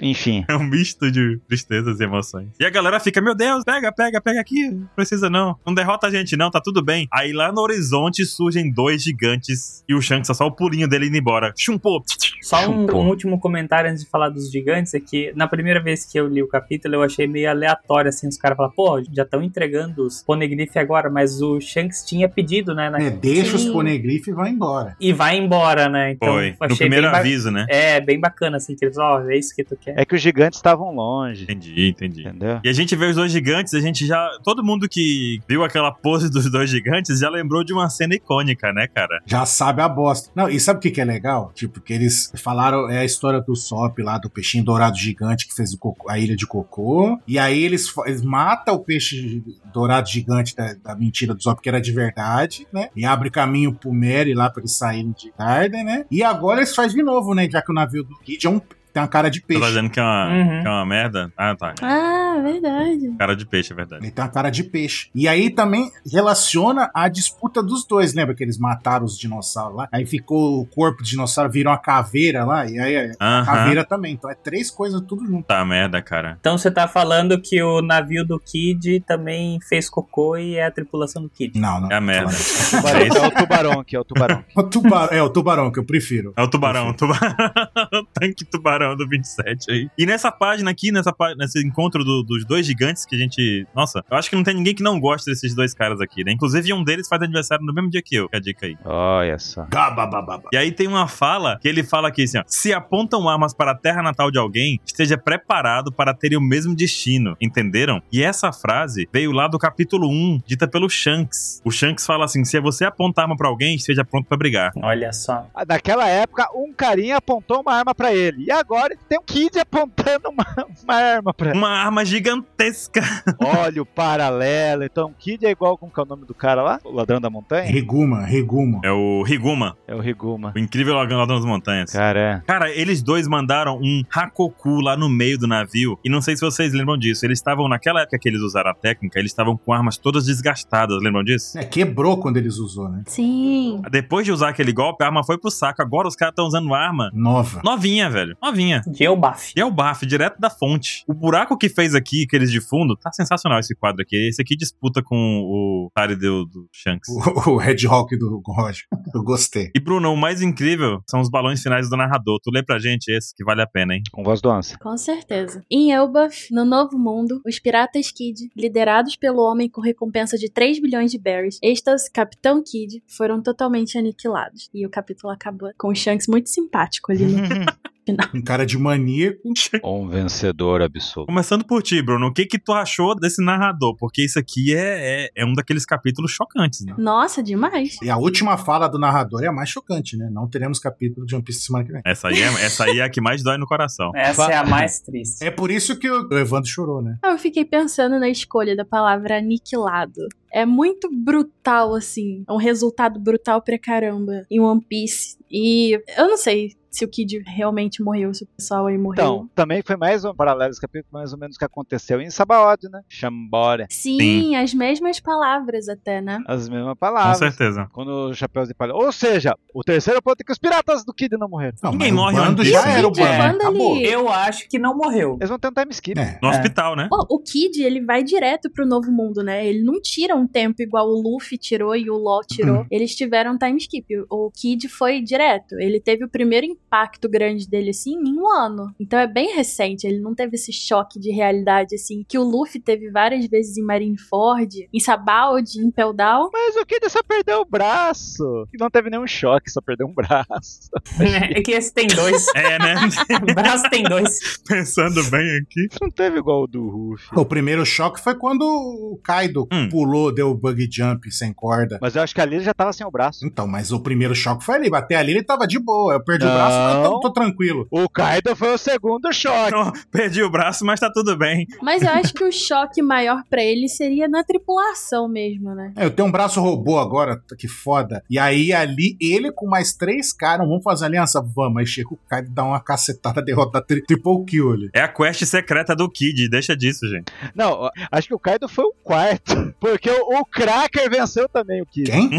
Speaker 5: Enfim.
Speaker 1: É um misto de tristezas e emoções. E a galera fica, meu Deus, pega, pega, pega aqui. Não precisa não. Não derrota a gente não, tá tudo bem. Aí lá no horizonte surgem dois gigantes e o Shanks é só o pulinho dele indo embora. Chumpou.
Speaker 2: Só um,
Speaker 1: Chutou.
Speaker 2: um último comentário antes de falar dos gigantes é que na primeira vez que eu li o capítulo eu achei meio aleatório assim, os caras falaram, pô, já estão entregando os Poneglyph agora, mas o Shanks tinha pedido, né? na-
Speaker 3: É, deixa os
Speaker 4: Sim.
Speaker 3: poneglyphs e vai embora.
Speaker 2: E vai embora, né? Então
Speaker 1: Foi.
Speaker 2: achei
Speaker 1: No primeiro
Speaker 2: bem ba-
Speaker 1: aviso, né?
Speaker 2: É, bem bacana, assim, que eles, ó, é isso que tu quer.
Speaker 5: É que os gigantes estavam longe,
Speaker 1: Entendi, entendi.
Speaker 5: entendeu?
Speaker 1: E a gente vê os dois gigantes, a gente já. Todo mundo que viu aquela pose dos dois gigantes já lembrou de uma cena icônica, né, cara?
Speaker 3: Já sabe a bosta. Não, e sabe o que, que é legal? Tipo, que eles falaram, é a história do Sop lá, do peixinho dourado gigante que fez o cocô- a ilha de cocô. E aí eles, fa- eles matam o peixe dourado gigante da, da mentira do Sop, que era de verdade, né? E abre caminho pro Mary lá pra eles saírem de Garden, né? E agora eles fazem de novo, né? Já que o navio do Kid é um, tem uma cara de
Speaker 1: Tá
Speaker 3: peixe.
Speaker 1: dizendo que é, uma,
Speaker 2: Uhum.
Speaker 1: que é uma merda? Ah, tá.
Speaker 4: Ah, verdade.
Speaker 1: Cara de peixe, é verdade.
Speaker 3: Ele tem uma cara de peixe. E aí também relaciona a disputa dos dois. Lembra que eles mataram os dinossauros lá? Aí ficou o corpo do dinossauro, virou uma caveira lá. E aí a
Speaker 1: Aham.
Speaker 3: caveira também. Então é três coisas tudo junto.
Speaker 1: Tá merda, cara.
Speaker 2: Então você tá falando que o navio do Kid também fez cocô e é a tripulação do Kid.
Speaker 3: Não, não.
Speaker 1: É a merda.
Speaker 5: Tubarão, é o tubarão aqui, é o tubarão.
Speaker 3: O tubarão, é o tubarão que eu prefiro.
Speaker 1: É o tubarão, o tubarão. o tanque tubarão do 27 aí. E nessa página aqui, nessa pá- nesse encontro do- dos dois gigantes que a gente. Nossa, eu acho que não tem ninguém que não gosta desses dois caras aqui, né? Inclusive, um deles faz aniversário no mesmo dia que eu. Fica a dica aí.
Speaker 5: Olha só.
Speaker 3: Gababababa.
Speaker 1: E aí tem uma fala que ele fala aqui assim, ó, se apontam armas para a terra natal de alguém, esteja preparado para terem o mesmo destino, entenderam? E essa frase veio lá do capítulo 1, dita pelo Shanks. O Shanks fala assim, se você apontar arma para alguém, esteja pronto para brigar.
Speaker 2: Olha só.
Speaker 5: Ah, Naquela época, um carinha apontou uma arma pra ele. E agora ele tem um Kid apontando uma, uma arma pra
Speaker 1: Uma arma gigantesca.
Speaker 5: Olha o paralelo. Então, Kid é igual como que é o nome do cara lá? O ladrão da montanha?
Speaker 3: Reguma, reguma.
Speaker 1: É o Riguma,
Speaker 5: É o Riguma.
Speaker 1: o incrível ladrão das montanhas.
Speaker 5: Cara, é.
Speaker 1: Cara, eles dois mandaram um Hakoku lá no meio do navio. E não sei se vocês lembram disso. Eles estavam, naquela época que eles usaram a técnica, eles estavam com armas todas desgastadas, lembram disso?
Speaker 3: É, quebrou quando eles usou, né?
Speaker 4: Sim.
Speaker 1: Depois de usar aquele golpe, a arma foi pro saco. Agora os caras estão usando arma
Speaker 3: Nova.
Speaker 1: novinha, velho. Novinha.
Speaker 2: Geobaf.
Speaker 1: E é o baf, direto da fonte. O buraco que fez aqui, aqueles de fundo, tá sensacional esse quadro aqui. Esse aqui disputa com o Tari do, do Shanks.
Speaker 3: O, o Red Hawk do Roger. Eu gostei.
Speaker 1: E Bruno, o mais incrível são os balões finais do narrador. Tu lê pra gente esse, que vale a pena, hein?
Speaker 5: com voz do Ansa.
Speaker 4: Com certeza. Em Elbaf, no Novo Mundo, os piratas Kid, liderados pelo homem com recompensa de 3 bilhões de berries, Estas, Capitão Kid, foram totalmente aniquilados. E o capítulo acabou com o Shanks muito simpático ali né? no final.
Speaker 3: Um cara de maníaco.
Speaker 5: Um vencedor absoluto.
Speaker 1: Começando por ti, Bruno, o que que tu achou desse narrador? Porque isso aqui é, é, é um daqueles capítulos chocantes, né?
Speaker 4: Nossa, demais.
Speaker 3: E a última fala do narrador é a mais chocante, né? Não teremos capítulo de One Piece semana que vem.
Speaker 1: Essa aí, é, essa aí é a que mais dói no coração.
Speaker 2: Essa
Speaker 5: Fa-
Speaker 2: é a mais triste.
Speaker 3: É por isso que o Evandro chorou, né?
Speaker 4: Ah, Eu fiquei pensando na escolha da palavra aniquilado. É muito brutal, assim. É um resultado brutal pra caramba em One Piece. E eu não sei se o Kid realmente morreu, se o pessoal aí morreu.
Speaker 5: Então, também foi mais um paralelo esse capítulo, mais ou menos o que aconteceu em Sabaody, né? Chambora.
Speaker 4: Sim,
Speaker 1: Sim.
Speaker 4: as mesmas palavras até, né?
Speaker 5: As mesmas
Speaker 1: Com
Speaker 5: palavras.
Speaker 1: certeza.
Speaker 5: Quando o Chapéu de Palha. Ou seja, o terceiro ponto é que os piratas do Kid não morreram.
Speaker 3: Não,
Speaker 1: Ninguém
Speaker 3: mas
Speaker 1: morre
Speaker 3: o bando
Speaker 1: antes,
Speaker 3: já
Speaker 1: né?
Speaker 3: era o
Speaker 4: Kid,
Speaker 3: bando.
Speaker 4: o bando ali.
Speaker 3: acabou.
Speaker 2: Eu acho que não morreu.
Speaker 5: Eles vão tentar me skip.
Speaker 3: É.
Speaker 1: No
Speaker 2: É.
Speaker 1: hospital, né?
Speaker 4: Pô, o Kid, ele vai direto pro novo mundo, né? Ele não tira um tempo igual o Luffy tirou e o LOL tirou. Eles tiveram um time skip. O Kid foi direto. Ele teve o primeiro impacto grande dele, assim, em um ano. Então é bem recente. Ele não teve esse choque de realidade, assim, que o Luffy teve várias vezes em Marineford, em Sabaldi, em Pell Down.
Speaker 5: Mas o Kid só perdeu o braço. E não teve nenhum choque, só perdeu um braço.
Speaker 2: É que esse tem dois.
Speaker 1: É, né?
Speaker 2: O braço tem dois.
Speaker 1: Pensando bem aqui.
Speaker 5: Não teve igual o do Ruff.
Speaker 3: O primeiro choque foi quando o Kaido
Speaker 1: Hum.
Speaker 3: pulou, deu o bug jump sem corda.
Speaker 5: Mas eu acho que ali ele já tava sem o braço.
Speaker 3: Então, mas o primeiro choque foi ali. Até ali ele tava de boa. Eu perdi o
Speaker 5: Não.
Speaker 3: braço, mas tô, tô tranquilo.
Speaker 5: O Kaido foi o segundo choque.
Speaker 1: Ó, perdi o braço, mas tá tudo bem.
Speaker 4: Mas eu acho que o choque maior pra ele seria na tripulação mesmo, né?
Speaker 3: É, eu tenho um braço robô agora, t- que foda. E aí ali, ele com mais três caras, vamos fazer aliança? Vamos. Aí chega o Kaido dá uma cacetada, derrota tri triple kill ali.
Speaker 1: É a quest secreta do Kid, deixa disso, gente.
Speaker 5: Não, ó, acho que o Kaido foi o quarto. Porque o, o Cracker venceu também o Kid.
Speaker 3: Quem?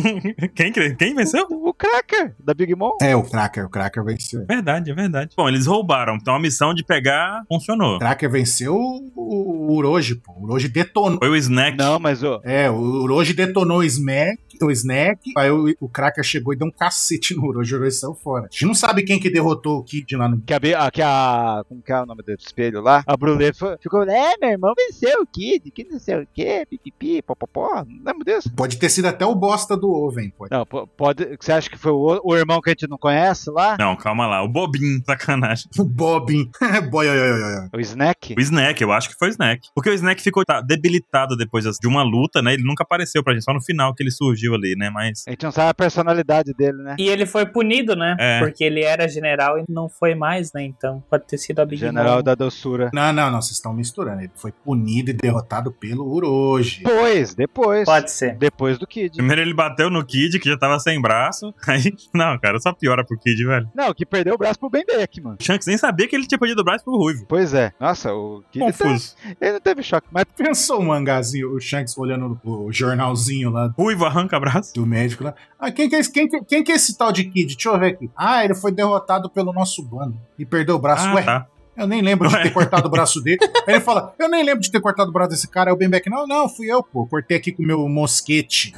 Speaker 1: Quem, cre- quem venceu?
Speaker 5: O Cracker, da Big Mom.
Speaker 3: É, o Cracker. O Cracker venceu.
Speaker 1: Verdade, é verdade. Bom, eles roubaram, então a missão de pegar funcionou.
Speaker 3: O Cracker venceu o- o Uroji, pô. O Uroji detonou.
Speaker 1: Foi o Snack.
Speaker 5: Não, mas o.
Speaker 3: É, o Uroji detonou o Smack, o Snack, aí o, o Cracker chegou e deu um cacete no Uroji, o Uroji saiu fora. A gente não sabe quem que derrotou o Kid lá no...
Speaker 5: Que a, Bi- a- que a. Como que é o nome do espelho lá? A Brulé foi- ficou. É, meu irmão venceu o Kid, que não sei o quê, pipipi, popopó. Não lembro disso.
Speaker 3: Pode ter sido até o bosta do Oven, pode.
Speaker 5: Não, po- pode. Você acha que foi o, o irmão que a gente não conhece lá?
Speaker 1: Não, calma lá. O Bobinho, sacanagem.
Speaker 3: O Bobin. Boy, oi, oi, oi, oi.
Speaker 5: O Snack?
Speaker 1: O Snack, eu acho que foi o Snack. Porque o Snack ficou tá, debilitado depois das- de uma luta, né? Ele nunca apareceu pra gente, só no final que ele surgiu ali, né? Mas.
Speaker 5: A gente não sabe a personalidade dele, né?
Speaker 2: E ele foi punido, né?
Speaker 1: É.
Speaker 2: Porque ele era general e não foi mais, né? Então pode ter sido a Big
Speaker 5: General
Speaker 2: Mom.
Speaker 5: da doçura.
Speaker 3: Não, não, não, vocês estão misturando. Ele foi punido e derrotado pelo Uroji.
Speaker 5: Depois, depois.
Speaker 2: Pode ser.
Speaker 5: Depois do Kid.
Speaker 1: Primeiro ele bateu no Kid, que já tava sem braço. Aí, não, cara, só piora pro Kid, velho.
Speaker 5: Não, que perdeu o braço pro Ben Beck, mano.
Speaker 1: O Shanks nem sabia que ele tinha perdido o braço pro Ruivo.
Speaker 5: Pois é. Nossa, o Kid.
Speaker 1: Confuso.
Speaker 5: Ele não teve choque, mas
Speaker 3: Pensou o mangazinho, o Shanks olhando o jornalzinho lá
Speaker 1: Ruivo arranca braço.
Speaker 3: do médico lá. Ah, quem que, é esse, quem, que- quem que é esse tal de Kid? Deixa eu ver aqui. Ah, ele foi derrotado pelo nosso bando e perdeu o braço.
Speaker 1: Ah,
Speaker 3: Ué,
Speaker 1: tá.
Speaker 3: Eu nem lembro de
Speaker 1: Ué.
Speaker 3: ter cortado o braço dele. Aí ele fala: Eu nem lembro de ter cortado o braço desse cara. Aí o Ben Beck, não, não, fui eu, pô. Cortei aqui com o meu mosquete.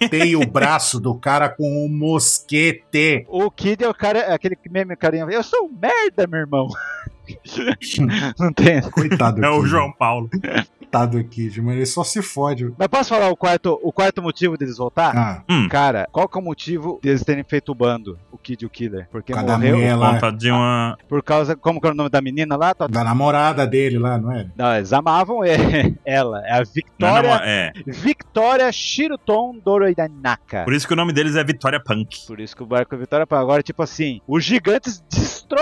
Speaker 3: Cortei o braço do cara com o mosquete.
Speaker 5: o Kid é o cara, é aquele mesmo carinha. Eu sou um merda, meu irmão. não tem.
Speaker 3: Coitado
Speaker 1: É o
Speaker 3: Kid,
Speaker 5: né?
Speaker 1: João Paulo.
Speaker 3: Coitado aqui, mano. Ele só se fode.
Speaker 5: Mas posso falar o quarto, o quarto motivo deles voltar?
Speaker 3: Ah,
Speaker 5: Cara, qual que é o motivo deles terem feito o bando, o Kid e o Killer? Porque
Speaker 3: Cada
Speaker 5: morreu
Speaker 3: mulher. Ela-
Speaker 1: Por conta de uma.
Speaker 5: por causa. Como que é o nome da menina lá? Tó-
Speaker 3: da namorada dele lá, não é?
Speaker 5: Não, eles amavam e- ela. É
Speaker 1: não
Speaker 5: a
Speaker 1: é
Speaker 5: Victoria.
Speaker 1: namo- é.
Speaker 5: Victoria Shiruton Doroidanaka.
Speaker 1: Por isso que o nome deles é Vitória Punk.
Speaker 5: Por isso que o barco é Vitória para agora, tipo assim, os gigantes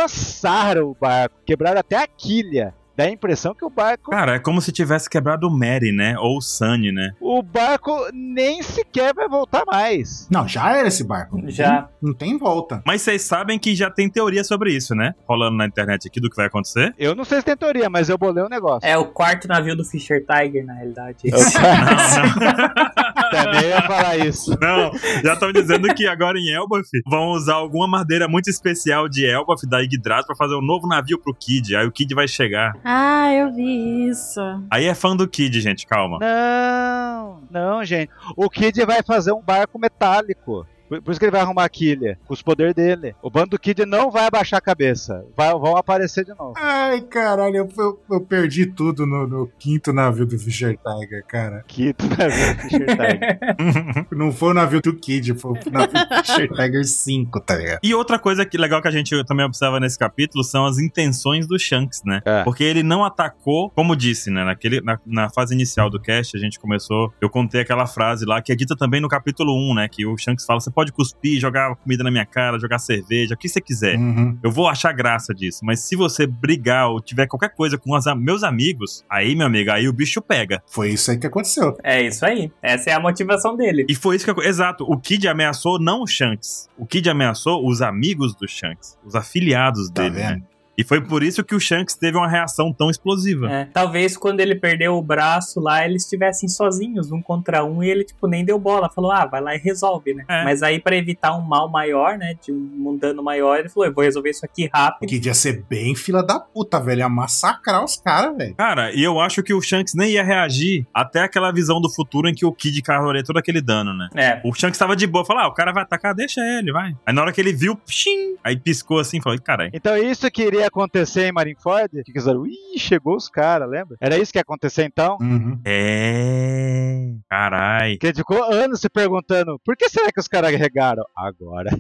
Speaker 5: destroçaram o barco, quebraram até a quilha. Dá a impressão que o barco,
Speaker 1: Cara, é como se tivesse quebrado o Mary, né? Ou o Sunny, né?
Speaker 5: o barco nem sequer vai voltar mais.
Speaker 3: Não, já era esse barco. Não
Speaker 2: Já.
Speaker 1: Hum?
Speaker 3: tem- Não tem volta.
Speaker 1: Mas vocês sabem que já tem teoria sobre isso, né? Rolando na internet aqui do que vai acontecer.
Speaker 5: Eu não sei se tem teoria, mas eu bolei um negócio.
Speaker 2: É o quarto navio do Fischer Tiger, na realidade.
Speaker 1: É Não,
Speaker 5: Eu também ia é falar isso.
Speaker 1: não, não. Já estão dizendo que agora em Elbaf vão usar alguma madeira muito especial de Elbaf da Yggdrasil pra fazer um novo navio pro Kid. Aí o Kid vai chegar.
Speaker 4: Ah, eu vi isso.
Speaker 1: Aí é fã do Kid, gente, calma.
Speaker 5: Não, não, gente. O Kid vai fazer um barco metálico. Por Por, por isso que ele vai arrumar a Killia, com os poderes dele. O bando do Kid não vai abaixar a cabeça. Vai, vão aparecer de novo.
Speaker 3: Ai, caralho, eu, eu- eu perdi tudo no, no quinto navio do Fischer Tiger, cara.
Speaker 5: Kid, né? velho? Fischer Tiger.
Speaker 3: Não foi o navio do Kid, foi o navio do Fischer Tiger 5, tá ligado?
Speaker 1: E outra coisa que legal que a gente também observa nesse capítulo são as intenções do Shanks, né?
Speaker 5: É.
Speaker 1: Porque ele não atacou, como disse, né? Naquele, na, na fase inicial do cast, a gente começou. Eu contei aquela frase lá que é dita também no capítulo 1, né? Que o Shanks fala: você pode cuspir, jogar comida na minha cara, jogar cerveja, o que você quiser.
Speaker 3: Uhum.
Speaker 1: Eu vou achar graça disso, mas se você brigar ou tiver qualquer coisa com os a- meus amigos, aí, meu amigo, aí o bicho pega.
Speaker 3: Foi isso aí que aconteceu.
Speaker 2: É isso aí. Essa é a motivação dele.
Speaker 1: E foi isso que eu... Exato. O Kid ameaçou não o Shanks. O Kid ameaçou os amigos do Shanks. Os afiliados
Speaker 3: Tá
Speaker 1: dele, né?
Speaker 3: vendo?
Speaker 1: E foi por isso que o Shanks teve uma reação tão explosiva.
Speaker 2: É, talvez quando ele perdeu o braço lá, eles estivessem sozinhos, um contra um, e ele, tipo, nem deu bola. Falou, ah, vai lá e resolve, né?
Speaker 1: É.
Speaker 2: Mas aí, pra evitar um mal maior, né? De um dano maior, ele falou, eu vou resolver isso aqui
Speaker 3: O
Speaker 2: rápido.
Speaker 3: Kid ia ser bem fila da puta, velho. Ia massacrar os caras, velho.
Speaker 1: Cara, e eu acho que o Shanks nem ia reagir até aquela visão do futuro em que o Kid carregaria todo aquele dano, né?
Speaker 2: É.
Speaker 1: O Shanks tava de boa, falou, ah, o cara vai atacar, deixa ele, vai. Aí na hora que ele viu, pshim, aí piscou assim, falou, caralho.
Speaker 5: Então isso que iria acontecer em Marineford? Que quiseram, ih, chegou os caras, lembra? Era isso que ia acontecer então?
Speaker 3: Uhum.
Speaker 1: É, carai.
Speaker 5: Que ele ficou anos se perguntando, por que será que os caras regaram? Agora.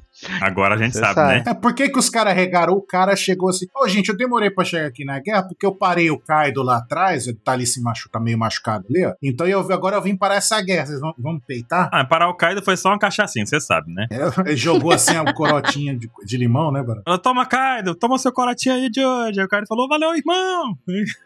Speaker 1: Agora a gente
Speaker 5: Você
Speaker 1: sabe,
Speaker 5: sabe.
Speaker 1: né?
Speaker 3: É, por que, que os caras regaram? O cara chegou assim, ô gente, eu demorei pra chegar aqui na guerra porque eu parei o Kaido lá atrás, ele tá ali se machu... tá meio machucado ali, ó. Então eu, agora eu vim parar essa guerra, vocês vão, vão peitar?
Speaker 1: Ah, parar o Kaido foi só uma cachaçinha, você sabe, né?
Speaker 3: Ele jogou assim a corotinha de, de limão, né, Barão?
Speaker 1: Ela, toma, Kaido, toma seu corotinho aí de hoje. Aí o Kaido falou, valeu, irmão.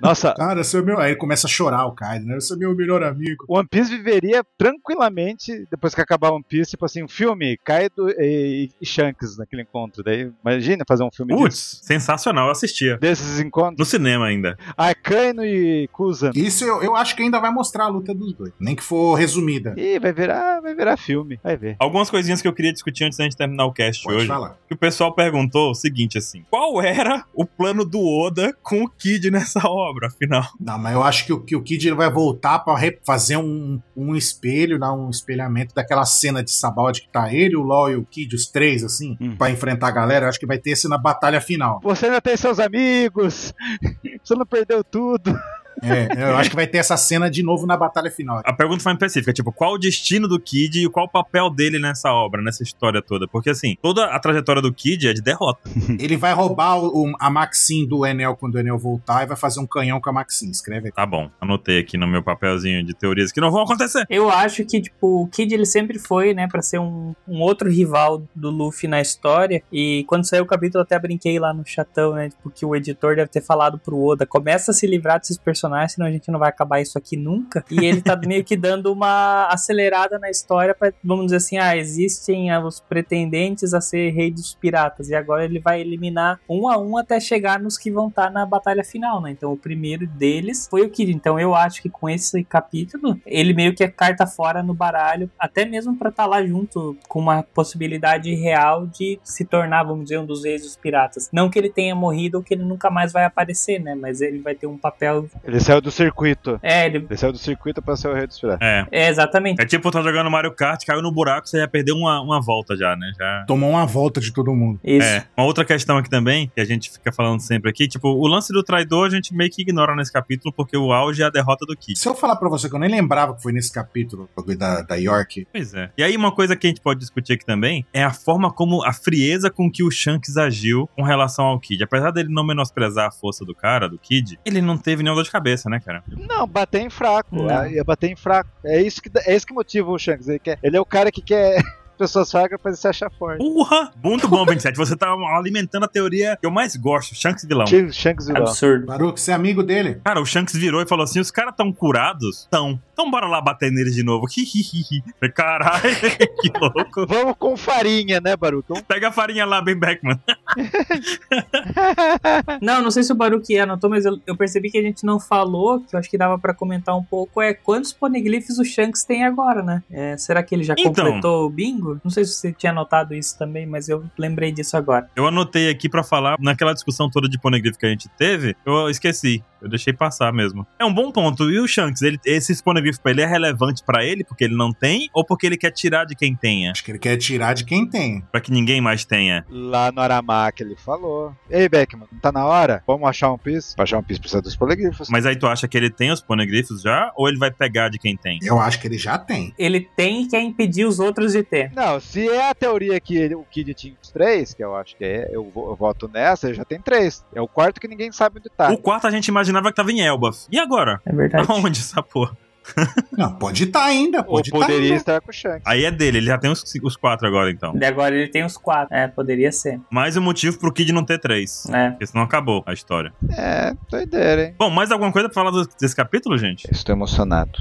Speaker 5: Nossa,
Speaker 3: Cara, eu sou meu. Aí ele começa a chorar o Kaido, né? Eu sou meu melhor amigo.
Speaker 5: One Piece viveria tranquilamente depois que acabar One Piece, tipo assim, um filme, Kaido e, e Shanks naquele encontro. Daí, imagina fazer um filme disso,
Speaker 1: Putz, sensacional, eu assistia.
Speaker 5: desses encontros.
Speaker 1: No cinema ainda.
Speaker 5: Arcano e Kuzan.
Speaker 3: Isso eu, eu acho que ainda vai mostrar a luta dos dois. Nem que for resumida.
Speaker 5: Ih, vai virar, vai virar filme. Vai ver.
Speaker 1: Algumas coisinhas que eu queria discutir antes da gente terminar o cast
Speaker 3: Pode
Speaker 1: hoje.
Speaker 3: falar.
Speaker 1: Que o pessoal perguntou o seguinte, assim. Qual era o plano do Oda com o Kid nessa obra, afinal?
Speaker 3: Não, mas eu acho que, o- que o Kid ele vai voltar pra re- fazer um, um espelho, lá, um espelhamento daquela cena de Sabaldi que tá ele, o LOL e o Kid, os três, assim,
Speaker 5: Hum.
Speaker 3: pra enfrentar a galera. Eu acho que vai ter esse na batalha final.
Speaker 5: Você ainda tem seus amigos. Você não perdeu tudo.
Speaker 3: É, eu acho que vai ter essa cena de novo na batalha final.
Speaker 1: A pergunta foi específica, tipo, qual o destino do Kid e qual o papel dele nessa obra, nessa história toda? Porque, assim, toda a trajetória do Kid é de derrota.
Speaker 3: Ele vai roubar o- o- a Maxim do Enel quando o Enel voltar e vai fazer um canhão com a Maxim. Escreve aí.
Speaker 1: Tá bom, anotei aqui no meu papelzinho de teorias que não vão acontecer.
Speaker 2: Eu acho que, tipo, o Kid ele sempre foi, né, pra ser um, um outro rival do Luffy na história. E quando saiu o capítulo, eu até brinquei lá no chatão, né, tipo, que o editor deve ter falado pro Oda: começa a se livrar desses personagens, senão a gente não vai acabar isso aqui nunca. E ele tá meio que dando uma acelerada na história pra, vamos dizer assim, ah, existem ah, os pretendentes a ser rei dos piratas. E agora ele vai eliminar um a um até chegar nos que vão estar na batalha final, né? Então o primeiro deles foi o Kid. Então eu acho que com esse capítulo, ele meio que é carta fora no baralho, até mesmo pra estar lá junto com uma possibilidade real de se tornar, vamos dizer, um dos reis dos piratas. Não que ele tenha morrido ou que ele nunca mais vai aparecer, né? Mas ele vai ter um papel.
Speaker 5: Ele saiu do circuito.
Speaker 2: É, ele.
Speaker 5: Ele saiu do circuito pra ser o rei dos piratas.
Speaker 1: É.
Speaker 2: É, exatamente.
Speaker 1: É tipo, tá jogando Mario Kart, caiu no buraco, você já perdeu uma, uma volta já, né? Já.
Speaker 3: Tomou uma volta de todo mundo.
Speaker 2: Isso.
Speaker 1: É, uma outra questão aqui também, que a gente fica falando sempre aqui, tipo, o lance do traidor a gente meio que ignora nesse capítulo, porque o auge é a derrota do Kid.
Speaker 3: Se eu falar pra você que eu nem lembrava que foi nesse capítulo o bagulho da, da York,
Speaker 1: Pois é. E aí, uma coisa que a gente pode discutir aqui também é a forma como a frieza com que o Shanks agiu com relação ao Kid. Apesar dele não menosprezar a força do cara, do Kid, ele não teve nenhuma dor de cabeça, né, cara?
Speaker 5: Não, bater em fraco.
Speaker 2: Não.
Speaker 5: Ah, Ia bater em fraco. É isso que, é isso que motiva o Shanks. Ele, quer- ele é o cara que quer pessoas fracas pra ele se achar forte.
Speaker 1: Porra! Muito bom, 27. Você tá alimentando a teoria que eu mais gosto, Shanks vilão.
Speaker 5: Shanks- Shanks vilão.
Speaker 2: Absurdo.
Speaker 3: Baruco, você é amigo dele.
Speaker 1: Cara, o Shanks virou e falou assim: os caras tão curados? Tão. Então bora lá bater neles de novo. Falei, Caralho, que louco.
Speaker 5: Vamos com farinha, né, Baruco?
Speaker 1: Pega a farinha lá, Ben Beckman.
Speaker 2: Não, não sei se o Baruque anotou, mas eu, eu percebi que a gente não falou, que eu acho que dava pra comentar um pouco, é quantos poneglyphs o Shanks tem agora, né? É, será que ele já
Speaker 1: Então.
Speaker 2: completou o bingo? Não sei se você tinha anotado isso também, mas eu lembrei disso agora.
Speaker 1: Eu anotei aqui pra falar, naquela discussão toda de poneglyph que a gente teve, eu esqueci. Eu deixei passar mesmo. É um bom ponto. E o Shanks, ele, esse Sponeglyph pra ele é relevante pra ele, porque ele não tem, ou porque ele quer tirar de quem tenha?
Speaker 3: Acho que ele quer tirar de quem tem.
Speaker 1: Pra que ninguém mais tenha.
Speaker 5: Lá no Aramaki ele falou. Ei, Beckman, não tá na hora? Vamos achar um piso? Pra achar um piso precisa dos poligrifos.
Speaker 1: Mas aí tu acha que ele tem os Sponeglyphs já, ou ele vai pegar de quem tem?
Speaker 3: Eu acho que ele já tem.
Speaker 2: Ele tem que é impedir os outros de ter.
Speaker 5: Não, se é a teoria que ele- o Kid tinha os três, que eu acho que é, eu, vo- eu voto nessa, ele já tem três. É o quarto que ninguém sabe onde tá.
Speaker 1: O quarto a gente imaginava que tava em Elbaf. E agora?
Speaker 2: É verdade.
Speaker 1: Aonde essa porra?
Speaker 3: Não, pode estar ainda,
Speaker 5: Ou
Speaker 3: pode estar.
Speaker 5: poderia
Speaker 3: ainda.
Speaker 5: estar com o Shanks.
Speaker 1: Aí é dele, ele já tem os, os quatro agora, então.
Speaker 2: E agora ele tem os quatro. É, poderia ser.
Speaker 1: Mais um motivo pro Kid não ter três.
Speaker 2: É.
Speaker 1: Porque senão acabou a história.
Speaker 5: É, doideira, hein?
Speaker 1: Bom, mais alguma coisa pra falar do- desse capítulo, gente?
Speaker 5: Estou emocionado.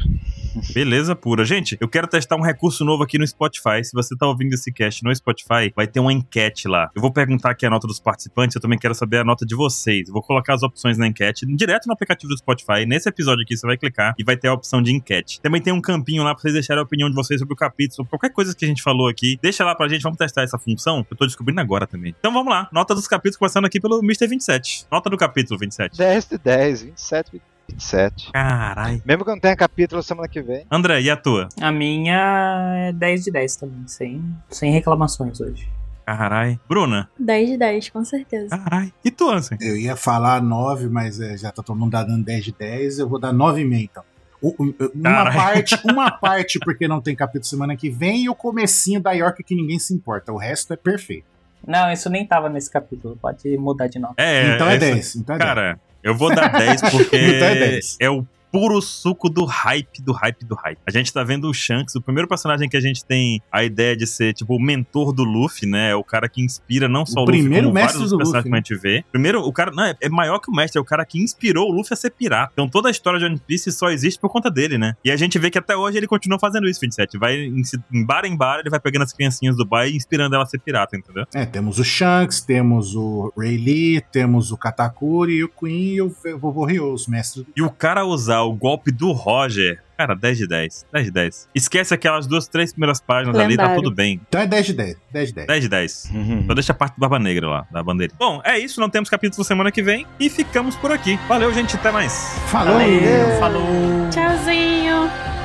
Speaker 1: Beleza pura. Gente, eu quero testar um recurso novo aqui no Spotify. Se você tá ouvindo esse cast no Spotify, vai ter uma enquete lá. Eu vou perguntar aqui a nota dos participantes, eu também quero saber a nota de vocês. Eu vou colocar as opções na enquete direto no aplicativo do Spotify. Nesse episódio aqui, você vai clicar e vai ter a opção de enquete. Também tem um campinho lá pra vocês deixarem a opinião de vocês sobre o capítulo, sobre qualquer coisa que a gente falou aqui. Deixa lá pra gente, vamos testar essa função. Eu tô descobrindo agora também. Então vamos lá. Nota dos capítulos, começando aqui pelo Mr. 27. Nota do capítulo 27.
Speaker 5: 10 de 10, 27, 27.
Speaker 1: Carai.
Speaker 5: Mesmo que não tenha capítulo semana que vem.
Speaker 1: André, e a tua?
Speaker 2: A minha é 10 de 10 também, sem, sem reclamações hoje.
Speaker 1: Carai. Bruna?
Speaker 4: 10 de 10, com certeza.
Speaker 1: Carai. E tu, Ansem?
Speaker 3: Eu ia falar 9, mas é, já tá todo mundo dando 10 de 10, eu vou dar 9,5 então. O- o- o- Uma
Speaker 1: Caralho.
Speaker 3: parte, uma parte porque não tem capítulo semana que vem e o comecinho da York que ninguém se importa. O resto é perfeito.
Speaker 2: Não, isso nem tava nesse capítulo, pode mudar de nota.
Speaker 1: É,
Speaker 3: então é,
Speaker 1: essa-
Speaker 3: 10. Então é 10.
Speaker 1: Cara, eu vou dar 10 porque
Speaker 3: Então é
Speaker 1: é,
Speaker 3: 10.
Speaker 1: o puro suco do hype, do hype, do hype. A gente tá vendo o Shanks, o primeiro personagem que a gente tem a ideia de ser, tipo, o mentor do Luffy, né? É o cara que inspira não só o,
Speaker 3: O
Speaker 1: Luffy,
Speaker 3: primeiro
Speaker 1: como vários
Speaker 3: mestre
Speaker 1: dos
Speaker 3: do
Speaker 1: personagens
Speaker 3: Luffy, né?
Speaker 1: que a gente vê. Primeiro, o cara, não, é, é maior que o mestre, é o cara que inspirou o Luffy a ser pirata. Então toda a história de One Piece só existe por conta dele, né? E a gente vê que até hoje ele continua fazendo isso, 27. Vai em, em bar em bar, ele vai pegando as criancinhas do bar e inspirando ela a ser pirata, entendeu?
Speaker 3: É, temos o Shanks, temos o Ray Lee, temos o Katakuri, o Queen e o Ve- Vovô Ryo, os mestres.
Speaker 1: E o cara usar o golpe do Roger. Cara, 10 de 10. 10 de 10. Esquece aquelas duas, três primeiras páginas ali, tá
Speaker 4: Lendário.
Speaker 1: tudo bem.
Speaker 3: Então é 10 de 10, 10 de 10.
Speaker 1: 10 de 10. Só deixa a parte do Barba Negra lá, da bandeira. Bom, é isso. Não temos capítulo semana que vem. E ficamos por aqui. Valeu, gente. Até mais.
Speaker 3: Falou!
Speaker 2: Valeu, falou!
Speaker 4: Tchauzinho!